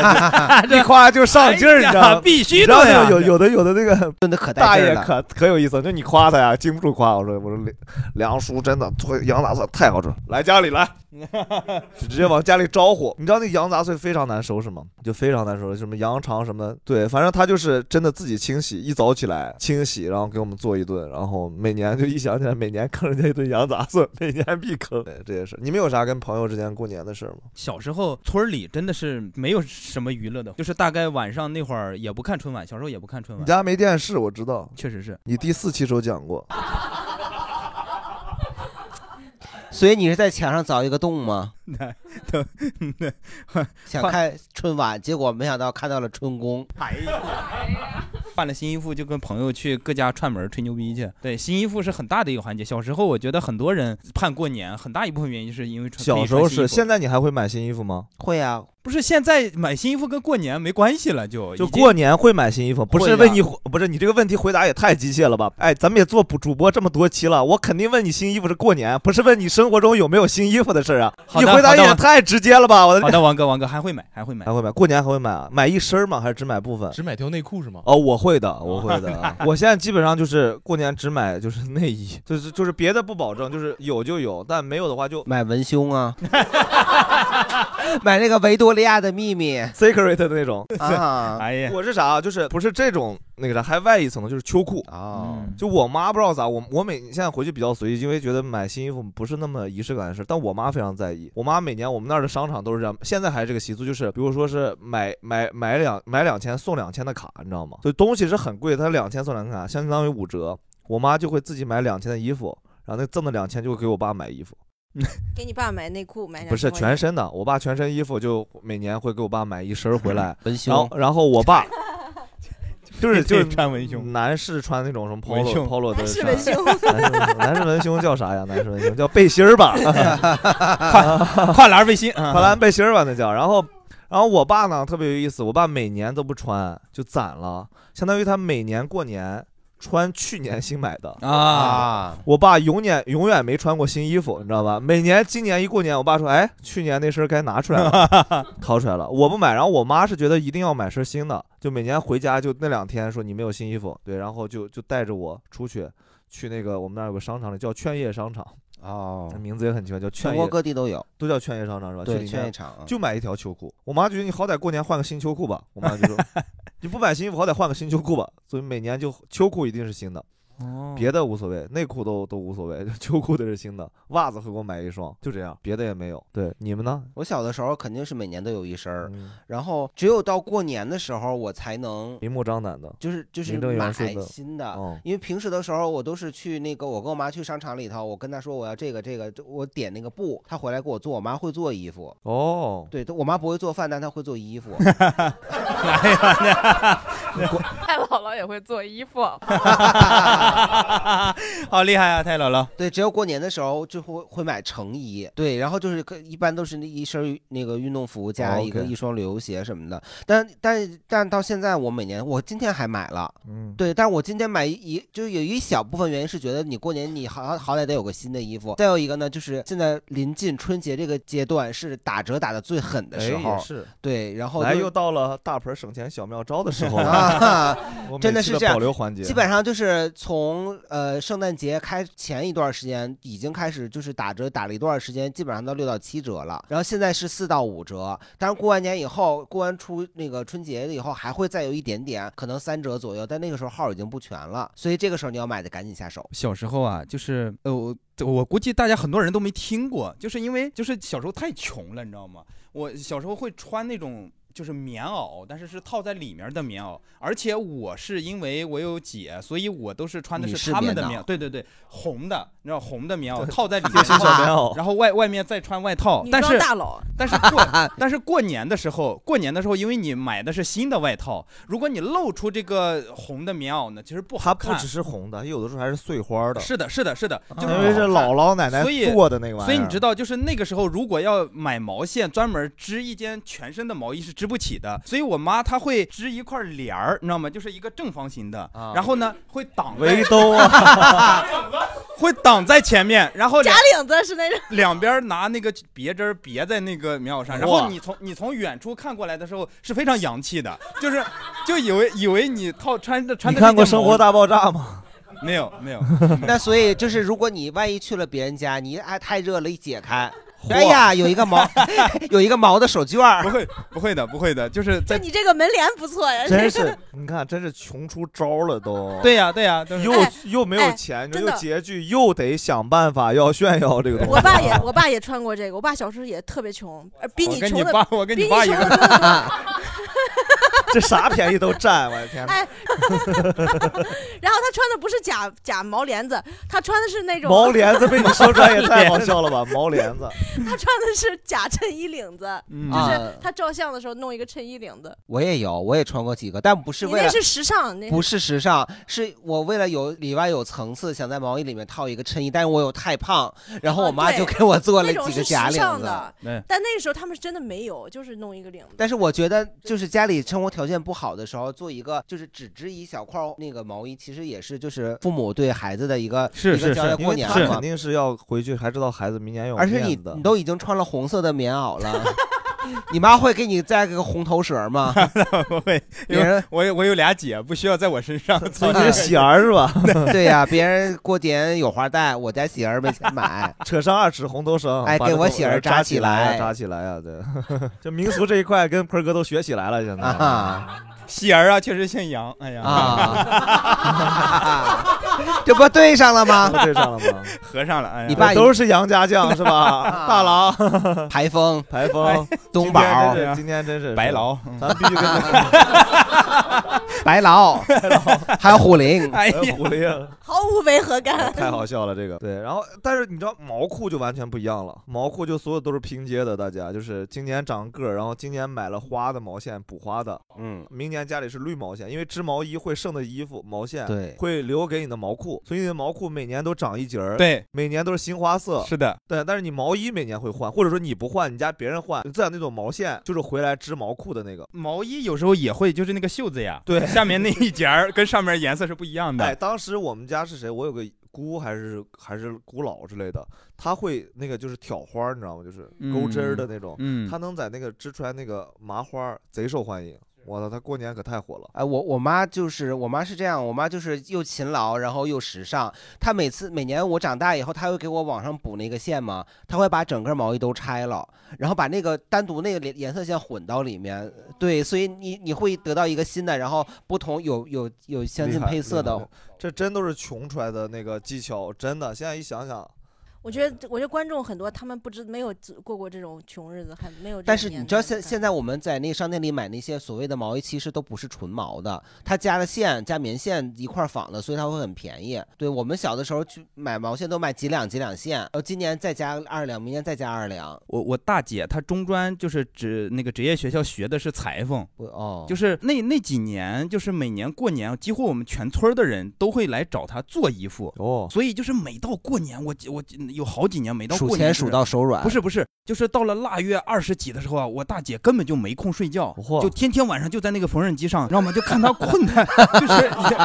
Speaker 2: 他就一夸就上劲儿，你知道
Speaker 1: 哎
Speaker 2: 吗
Speaker 1: 呀？必须
Speaker 2: 你知道
Speaker 1: 的呀
Speaker 2: 那个有有的有的那个
Speaker 1: 炖的可带
Speaker 2: 大
Speaker 1: 劲
Speaker 2: 爷
Speaker 1: 儿了
Speaker 2: 可可有意思，就你夸他呀，禁不住夸。我说我说梁梁叔真的做羊杂碎太好吃了，来家里来，就直接往家里招呼。你知道那羊杂碎非常难收拾吗？就非常难收拾，什么羊肠什么的，对，反正他就是真的自己清洗，一早起来清洗，然后给我们做一顿，然后每年就一想起来，每年坑人家一顿羊杂碎，每年必坑。对，这也是。你们有啥跟朋友之间过年的事儿吗？
Speaker 3: 小时候村儿里真的是没有什么娱乐的，就是大概晚上那会儿也不看春晚，小时候也不看春
Speaker 2: 你
Speaker 3: 晚。
Speaker 2: 家没电视，我知道，
Speaker 3: 确实是。啊
Speaker 2: 你第四期时候讲过，
Speaker 1: 所以你是在墙上凿一个洞吗？想看春晚，结果没想到看到了春宫。
Speaker 3: 换了新衣服就跟朋友去各家串门儿吹牛逼去。对，新衣服是很大的一个环节。小时候我觉得很多人盼过年，很大一部分原因是因为穿
Speaker 2: 小时候是，现
Speaker 3: 在
Speaker 2: 在你还会买新衣服吗？
Speaker 1: 会啊，
Speaker 3: 不是现在买新衣服跟过年没关系了就，
Speaker 2: 就
Speaker 3: 已经
Speaker 2: 过年会买新衣服，不
Speaker 3: 会
Speaker 2: 是
Speaker 3: 呀
Speaker 2: 问你，不是你这个问题回答也太机械了吧？哎，咱们也做主主播这么多期了，我肯定问你新衣服是过年，不是问你生活中有没有新衣服的事儿啊。
Speaker 3: 好
Speaker 2: 你
Speaker 3: 的
Speaker 2: 回答
Speaker 3: 好的
Speaker 2: 也
Speaker 3: 王
Speaker 2: 太直接了吧！我的
Speaker 3: 好的，王哥，王哥还会买，还会买。
Speaker 2: 还会买，过年还会买啊？买一身儿吗？还是只买部分？
Speaker 4: 只买条内裤是吗？
Speaker 2: 哦，我会的，我会 的。啊我现在基本上就是过年只买就是内衣，就是就是别的不保证，就是有就有，但没有的话就
Speaker 1: 买文胸啊， 买那个维多利亚的秘密
Speaker 2: secret 的那 种
Speaker 1: 啊，
Speaker 3: 哎呀，
Speaker 2: 我是啥？就是不是这种那个啥，还外一层的，就是秋裤啊。就我妈不知道咋，我我每现在回去比较随意，因为觉得买新衣服不是那么仪式感的事，但我妈非常在意。我妈每年我们那儿的商场都是这样，现在还是这个习俗，就是比如说是买 买买两买两千送两千的卡，你知道吗？所以东西是很贵，它两千送两千卡，相当于五折。我妈就会自己买两千的衣服，然后那挣的两千就会给我爸买衣服。
Speaker 5: 给你爸买内裤，买点
Speaker 2: 不是
Speaker 5: 什么
Speaker 2: 全身的，我爸全身衣服就每年会给我爸买一身儿回来
Speaker 1: 文
Speaker 2: 然后
Speaker 1: 胸
Speaker 2: 然后我 爸就是
Speaker 3: 可
Speaker 2: 就
Speaker 3: 以
Speaker 2: 是
Speaker 3: 穿文胸，
Speaker 2: 男士穿那种什么
Speaker 3: 文
Speaker 2: polo
Speaker 3: 胸
Speaker 2: polo 的
Speaker 3: 男士
Speaker 2: 衫
Speaker 3: 文胸
Speaker 2: 男士文胸叫啥呀？男士文胸叫背心儿吧，
Speaker 3: 跨跨栏背心啊
Speaker 2: 跨栏背心儿吧，那叫。然后然后我爸呢特别有意思，我爸每年都不穿，就攒了，相当于他每年过年。穿去年新买的
Speaker 1: 啊！
Speaker 2: 我爸永远永远没穿过新衣服，你知道吧？每年今年一过年，我爸说：“哎，去年那身儿该拿出来 了，掏出来了。”我不买，然后我妈是觉得一定要买身新的，就每年回家就那两天说你没有新衣服，对，然后就就带着我出去去那个我们那儿有个商场里叫劝业商场
Speaker 1: 哦，
Speaker 2: 名字也很奇怪，叫劝
Speaker 1: 全
Speaker 2: 业
Speaker 1: 国各地都有，
Speaker 2: 都叫劝业商场是吧？
Speaker 1: 对
Speaker 2: 去里面
Speaker 1: 劝业场啊
Speaker 2: 就买一条秋裤。我妈觉得你好歹过年换个新秋裤吧，我妈就 说你不买新衣服好歹换个新秋裤吧，所以每年就秋裤一定是新的。
Speaker 1: 哦
Speaker 2: 别的无所谓，内裤都都无所谓，就 秋裤的是新的，袜子会给我买一双，就这样，别的也没有。对，你们呢？
Speaker 1: 我小的时候肯定是每年都有一身儿，然后只有到过年的时候我才能
Speaker 2: 嗯明目张胆的，
Speaker 1: 就是就是
Speaker 2: 名正
Speaker 1: 买
Speaker 2: 言顺的
Speaker 1: 新的
Speaker 2: 哦，
Speaker 1: 因为平时的时候我都是去那个我跟我妈去商场里头，我跟她说我要这个这个，我点那个布，她回来给我做，我妈会做衣服。
Speaker 2: 哦，
Speaker 1: 对，我妈不会做饭，但她会做 衣服。
Speaker 2: 哎
Speaker 12: 哎 太姥姥也会做衣服，
Speaker 3: 好厉害啊，太姥姥！
Speaker 1: 对，只有过年的时候就会会买成衣，对，然后就是可一般都是那一身儿那个运动服加
Speaker 2: 哦
Speaker 1: 一个、
Speaker 2: ，OK
Speaker 1: 一双旅游鞋什么的。但但但到现在，我每年我今天还买了，
Speaker 2: 嗯
Speaker 1: 对，但是我今天买一就是有一小部分原因是觉得你过年你好好歹得有个新的衣服，再有一个呢就是现在临近春节这个阶段是打折打的最狠的
Speaker 2: 哎
Speaker 1: 时
Speaker 2: 也
Speaker 1: 候，
Speaker 2: 是
Speaker 1: 对，然后
Speaker 2: 来
Speaker 1: 就
Speaker 2: 又到了大盆省钱小妙招 的时候
Speaker 1: 啊
Speaker 2: 了，我每
Speaker 1: 真的
Speaker 2: 期
Speaker 1: 是这样。
Speaker 2: 保留环节，
Speaker 1: 基本上就是从呃圣诞节开前一段时间已经开始就是打折，打了一段时间，基本上到六到七折了。然后现在是四到五折，但是过完年以后，过完初那个春节以后还会再有一点点，可能三折左右，但那个时候号已经不全了，所以这个时候你要买的赶紧下手。
Speaker 3: 小时候啊，就是呃，我我估计大家很多人都没听过，就是因为就是小时候太穷了，你知道吗？我小时候会穿那种就是棉袄，但是是套在里面的棉袄，而且我是因为我有姐，所以我都是穿的
Speaker 1: 你是
Speaker 3: 他们的
Speaker 1: 棉
Speaker 3: 棉，
Speaker 1: 袄
Speaker 3: 对对对，红的，你知道红的棉袄套在里
Speaker 2: 贴
Speaker 3: 面，
Speaker 2: 心小棉袄
Speaker 3: 然后外外面再穿外套
Speaker 5: 女，
Speaker 3: 但
Speaker 5: 装
Speaker 3: 是
Speaker 5: 大佬，
Speaker 3: 但是 过但是过年的时候，过年的时候，因为你买的是新的外套，如果你露出这个红的棉袄呢，其实不好
Speaker 2: 它不
Speaker 3: 看。
Speaker 2: 只是红的，有的时候还是碎花的。啊
Speaker 3: 是的，是的，是的，就
Speaker 2: 因为是姥姥奶奶
Speaker 3: 所以
Speaker 2: 做的那个玩意儿
Speaker 3: 所以你知道，就是那个时候，如果要买毛线，专门织一件全身的毛衣是织不起的。所以我妈她会织一块帘儿，你知道吗？就是一个正方形的，然后呢会挡
Speaker 2: 啊围兜啊，
Speaker 3: 会挡在前面，然后
Speaker 5: 假
Speaker 3: 两
Speaker 5: 领子是那种。
Speaker 3: 两边拿那个别针儿别在那个棉袄上，然
Speaker 2: 哇
Speaker 3: 后你从你从远处看过来的时候是非常洋气的，就是就以为以为你套穿着穿
Speaker 2: 你
Speaker 3: 着
Speaker 2: 看过
Speaker 3: 那件
Speaker 2: 《生
Speaker 3: 毛
Speaker 2: 活大爆炸》吗？
Speaker 3: 没有没有，
Speaker 1: 那所以就是，如果你万一去了别人家，你哎太热了，一解开，哎呀，有一 个毛， 有一个毛的手绢儿。
Speaker 3: 不会，不会的，不会的，就是在
Speaker 5: 你这个门帘不错 呀，
Speaker 2: 真是，你看，真是穷出招了都。
Speaker 3: 对呀对呀都是
Speaker 2: 又
Speaker 5: 哎
Speaker 2: 又没有
Speaker 5: 哎
Speaker 2: 钱，
Speaker 5: 真
Speaker 2: 又
Speaker 5: 的
Speaker 2: 拮据，又得想办法要炫耀这个东西。
Speaker 5: 我爸也，我爸也穿过这个。我爸小时候也特别穷，呃比
Speaker 2: 我
Speaker 5: 你
Speaker 2: 跟
Speaker 5: 穷
Speaker 2: 你
Speaker 5: 的，
Speaker 2: 爸我跟
Speaker 5: 比
Speaker 2: 你
Speaker 5: 你
Speaker 2: 爸
Speaker 5: 穷
Speaker 2: 一
Speaker 5: 的
Speaker 2: 个
Speaker 5: 多得多
Speaker 2: 这啥便宜都占，我的天哪！
Speaker 5: 哎， 然后他穿的不是假假毛帘子，他穿的是那种
Speaker 2: 毛帘子被你说出来也太好笑了吧？ 毛帘子，
Speaker 5: 他穿的是假衬衣领子，
Speaker 1: 嗯
Speaker 2: 啊
Speaker 5: 就是他照相的时候弄一个衬衣领子。
Speaker 1: 我也有，我也穿过几个，但不是
Speaker 5: 你
Speaker 1: 为了
Speaker 5: 那是时尚，那
Speaker 1: 不是时尚，是我为了有里外有层次，想在毛衣里面套一个衬衣，但是我有太胖，然后我妈
Speaker 5: 啊对
Speaker 1: 就给我做了
Speaker 5: 那种
Speaker 1: 几
Speaker 5: 是
Speaker 1: 个
Speaker 5: 时
Speaker 1: 假领
Speaker 5: 尚
Speaker 1: 子。
Speaker 5: 的但那个时候他们真的没有，就是弄一个领子。
Speaker 1: 但是我觉得，就是家里生活条件不好的时候，做一个就是只织一小块儿那个毛衣，其实也是就是父母对孩子的一个一个交代。
Speaker 2: 因
Speaker 1: 过
Speaker 2: 为
Speaker 1: 年
Speaker 2: 他
Speaker 1: 了
Speaker 2: 肯
Speaker 1: 嘛，
Speaker 2: 定是要回去，还知道孩子明年有
Speaker 1: 而且你
Speaker 2: 面子的
Speaker 1: 你都已经穿了红色的棉袄 了，你妈会给你再个红头绳吗？
Speaker 3: 不会，因为我有我有俩姐，不需要在我身上。
Speaker 1: 所以你是喜儿
Speaker 2: 是吧
Speaker 1: 啊 对呀、别人过年有花戴，我家喜儿没钱 买，
Speaker 2: 扯上二尺红头绳，
Speaker 1: 哎，
Speaker 2: 把
Speaker 1: 给
Speaker 2: 这
Speaker 1: 我
Speaker 2: 头
Speaker 1: 喜儿
Speaker 2: 扎
Speaker 1: 起
Speaker 2: 来，
Speaker 1: 来，
Speaker 2: 扎起来啊！对， 这民俗这一块跟坤儿哥都学起来了，
Speaker 1: 啊
Speaker 2: 现在。
Speaker 3: 喜儿啊，确实姓杨。哎呀，
Speaker 1: 啊 这不对上了吗？
Speaker 2: 对上了吗？
Speaker 3: 合上了。哎呀，
Speaker 1: 你爸啊
Speaker 2: 都是杨家将是吧？大郎、
Speaker 1: 排风、 哎
Speaker 2: 排风、
Speaker 1: 东宝
Speaker 2: 今天真是今天真是
Speaker 3: 白劳
Speaker 2: 咱必须 跟
Speaker 1: 白 劳、还有虎灵，
Speaker 2: 哎呀，狐狸。
Speaker 5: 毫无违和感。
Speaker 2: 哦太好笑了，这个 对。然后，但是你知道毛裤就完全不一样了，毛裤就所有都是拼接的，大家就是今年长个儿，然后今年买了花的毛线补花的，
Speaker 1: 嗯，
Speaker 2: 明年家里是绿毛线，因为织毛衣会剩的衣服毛线，
Speaker 1: 对
Speaker 2: 会留给你的毛裤，所以你的毛裤每年都长一截儿，
Speaker 3: 对，
Speaker 2: 每年都是新花色，
Speaker 3: 是的，
Speaker 2: 对。但是你毛衣每年会换，或者说你不换，你家别人换，再有那种毛线就是回来织毛裤的那个，
Speaker 3: 毛衣有时候也会，就是那个袖子呀，
Speaker 2: 对
Speaker 3: 下面那一截儿跟上面颜色是不一样的。
Speaker 2: 哎，当时我们家是谁？我有个姑还是还是姑姥之类的，她会那个就是挑花儿，你知道吗？就是钩针儿的那种。
Speaker 1: 嗯嗯
Speaker 2: 她能在那个织出来那个麻花儿，贼受欢迎。我操，她过年可太火了。
Speaker 1: 哎，我我妈就是我妈是这样，我妈就是又勤劳，然后又时尚。她每次每年我长大以后，她会给我往上补那个线嘛，她会把整个毛衣都拆了，然后把那个单独那个颜颜色线混到里面。对，所以你你会得到一个新的，然后不同有有有相
Speaker 2: 厉
Speaker 1: 近
Speaker 2: 害
Speaker 1: 配色，
Speaker 2: 厉
Speaker 1: 的
Speaker 2: 害。这真都是穷出来的那个技巧，真的。现在一想想，
Speaker 5: 我觉得，我觉得观众很多，他们不知没有过过这种穷日子，还没有这种年代。
Speaker 1: 但是你知道现现在我们在那个商店里买那些所谓的毛衣，其实都不是纯毛的，它加了线、加棉线一块儿纺的，所以它会很便宜。对我们小的时候去买毛线都买几两几两线，呃，今年再加二两，明年再加二两。
Speaker 3: 我我大姐她中专就是职那个职业学校学的是裁缝，
Speaker 1: 哦
Speaker 3: 就是那那几年，就是每年过年，几乎我们全村儿的人都会来找她做衣服，
Speaker 2: 哦，
Speaker 3: 所以就是每到过年，我我有好几年每到
Speaker 1: 数
Speaker 3: 过
Speaker 1: 钱
Speaker 3: 年
Speaker 1: 数
Speaker 3: 就是
Speaker 1: 到手软
Speaker 3: 不是不是，就是到了腊月二十几的时候啊，我大姐根本就没空睡觉，就天天晚上就在那个缝纫机上，知道吗？就看她困的，就是已经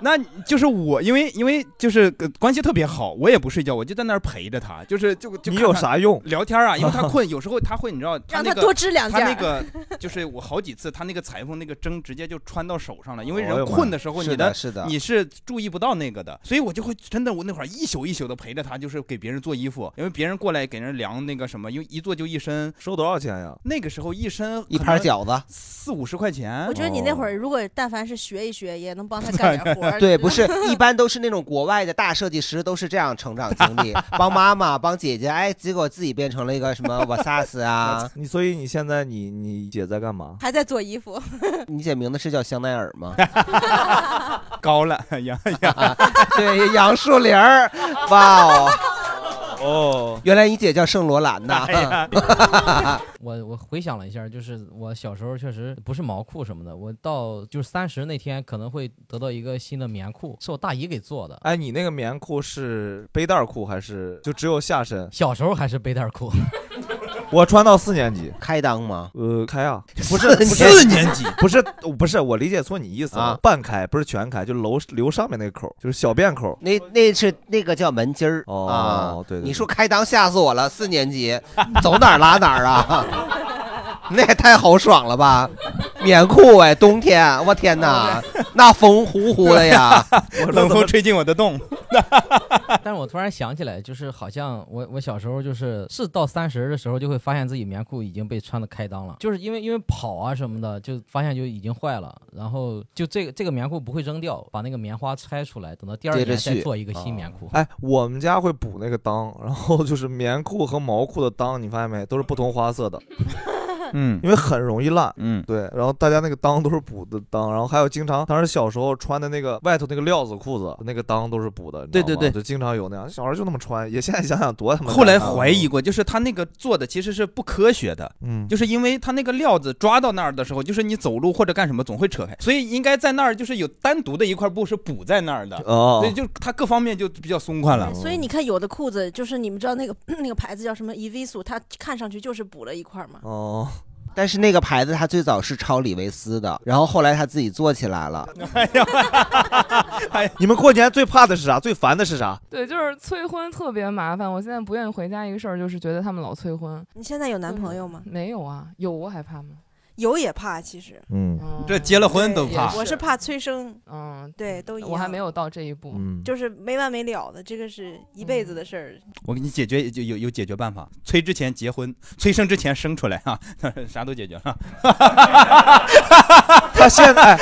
Speaker 3: 那就是我，因为因为就是呃关系特别好，我也不睡觉，我就在那儿陪着她，就是就就
Speaker 2: 你
Speaker 3: 看
Speaker 2: 有
Speaker 3: 她
Speaker 2: 啥用
Speaker 3: 聊天啊，因为她困，有时候她会你知道，
Speaker 5: 让
Speaker 3: 那
Speaker 5: 她
Speaker 3: 个
Speaker 5: 多织两
Speaker 3: 她那
Speaker 5: 件儿
Speaker 3: 个就是我好几次，她那个裁缝那个针直接就穿到手上了，因为
Speaker 1: 哎呦
Speaker 3: 人
Speaker 1: 妈
Speaker 3: 困的时候，
Speaker 1: 是
Speaker 3: 你
Speaker 1: 的是的
Speaker 3: 你是注意不到那个的，所以我就会真的我那会儿一宿一宿的陪着她，就是给别人做衣服，因为别人过来给人量那个什么，因为一做就一身，
Speaker 2: 收多少钱呀？
Speaker 3: 那个时候一身
Speaker 1: 一盘饺
Speaker 3: 子
Speaker 1: 子，
Speaker 3: 四五十块钱，
Speaker 5: 我觉得你那
Speaker 2: 哦
Speaker 5: 会儿如果但凡是学一学，也能帮他干 点活儿。
Speaker 1: 哦对，不是，一般都是那种国外的大设计师都是这样成长经 历，帮妈妈帮姐姐，哎，结果自己变成了一个什么 Versace 啊。
Speaker 2: 你所以你现在你你姐在干嘛？
Speaker 5: 还在做衣服。
Speaker 1: 你姐名字是叫香奈儿吗？啊
Speaker 3: 高了，杨杨，，
Speaker 1: 对，杨树林儿，哇哦，
Speaker 2: 哦，
Speaker 1: 原来你姐叫圣罗兰呐。
Speaker 6: 哎
Speaker 1: 啊
Speaker 6: 我我回想了一下，就是我小时候确实不是毛裤什么的，我到就是三十那天可能会得到一个新的棉裤，是我大姨给做的。
Speaker 2: 哎，你那个棉裤是背带儿裤还是就只有下 身？
Speaker 6: 小时候还是背带裤，
Speaker 2: 我穿到四年级，
Speaker 1: 开裆吗？
Speaker 2: 呃，开 啊，不
Speaker 1: 四
Speaker 2: 是不是
Speaker 1: 四年级
Speaker 2: 不是不是，我理解错你意思了
Speaker 1: 啊，
Speaker 2: 半开不是全开，就留留上面那个口，就是小便口。
Speaker 1: 那那是那个叫门襟儿
Speaker 2: 哦
Speaker 1: 啊
Speaker 2: 对对对
Speaker 1: 你说开裆吓死我了，四年级走哪儿拉哪儿啊， 那也太豪爽了吧！棉裤哎，冬天，我天哪，那风呼呼的呀
Speaker 3: 冷风吹进我的洞，
Speaker 6: 但是我突然想起来，就是好像我我小时候就是是到三十的时候，就会发现自己棉裤已经被穿的开裆了，就是因为因为跑啊什么的，就发现就已经坏了，然后就这个这个棉裤不会扔掉，把那个棉花拆出来，等到第二
Speaker 2: 接
Speaker 6: 年
Speaker 2: 着
Speaker 6: 再
Speaker 2: 续
Speaker 6: 做一个
Speaker 3: 哦
Speaker 6: 新棉
Speaker 3: 啊
Speaker 6: 裤。
Speaker 2: 哎，我们家会补那个裆，然后就是棉裤和毛裤的裆，你发现没，都是不同 花色的。
Speaker 3: 嗯，
Speaker 2: 因为很容易烂，
Speaker 3: 嗯，
Speaker 2: 对。然后大家那个裆都是补的裆，然后还有经常当时小时候穿的那个外头那个料子裤子，那个裆都是补的，你知道
Speaker 3: 对对
Speaker 2: 吗
Speaker 3: 对
Speaker 2: 就经常有那样，小孩就那么穿。也现在想想多他妈。
Speaker 3: 后来怀疑，过，就是他那个做的其实是不科学的，
Speaker 2: 嗯
Speaker 3: 就是因为他那个料子抓到那儿的时候，就是你走路或者干什么总会扯开，所以应该在那儿就是有单独的一块布是补在那儿的，
Speaker 2: 哦
Speaker 3: 所以就它各方面就比较松快了。
Speaker 5: 所以你看，有的裤子就是你们知道那个 那个牌子叫什么 Evisu，它看上去就是补了一块儿嘛。
Speaker 2: 哦。
Speaker 1: 但是那个牌子它最早是抄李维斯的，然后后来他自己做起来了。
Speaker 2: 哎你们过年最怕的是啥？最烦的是啥？
Speaker 8: 对，就是催婚特别麻烦。我现在不愿意回家一个事儿，就是觉得他们老催婚。
Speaker 5: 你现在有男朋友吗？
Speaker 8: 没有啊，有我还怕 吗？
Speaker 5: 有也怕，其实
Speaker 2: 嗯，
Speaker 3: 这结了婚都
Speaker 8: 哦对
Speaker 3: 怕
Speaker 8: 也。
Speaker 5: 我哦是怕催生。
Speaker 8: 嗯，
Speaker 5: 对，都一样。
Speaker 8: 我还没有到这一步。嗯
Speaker 2: 嗯
Speaker 5: 就是没完没了的，这个是一辈子的事儿。
Speaker 3: 我给你解决就有有解决办法，催之前结婚，催生之前生出来啊， 啥都解决了。
Speaker 2: 他现在，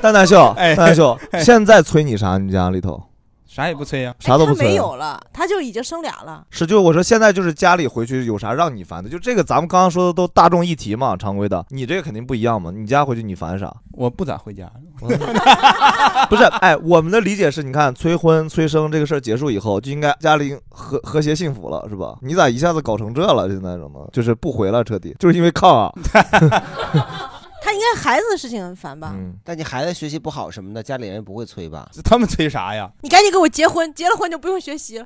Speaker 2: 蛋蛋秀，
Speaker 3: 哎
Speaker 2: 蛋蛋秀，
Speaker 3: 哎
Speaker 2: 现在催你啥？你家里头
Speaker 3: 啥也不催啊呀、
Speaker 6: 哎
Speaker 2: 啥都不
Speaker 5: 他没
Speaker 2: 催。啊
Speaker 5: 有了，他就已经生俩了。
Speaker 2: 是，就我说现在就是家里回去有啥让你烦的？就这个咱们刚刚说的都大众议题嘛，常规的，你这个肯定不一样嘛。你家回去你烦啥？
Speaker 3: 我不咋回家，
Speaker 2: 不是，哎，我们的理解是，你看催婚催生这个事儿结束以后，就应该家里和和谐幸福了，是吧？你咋一下子搞成这了？现在整的，就是不回了，彻底就是因为炕啊。
Speaker 5: 他应该孩子的事情很烦吧？
Speaker 1: 但你孩子学习不好什么的，家里人不会催吧？
Speaker 3: 他们催啥呀？
Speaker 5: 你赶紧给我结婚，结了婚就不用学习了。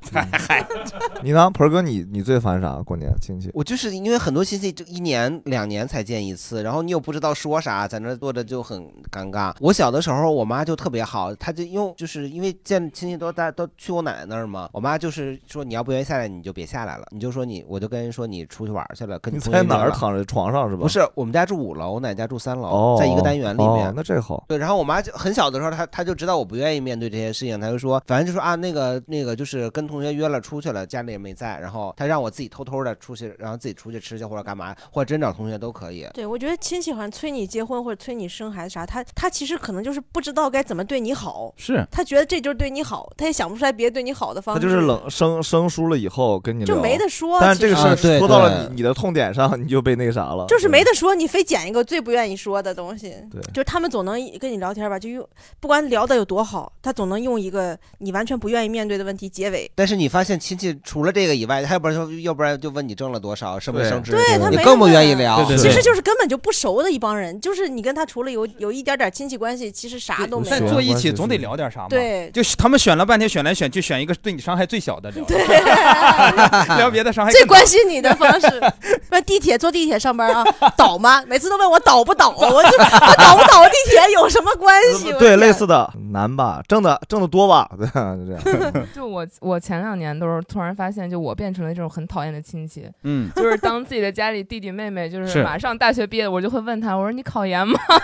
Speaker 2: 你呢，盆儿哥？你你最烦啥？过年亲戚？
Speaker 1: 我就是因为很多亲戚就一年两年才见一次，然后你又不知道说啥，在那坐着就很尴尬。我小的时候，我妈就特别好，她就用就是因为见亲戚都大都去我奶奶那儿嘛，我妈就是说你要不愿意下来，你就别下来了，你就说你我就跟人说你出去玩儿去了，跟
Speaker 2: 你
Speaker 1: 同
Speaker 2: 在
Speaker 1: 学
Speaker 2: 哪儿
Speaker 1: 了
Speaker 2: 躺着床上是吧？
Speaker 1: 不是，我们家住五楼，我奶奶家住三楼，
Speaker 2: 哦，
Speaker 1: 在一个单元里面。
Speaker 2: 哦那这好。
Speaker 1: 对，然后我妈就很小的时候，她她就知道我不愿意面对这些事情，她就说，反正就说啊，那个那个就是跟同学约了出去了，家里也没在，然后她让我自己偷偷的出去，然后自己出去吃去或者干嘛，或者真找同学都可以。
Speaker 5: 对，我觉得亲戚好像催你结婚或者催你生孩子啥，他他其实可能就是不知道该怎么对你好，
Speaker 3: 是
Speaker 5: 他觉得这就是对你好，他也想不出来别对你好的方
Speaker 2: 他
Speaker 5: 式。
Speaker 2: 就是冷生生疏了以后跟你
Speaker 5: 就
Speaker 2: 聊
Speaker 5: 没得说
Speaker 2: 但
Speaker 5: 其
Speaker 2: 是这个
Speaker 5: 实
Speaker 2: 事
Speaker 1: 啊
Speaker 2: 儿
Speaker 1: 对
Speaker 2: 说到了
Speaker 1: 对
Speaker 2: 你你的痛点上，你就被那啥了。
Speaker 5: 就是没得说，你非捡一个最不愿意说的东西。
Speaker 2: 对
Speaker 5: 就是他们总能跟你聊天吧，就用不管聊的有多好，他总能用一个你完全不愿意面对的问题结尾。
Speaker 1: 但是你发现亲戚除了这个以外，他要不然就要不然就问你挣了多少，升没对升职，
Speaker 5: 对他
Speaker 1: 你
Speaker 5: 没
Speaker 1: 更不
Speaker 5: 问
Speaker 1: 愿意聊。
Speaker 5: 其实就是根本就不熟的一帮人，就是你跟他除了有有一点点亲戚关系，其实啥都没
Speaker 3: 但
Speaker 5: 有。
Speaker 3: 坐一起总得聊点啥嘛。
Speaker 5: 对
Speaker 3: 就是他们选了半天，选来选去，选一个对你伤害最小 的聊。对， 聊别的
Speaker 2: 啊
Speaker 3: 伤害
Speaker 5: 最
Speaker 3: 更
Speaker 5: 关心你的 方式，问地铁坐地铁上班啊，倒吗？每次都问我倒不倒，我就我倒不倒地铁有什么关系？我
Speaker 2: 对类似的难吧，挣的挣的多吧， 对，就这样。
Speaker 8: 就我我前两年都是突然发现，就我变成了这种很讨厌的亲戚。
Speaker 3: 嗯
Speaker 8: 就是当自己的家里弟弟妹妹就是是马上大学毕业，我就会问他，我说你考研吗？
Speaker 5: 哦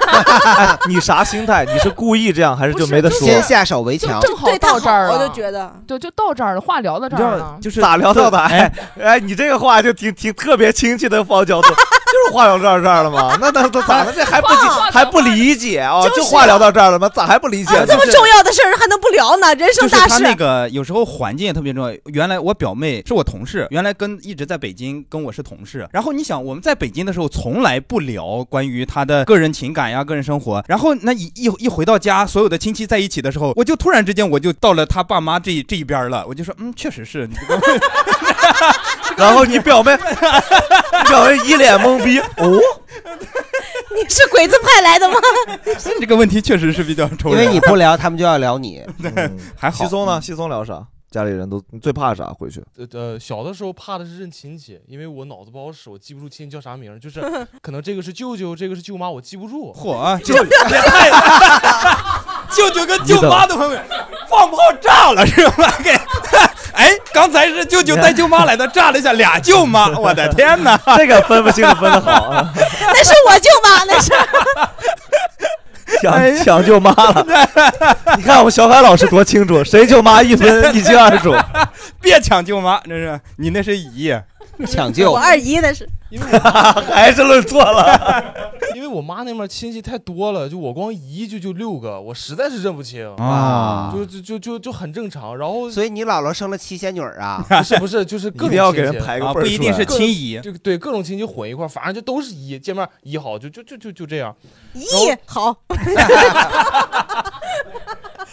Speaker 2: 哎你啥心态？你是故意这样，还是就没得说？
Speaker 1: 先下手为强。
Speaker 8: 正好到这儿了，
Speaker 5: 我就觉得，
Speaker 8: 对，就到这儿了，话聊到这儿了。
Speaker 3: 就是
Speaker 2: 咋聊到的？哎哎，你这个话就挺挺特别亲切的包角度， 就是话聊到这儿了吗？那那那咋的？这还不解
Speaker 5: 哇
Speaker 2: 还不理解啊？
Speaker 5: 就是
Speaker 2: 就话聊到这儿了吗？咋还不理解？
Speaker 5: 啊这么
Speaker 2: 就是
Speaker 5: 重要的事儿还能不聊呢？人
Speaker 3: 就
Speaker 5: 生
Speaker 3: 是
Speaker 5: 大
Speaker 3: 他
Speaker 5: 事。
Speaker 3: 那个有时候环境也特别重要。原来我表妹是我同事，原来跟一直在北京跟我是同事。然后你想我们在北京的时候从来不聊关于她的个人情感呀、个人生活。然后那一一一回到家，所有的亲戚在一起的时候，我就突然之间我就到了她爸妈这一这一边了。我就说，嗯，确实是。 你这个
Speaker 2: 然后你表 妹，你表妹一脸懵逼，哦，
Speaker 5: 你是鬼子派来的 吗？
Speaker 3: 这个问题确实是比较
Speaker 1: 因
Speaker 3: 愁人。
Speaker 1: 为你不聊，他们就要聊 你。
Speaker 3: 还
Speaker 2: 嗯稀松呢？稀松聊啥？家里人都你最怕啥？回去
Speaker 4: 呃呃，小的时候怕的是认亲戚，因为我脑子不好使，我记不住亲戚叫啥名儿，就是 可能这个是舅舅，这个是舅妈，我记不住。
Speaker 3: 嚯啊！舅舅舅跟舅妈的朋友放炮炸了是吧？给，哎，刚才是舅舅带舅妈来的，炸了一下俩舅 妈，我的天哪！
Speaker 2: 这个分不清楚分的好啊。
Speaker 5: 那是我舅妈，那是。
Speaker 2: 抢抢舅妈 了。你看我们小凯老师多清 楚，谁舅妈一分一清二 楚。
Speaker 3: 别抢舅妈，这是你那是姨，
Speaker 1: 抢
Speaker 5: 我二姨那是，
Speaker 2: 还是论错了。
Speaker 4: 因为我妈那边亲戚太多了，就我光姨就就六个，我实在是认不清
Speaker 1: 啊
Speaker 4: 就就就就就很正常。然后
Speaker 1: 所以你姥姥生了七仙女儿啊？
Speaker 4: 不是不是，就 是各种亲戚
Speaker 1: 辈儿出来
Speaker 4: 就对各种亲戚混一块儿，反正就都是姨，见面姨好，就就就就就这样。
Speaker 5: 姨好，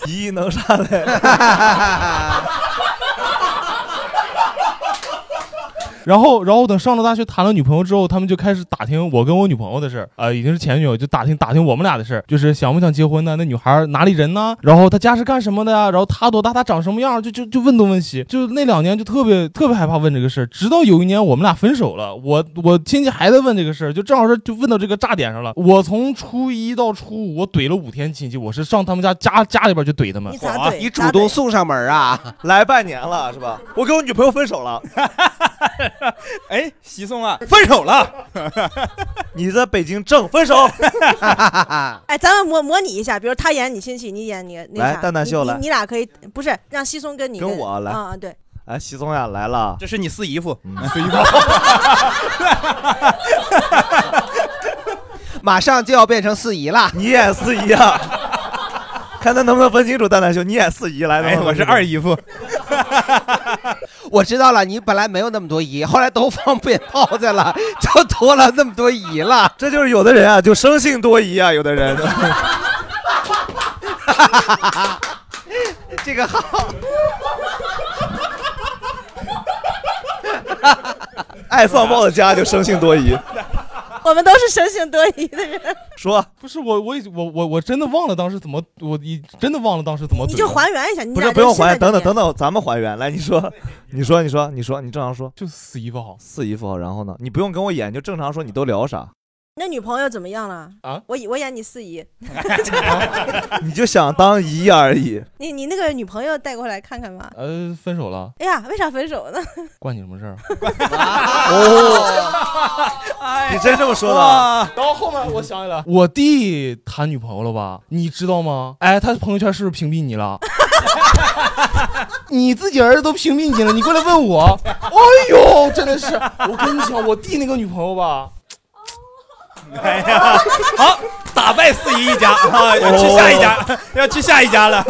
Speaker 2: 姨能啥嘞？
Speaker 4: 然后，然后等上了大学，谈了女朋友之后，他们就开始打听我跟我女朋友的事儿，呃，已经是前女友，就打听打听我们俩的事儿，就是想不想结婚呢？那女孩儿哪里人呢？然后她家是干什么的呀？然后她多大？她长什么样？就就就问东问西，就那两年就特别特别害怕问这个事儿。直到有一年我们俩分手了，我我亲戚还在问这个事儿，就正好是就问到这个炸点上了。我从初一到初五，我怼了五天亲戚，我是上他们家家家里边去怼他们。
Speaker 1: 哇你主动送上门啊？
Speaker 2: 来半年了是吧？我跟我女朋友分手 了。
Speaker 3: 哎，西宋啊，分手 了。
Speaker 2: 你在北京挣分手。
Speaker 5: 哎，咱们模模拟一下，比如他演你亲戚，你演你那
Speaker 2: 来
Speaker 5: 啥
Speaker 2: 蛋蛋
Speaker 5: 你
Speaker 2: 秀
Speaker 5: 你
Speaker 2: 来
Speaker 5: 你俩可以不是让西松跟你
Speaker 2: 跟我来
Speaker 5: 啊、对，
Speaker 2: 哎，习总呀来了，嗯
Speaker 3: 这是你四姨夫，
Speaker 2: 四姨夫。
Speaker 1: 马上就要变成四姨了，
Speaker 2: 你演四姨啊？ 看他能不能分清楚蛋蛋兄，你演四姨来的、
Speaker 1: 哎我是二
Speaker 3: 姨夫。
Speaker 1: 我知道了，你本来没有那么多姨，后来都放鞭炮去了， 就多了那么多姨了。
Speaker 2: 这就是有的人啊，就生性多疑啊，有的 人。
Speaker 1: 这个好。
Speaker 2: 爱放炮的家就生性多疑。
Speaker 5: 我们都是生性多疑的人，
Speaker 2: 说
Speaker 4: 不是我我已我我我真的忘了当时怎么我一真的忘了当时怎么
Speaker 5: 你就
Speaker 4: 怼
Speaker 5: 还原一下，你
Speaker 2: 不
Speaker 5: 俩
Speaker 2: 是不用还
Speaker 5: 原，
Speaker 2: 原，等等等等，咱们还原。来，你说， 你说，你说，你说，你正常说，
Speaker 4: 就四姨夫好，
Speaker 2: 四姨夫好。然后呢，你不用跟我演，就正常说，你都聊啥？
Speaker 5: 那女朋友怎么样了？
Speaker 4: 啊，
Speaker 5: 我以我演你四姨，
Speaker 2: 你就想当姨而已。
Speaker 5: 你你那个女朋友带过来看看吧。
Speaker 4: 呃，分手了，
Speaker 5: 哎呀，为啥分手呢？
Speaker 4: 关你什么事儿？啊
Speaker 2: 哦 你真哎这么 说的
Speaker 4: 哦哇
Speaker 2: 啊？
Speaker 4: 然后后面我想起来，我弟谈女朋友了吧？你知道吗？哎，他朋友圈是不是屏蔽你 了？你自己儿子都屏蔽你了，你过来问我？哎呦，真的是！我跟你讲，我弟那个女朋友吧，
Speaker 3: 哎呀，好，打败四姨 一家啊，要去下一
Speaker 2: 哦
Speaker 3: 家，要去下一家了。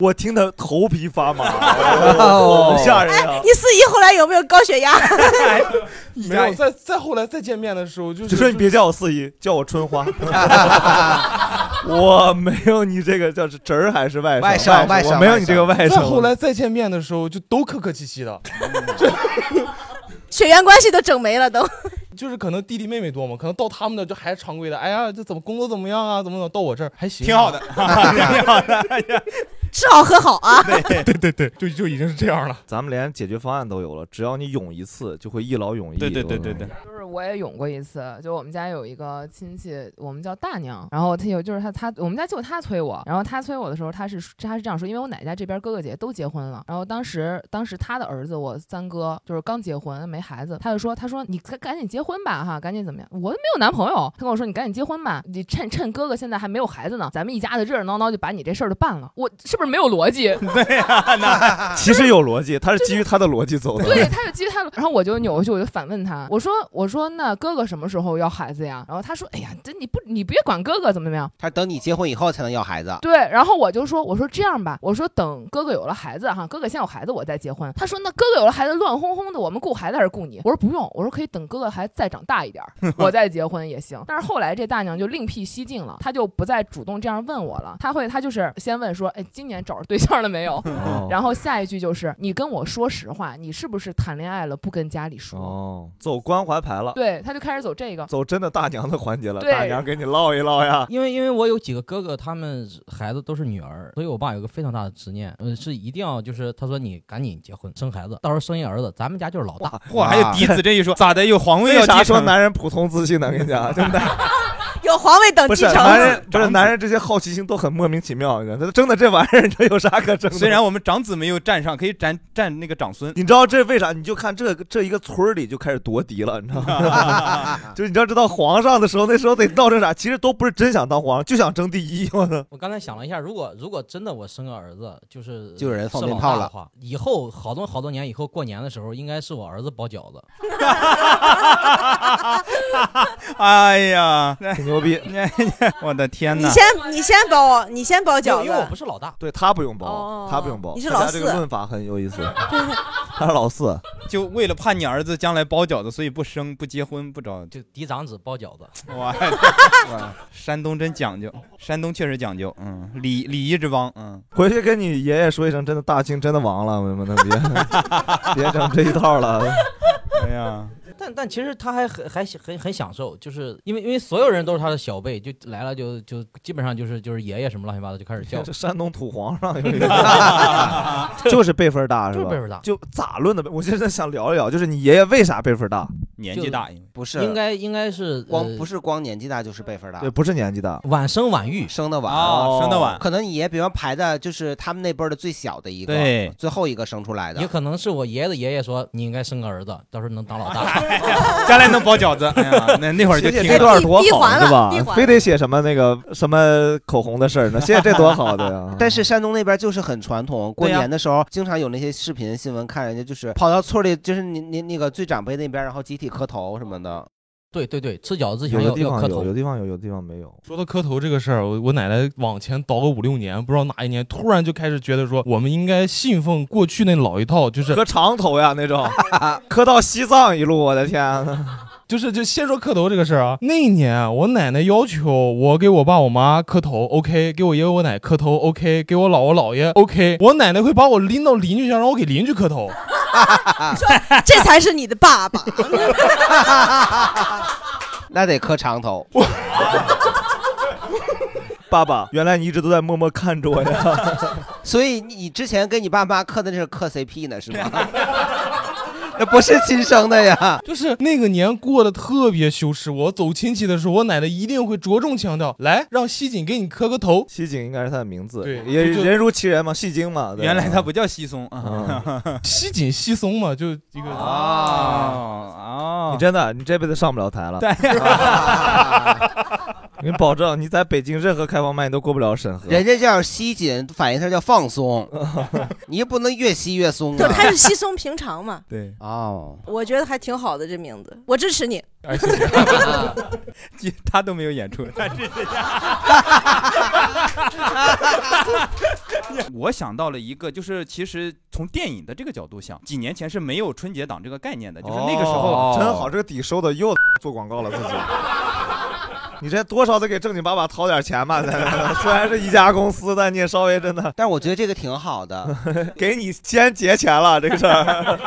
Speaker 2: 我听得头皮 发麻，
Speaker 3: 哦
Speaker 2: 好吓人
Speaker 4: 哎
Speaker 2: 啊！
Speaker 5: 你四姨后来有没有高血压？
Speaker 4: 没有。再再后来再见面的时候，就
Speaker 2: 就是说你别叫我四姨，叫我 春花。 我没有你这个叫是侄儿还是外
Speaker 4: 外
Speaker 2: 甥？
Speaker 4: 甥
Speaker 2: 外
Speaker 4: 外甥
Speaker 2: 我没有你这个外
Speaker 4: 再
Speaker 2: 甥。
Speaker 4: 后来再见面的时候，就都客客气气的，
Speaker 5: 血缘关系都整没了都。
Speaker 4: 就是可能弟弟妹妹多嘛，可能到他们那就还常规的，哎呀，这怎么工作怎么样啊？怎么怎么到我这儿还行
Speaker 3: 挺好
Speaker 4: 啊，
Speaker 3: 的 挺好的哎呀
Speaker 5: 吃好喝好啊
Speaker 4: 对对对对，就就已经是这样了。
Speaker 2: 咱们连解决方案都有了，只要你涌一次，就会一劳永逸。
Speaker 3: 对对对对对
Speaker 8: 就是我也涌过一次，就我们家有一个亲戚，我们叫大娘，然后她有就是她她我们家就她催我，然后她催我的时候，她是她是这样说，因为我奶家这边哥哥姐姐都结婚了，然后当时当时她的儿子我三哥就是刚结婚没孩子，她就说她说你赶赶紧结婚吧哈，赶紧怎么样？我都没有男朋友，她跟我说你赶紧结婚吧，你趁趁哥哥现在还没有孩子呢，咱们一家子热热闹闹就把你这事儿就办了，我是不是没有逻辑？
Speaker 3: 对呀，那
Speaker 2: 其实有逻辑，他是基于他的逻辑走的。
Speaker 8: 对，他就激他了，然后我就扭过去，我就反问他，我说我说那哥哥什么时候要孩子呀？然后他说，哎呀，这你不你别管哥哥怎么怎么样。
Speaker 1: 他等你结婚以后才能要孩子。
Speaker 8: 对，然后我就说，我说这样吧，我说等哥哥有了孩子哈，哥哥先有孩子我再结婚。他说那哥哥有了孩子乱哄哄的，我们顾孩子还是顾你？我说不用，我说可以等哥哥孩子再长大一点儿， 我再结婚也行。但是后来这大娘就另辟蹊径了，她就不再主动这样问我了，她会她就是先问说，哎，今年找着对象了没有？
Speaker 2: 哦
Speaker 8: 然后下一句就是你跟我说实话，你是不是谈恋爱了不跟家里说？
Speaker 2: 哦，走关怀牌了。
Speaker 8: 对，他就开始走这个。
Speaker 2: 走真的大娘的环节了，
Speaker 8: 对
Speaker 2: 大娘给你唠一唠呀。
Speaker 6: 因为因为我有几个哥哥，他们孩子都是女儿，所以我爸有个非常大的执念，嗯，是一定要就是他说你赶紧结婚生孩子，到时候生一儿子，咱们家就是老大。
Speaker 3: 嚯，还有嫡子这一说，咋的？有皇位
Speaker 2: 为
Speaker 3: 要
Speaker 2: 啥
Speaker 3: 继
Speaker 2: 说
Speaker 3: 承？
Speaker 2: 男人普通自信呢？跟你讲，真的。
Speaker 5: 有 有皇位等
Speaker 2: 不
Speaker 5: 继
Speaker 2: 是
Speaker 5: 承。
Speaker 2: 男人，不是男人，这些好奇心都很莫名其妙。你知道，真的这玩意儿，你知道有啥可争的？
Speaker 3: 虽然我们长子没有站上，可以站站那个长孙。
Speaker 2: 你知道这为啥？你就看这个这一个村儿里就开始夺嫡了，你知道吗？ 就是你知道，这到皇上的时候，那时候得闹成啥？其实都不是真想当皇上，就想争第一。我操！
Speaker 6: 我刚才想了一下，如果如果真的我生个儿子，就是
Speaker 1: 就有人放
Speaker 6: 是
Speaker 1: 鞭
Speaker 6: 老
Speaker 1: 炮
Speaker 6: 大
Speaker 1: 了
Speaker 6: 的话，以后好多好多年以后过年的时候，应该是我儿子包饺子。
Speaker 3: 哎呀，
Speaker 2: 挺牛逼！
Speaker 3: 我的天
Speaker 5: 你
Speaker 3: 哪！
Speaker 5: 先你先包，你先包饺子。
Speaker 6: 因为我不是老 大。
Speaker 2: 对他不用
Speaker 5: 哦
Speaker 2: 包，他不用包。
Speaker 5: 你是
Speaker 2: 大家
Speaker 5: 老
Speaker 2: 这个
Speaker 5: 四
Speaker 2: 论法很有意思。
Speaker 5: 对
Speaker 2: 他是老四，
Speaker 3: 就为了怕你儿子将来包饺子，所以不生、不结婚、不找。
Speaker 6: 就嫡长子包饺子。
Speaker 3: 哇，山东真讲究，山东确实讲究，嗯，礼礼仪之邦，嗯。
Speaker 2: 回去跟你爷爷说一声，真的大清真的亡了，我们别别整这一套了。
Speaker 3: 哎呀，
Speaker 6: 但但其实他还很还很很享受，就是因为因为所有人都是他的小辈，就来了就就基本上就是就是爷爷什么乱七八糟就开始叫。，
Speaker 2: 这 山东土皇上有一 个 就是辈分大是吧？
Speaker 6: 就是辈分大
Speaker 2: 就咋论的呗？我现在想聊一聊，就是你爷爷为啥辈分大？
Speaker 3: 年
Speaker 6: 纪大
Speaker 3: 因为
Speaker 1: 不是
Speaker 6: 应该应该是
Speaker 1: 光
Speaker 6: 呃
Speaker 1: 不是光年纪大就是辈分大，
Speaker 2: 对，啊不是年纪大，
Speaker 6: 晚生晚育，
Speaker 1: 生的晚，
Speaker 3: 哦生得晚
Speaker 1: 可能你爷比方排的就是他们那辈儿的最小的一个，
Speaker 6: 对
Speaker 1: 最后一个生出来
Speaker 6: 也
Speaker 1: 的。
Speaker 6: 可能是我爷爷的爷爷说你应该生个儿子，到时候能当老大。
Speaker 3: 将来能包饺子，哎呀，那那会儿就
Speaker 2: 写写
Speaker 3: 听
Speaker 2: 这段多
Speaker 6: 闭
Speaker 2: 好啊
Speaker 6: 环
Speaker 2: 是
Speaker 6: 了
Speaker 2: 吧
Speaker 6: 闭环？了
Speaker 2: 非得写什么那个什么口红的事 儿呢？写写这多好啊的呀！
Speaker 1: 但是山东那边就是很传统，过
Speaker 2: 对呀
Speaker 1: 年的时候经常有那些视频新闻，看人家就是跑到村里，就是你你那个最长辈那边，然后集体磕头什么的。
Speaker 6: 对对对，吃饺子
Speaker 2: 有的地方有，有地方有，有的地方没有。
Speaker 4: 说到磕头这个事儿，我我奶奶往前倒个五六年，不知道哪一年，突然就开始觉得说，我们应该信奉过去那老一套，就是
Speaker 2: 磕长头呀 那种，磕到西藏一路，我的天！啊
Speaker 4: 就是就先说磕头这个事儿啊。那一年我奶奶要求我给我爸我妈磕头，OK；给我爷爷我奶磕头，OK；给我姥我姥爷，OK。我奶奶会把我拎到邻居家，让我给邻居磕头。
Speaker 2: 啊
Speaker 5: 这才是你的 爸爸。
Speaker 1: 那得磕长头。
Speaker 2: 爸爸，原来你一直都在默默看着我呀。
Speaker 1: 所以你之前跟你爸妈磕的那是磕 CP 呢， 是吗？那不是亲生的呀。
Speaker 4: 就是那个年过得特别羞耻。我走亲戚的时候，我奶奶一定会着重强调，来让西锦给你磕个头。
Speaker 2: 西锦应该是他的名字，
Speaker 4: 对，
Speaker 2: 也
Speaker 4: 就
Speaker 2: 人如其人嘛，戏精嘛。对啊嗯
Speaker 3: 原来他不叫西松 啊，
Speaker 4: 西锦西松 嘛，就一个
Speaker 3: 哦
Speaker 2: 啊你真的，你这辈子上不了台了。
Speaker 3: 对
Speaker 2: 你保证你在北京任何开放麦你都过不了审 核。
Speaker 1: 人家叫吸紧，反应它叫放 松，你也不能越吸越松
Speaker 5: 就
Speaker 1: 啊。
Speaker 5: 是他是稀松平常嘛，
Speaker 2: 对
Speaker 1: 哦，
Speaker 5: 我觉得还挺好的这名字，我支持你。
Speaker 6: 哎
Speaker 2: 哎
Speaker 3: 他都没有演出，但 是人家。我想到了一个，就是其实从电影的这个角度想，几年前是没有春节档这个概念的，就是那个时候
Speaker 2: 哦真好，这个底收的又做广告了自己。 你这多少得给正经八百掏点钱吧？ 虽然是一家公司，但你也稍微真的。
Speaker 1: 但我觉得这个挺好的，
Speaker 2: 给你先结钱了这个事儿。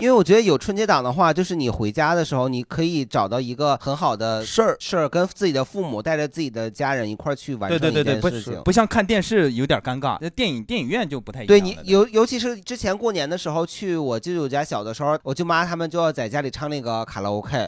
Speaker 1: 因为我觉得有春节档的话，就是你回家的时候，你可以找到一个很好的
Speaker 2: 事儿，
Speaker 1: 事儿跟自己的父母带着自己的家人一块儿去完
Speaker 3: 对
Speaker 1: 成
Speaker 3: 对对
Speaker 1: 一
Speaker 3: 对，
Speaker 1: 件
Speaker 3: 不
Speaker 1: 事情。
Speaker 3: 不像看电视有点尴尬，那电影电影院就不太一样
Speaker 1: 对
Speaker 3: 了。
Speaker 1: 你尤尤其是之前过年的时候去我舅舅家，小的时候，我舅妈他们就要在家里唱那个卡拉 OK。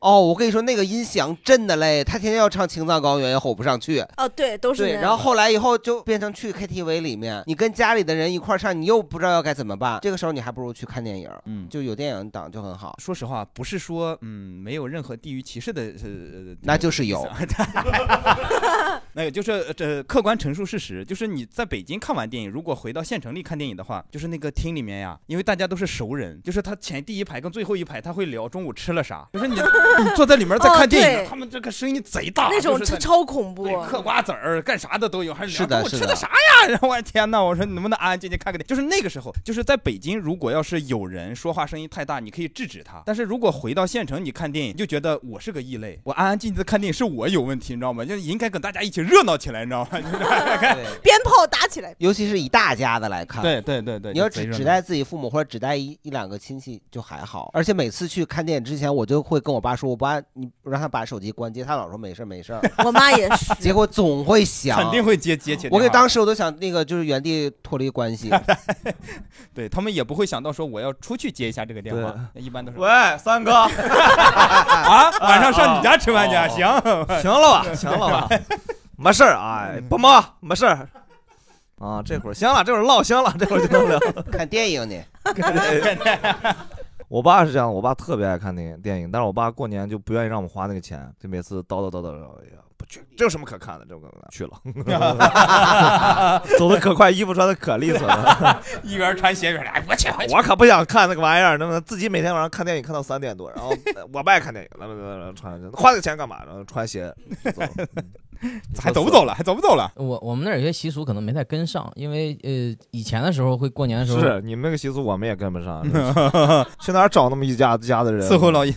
Speaker 1: 哦，我跟你说那个音响震的嘞，他天天要唱《青藏高原》，也吼不上去。
Speaker 5: 哦，对，都是那
Speaker 1: 对，
Speaker 5: 样。
Speaker 1: 然后后来以后就变成去 KTV 里面，你跟家里的人一块儿唱，你又不知道要该怎么办。这个时候你还不如去看电影，
Speaker 3: 嗯，
Speaker 1: 就有电影档就很好。
Speaker 3: 说实话，不是说嗯没有任何地域歧视的，呃，
Speaker 1: 那就是有
Speaker 3: 这个意思啊 那个就是呃这客观陈述事实，就是你在北京看完电影，如果回到县城里看电影的话，就是那个厅里面呀，因为大家都是熟人，就是他前第一排跟最后一排他会聊中午吃了啥，就是你 你坐在里面在
Speaker 1: 哦
Speaker 3: 看电影，他们这个声音贼大，
Speaker 5: 那种
Speaker 3: 就是在
Speaker 5: 超恐怖。啊
Speaker 3: 嗑瓜子儿干啥的都有，还
Speaker 1: 是
Speaker 3: 聊
Speaker 1: 的
Speaker 3: 中午
Speaker 1: 是
Speaker 3: 吃
Speaker 1: 的
Speaker 3: 的啥呀？ 然后我的天呐，我说你能不能安安静静看个电影？就是那个时候，就是在北京，如果要是有人说话声音太大，你可以制止他；但是如果回到县城，你看电影，你就觉得我是个异类，我安安静静的看电影是我有问题，你知道吗？就应该跟大家一起热热闹起来，你知道吗？
Speaker 5: 鞭炮打起来，，
Speaker 1: 尤其是以大家子来看，
Speaker 3: 对对对对
Speaker 1: 你要
Speaker 3: 就贼
Speaker 1: 只
Speaker 3: 热闹
Speaker 1: 只带自己父母或者只带一一两个亲戚就还好，而且每次去看电影之前，我就会跟我爸说，我不按你让他把手机关机，他老说没事儿没事儿
Speaker 5: 我妈 也是，
Speaker 1: 结果总会想，
Speaker 3: 肯定会接接起电话
Speaker 1: 我给当时我都想那个就是原地脱离关系，
Speaker 3: 对他们也不会想到说我要出去接一下这个电话，一般都是
Speaker 2: 喂，三 哥，
Speaker 3: 啊，晚上上你家吃饭去，
Speaker 2: 啊
Speaker 3: 行
Speaker 2: 行了吧，行了吧， 没事儿啊，哎不忙，没事儿。啊，这会儿行了，这会儿唠香了，这会儿就能聊。
Speaker 1: 看电影呢，
Speaker 2: 我爸是这样，我爸特别爱看电影，电影，但是我爸过年就不愿意让我们花那个钱，就每次叨叨叨叨叨，哎呀，不去，这有什么可看的？这个去了，走的可快，衣服穿的可利索了。
Speaker 3: 一边穿鞋一边来，我去，
Speaker 2: 我可不想看那个玩意儿，那么自己每天晚上看电影看到三点多，然后 呃我不爱看电影，然后然后穿花那个钱干嘛？然后穿鞋就走了，嗯
Speaker 3: 还走不走了？还走不走了？
Speaker 6: 我我们那儿有些习俗可能没太跟上，因为呃以前的时候会过年的时候
Speaker 2: 是你们那个习俗，我们也跟 不上，去哪儿找那么一家子家的人？嗯
Speaker 3: 伺候老爷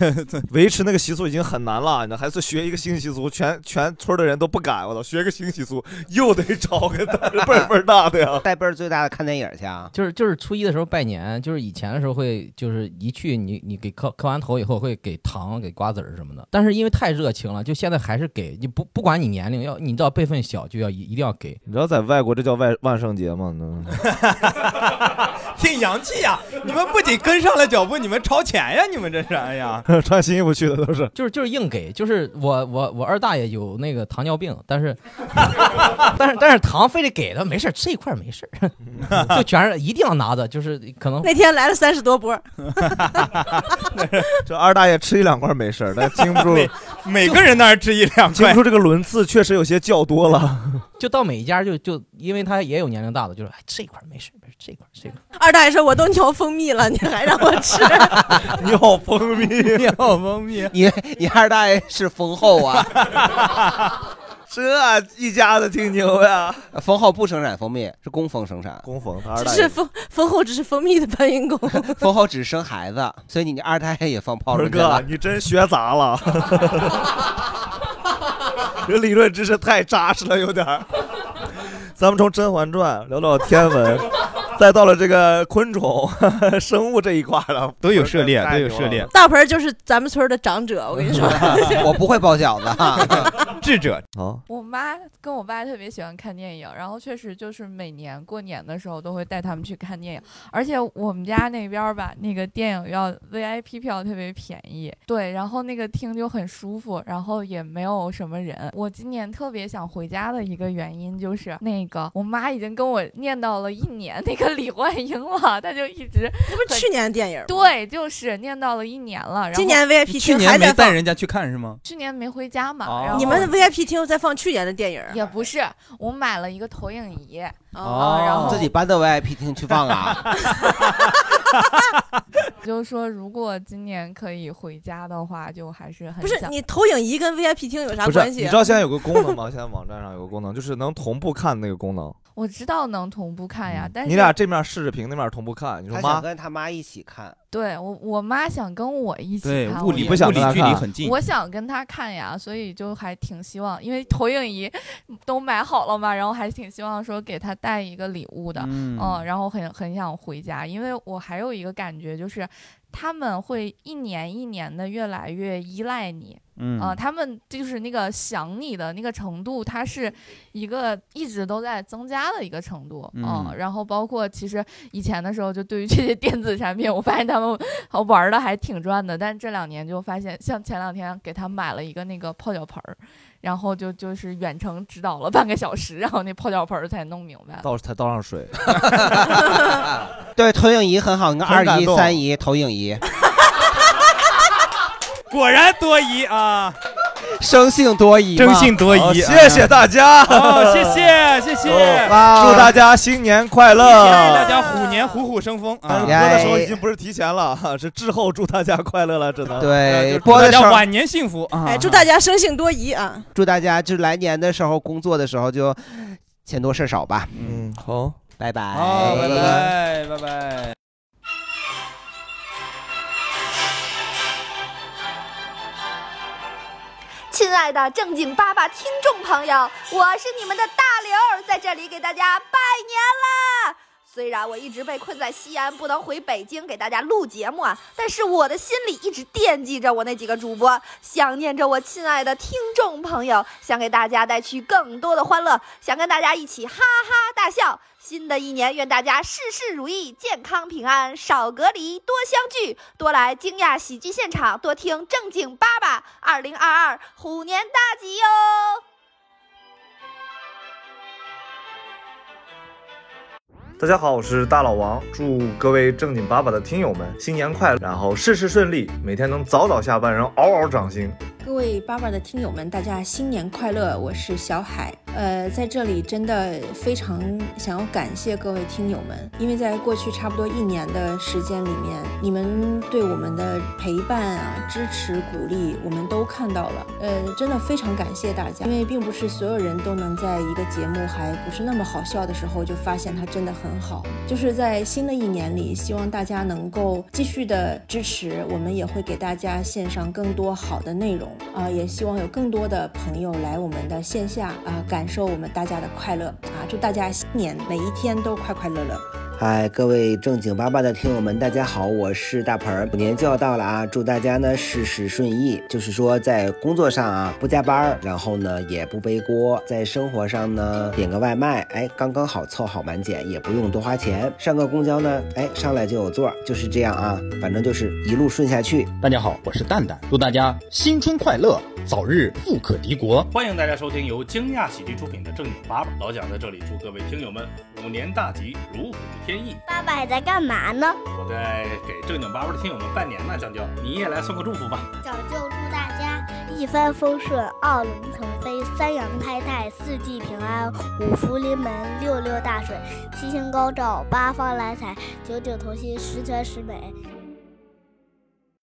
Speaker 2: 维持那个习俗已经很难了，那还是学一个新习俗，全全村的人都不敢。我操，学个新习俗又得找个大人辈儿辈儿大的呀，
Speaker 1: 带辈儿最大的看电影去啊，
Speaker 6: 就是就是初一的时候拜年，就是以前的时候会就是一去你你给磕磕完头以后会给糖给瓜子儿什么的，但是因为太热情了，就现在还是给你不不管你年龄，要你知道辈分小就要一一定要 给。
Speaker 2: 你知道在外国这叫万万圣节吗？嗯那
Speaker 3: 挺洋气呀、你们不仅跟上了脚步，你们超前呀！你们这是，哎呀，
Speaker 2: 穿新衣服去的都是，
Speaker 6: 就是就是硬给，就是我我我二大爷有那个糖尿病，但 是但是但是糖非得给他，没事儿吃一块儿没事儿， 就全是一定要拿着，就是可能
Speaker 5: 那天来了三十多波，
Speaker 2: 这二大爷吃一两块没事儿，但经不住
Speaker 6: 每
Speaker 3: 每个人那儿吃一两块，
Speaker 2: 经不住这个轮次确实有些较多了。
Speaker 6: 就到每一家就就因为他也有年龄大的，就是哎吃一块儿没事儿没事儿吃一块儿吃一块儿。
Speaker 5: 二大爷说我都尿蜂蜜了，你还让我吃？
Speaker 2: 你好蜂蜜，
Speaker 3: 你好蜂蜜，
Speaker 1: 你你二大爷是封后 啊，
Speaker 2: 这啊一家子挺牛呀。
Speaker 1: 封后不生产蜂蜜，是工蜂生产，
Speaker 2: 工蜂
Speaker 5: 只是蜂蜂后只是蜂蜜的搬运工。
Speaker 1: 封后只生孩子，所以你二大爷也放炮
Speaker 2: 不是
Speaker 1: 仗去
Speaker 2: 哥
Speaker 1: 了，，
Speaker 2: 你真学杂了，这理论知识太扎实了，有点儿。咱们从《甄嬛传》聊到天文，再到了这个昆虫、 生物这一块儿了，
Speaker 3: 都有涉猎
Speaker 2: 太牛
Speaker 3: 都
Speaker 2: 了
Speaker 3: 有涉猎
Speaker 5: 大盆儿就是咱们村儿的长者，我 跟你说，
Speaker 1: 我不会包饺子，
Speaker 3: 智者
Speaker 2: 好。
Speaker 12: 我妈跟我爸特别喜欢看电影，然后确实就是每年过年的时候都会带他们去看电影，而且我们家那边儿吧，那个电影院 VIP 票特别便宜，对，然后那个厅就很舒服，然后也没有什么人。我今年特别想回家的一个原因就是，那个我妈已经跟我念叨了一年那个李焕英了，她就一直
Speaker 5: 这不是去年的电影吗
Speaker 12: 对，就是念叨了一年了。然后
Speaker 5: 今年 VIP
Speaker 3: 去年没带人家去看是吗？
Speaker 12: 去年没回家嘛，
Speaker 3: 哦
Speaker 12: 然后
Speaker 5: 你们 VIP 厅在放去年的电影，啊
Speaker 12: 也不是，我买了一个投影仪，
Speaker 5: 哦
Speaker 12: 啊，然后
Speaker 1: 自己搬到 VIP 厅去放 啊，
Speaker 12: 就是说，如果今年可以回家的话，就还是很
Speaker 5: 不是
Speaker 12: 想
Speaker 5: 你投影仪跟 VIP 厅有啥
Speaker 12: 啊
Speaker 2: 不是，
Speaker 5: 关系？啊
Speaker 2: 你知道现在有个功能吗？现在网站上有个功能，就是能同步看那个功能。
Speaker 12: 我知道能同步看呀，但是
Speaker 2: 嗯你俩这面视着屏，那面同步看。你说
Speaker 1: 他
Speaker 2: 妈
Speaker 1: 想，跟他妈一起看，
Speaker 12: 对我我妈想跟我一起
Speaker 2: 对
Speaker 12: 看，
Speaker 2: 物
Speaker 12: 我
Speaker 2: 理
Speaker 12: 也
Speaker 2: 不想物理跟她距离看很
Speaker 3: 近
Speaker 12: 我想跟她看呀，所以就还挺希望，因为投影仪都买好了嘛，然后还挺希望说给她带一个礼物的，
Speaker 3: 嗯
Speaker 12: 然后很很想回家，因为我还有一个感觉就是。他们会一年一年的越来越依赖你，
Speaker 3: 嗯
Speaker 12: 啊他们就是那个想你的那个程度，它是一个一直都在增加的一个程度，呃
Speaker 11: 嗯
Speaker 12: 然后包括其实以前的时候，就对于这些电子产品，我发现他们玩的还挺赚的，但这两年就发现，像前两天给他买了一个那个泡脚盆儿，然后就就是远程指导了半个小时，然后那泡脚盆儿才弄明 白了。
Speaker 2: 倒才倒上水。
Speaker 1: 对，投影仪很好，你看
Speaker 2: 很
Speaker 1: 二
Speaker 2: 感
Speaker 1: 姨、
Speaker 2: 动
Speaker 1: 三姨投影仪，
Speaker 3: 果然多疑啊，
Speaker 1: 生性多疑嘛，
Speaker 3: 真性多
Speaker 2: 好
Speaker 3: 疑。
Speaker 2: 哦谢谢大
Speaker 1: 啊
Speaker 2: 家，
Speaker 3: 好，谢谢谢谢，
Speaker 2: 哦祝大家新年快乐。
Speaker 3: 大家虎年虎虎生风 啊！
Speaker 2: 但是播的时候已经不是提前了， 哈是滞后祝大家快乐了，只能
Speaker 1: 哎对
Speaker 2: 呃就
Speaker 1: 播的
Speaker 3: 大
Speaker 1: 时
Speaker 3: 家
Speaker 1: 候
Speaker 3: 晚年幸福啊！
Speaker 5: 哎，祝大家生性多疑啊！
Speaker 1: 祝大家就来年的时候工作的时候就钱多事少吧。
Speaker 2: 嗯，好，
Speaker 1: 拜拜，
Speaker 3: 好，拜拜拜拜。
Speaker 13: 亲亲爱的正经八百听众朋友，我是你们的大刘，在这里给大家拜年啦！虽然我一直被困在西安，不能回北京给大家录节目啊，但是我的心里一直惦记着我那几个主播，想念着我亲爱的听众朋友，想给大家带去更多的欢乐，想跟大家一起哈哈大笑。新的一年，愿大家事事如意，健康平安，少隔离，多相聚，多来惊讶喜剧现场，多听正经八八。二零二二虎年大吉哟！
Speaker 2: 大家好，我是大老王，祝各位正经八百的听友们新年快乐，然后事事顺利，每天能早早下班，然后嗷嗷涨薪。
Speaker 5: 各位八八的听友们，大家新年快乐！我是小海，呃，在这里真的非常想要感谢各位听友们，因为在过去差不多一年的时间里面，你们对我们的陪伴啊、支持、鼓励，我们都看到了，呃，真的非常感谢大家，因为并不是所有人都能在一个节目还不是那么好笑的时候就发现它真的很好，就是在新的一年里，希望大家能够继续的支持，我们也会给大家献上更多好的内容。啊、也希望有更多的朋友来我们的线下啊、感受我们大家的快乐啊！祝大家新年每一天都快快乐乐。
Speaker 1: 嗨，各位正经八百的听友们，大家好，我是大盆儿，虎年就要到了啊，祝大家呢事事顺意，就是说在工作上啊不加班儿，然后呢也不背锅，在生活上呢点个外卖，哎，刚刚好凑好满减，也不用多花钱，上个公交呢，哎，上来就有座儿，就是这样啊，反正就是一路顺下去。
Speaker 3: 大家好，我是蛋蛋，祝大家新春快乐，早日富可敌国。
Speaker 14: 欢迎大家收听由惊讶喜剧出品的《正经八百》，老蒋在这里祝各位听友们虎年大吉，如虎添翼。
Speaker 15: 爸爸还在干嘛呢？
Speaker 14: 我在给正经八百的听友们拜年呢，江江，你也来送个祝福吧。
Speaker 15: 早就祝大家一帆风顺、二龙腾飞、三羊开泰、四季平安、五福临门、六六大顺、七星高照、八方来财、九九同心、十全十美。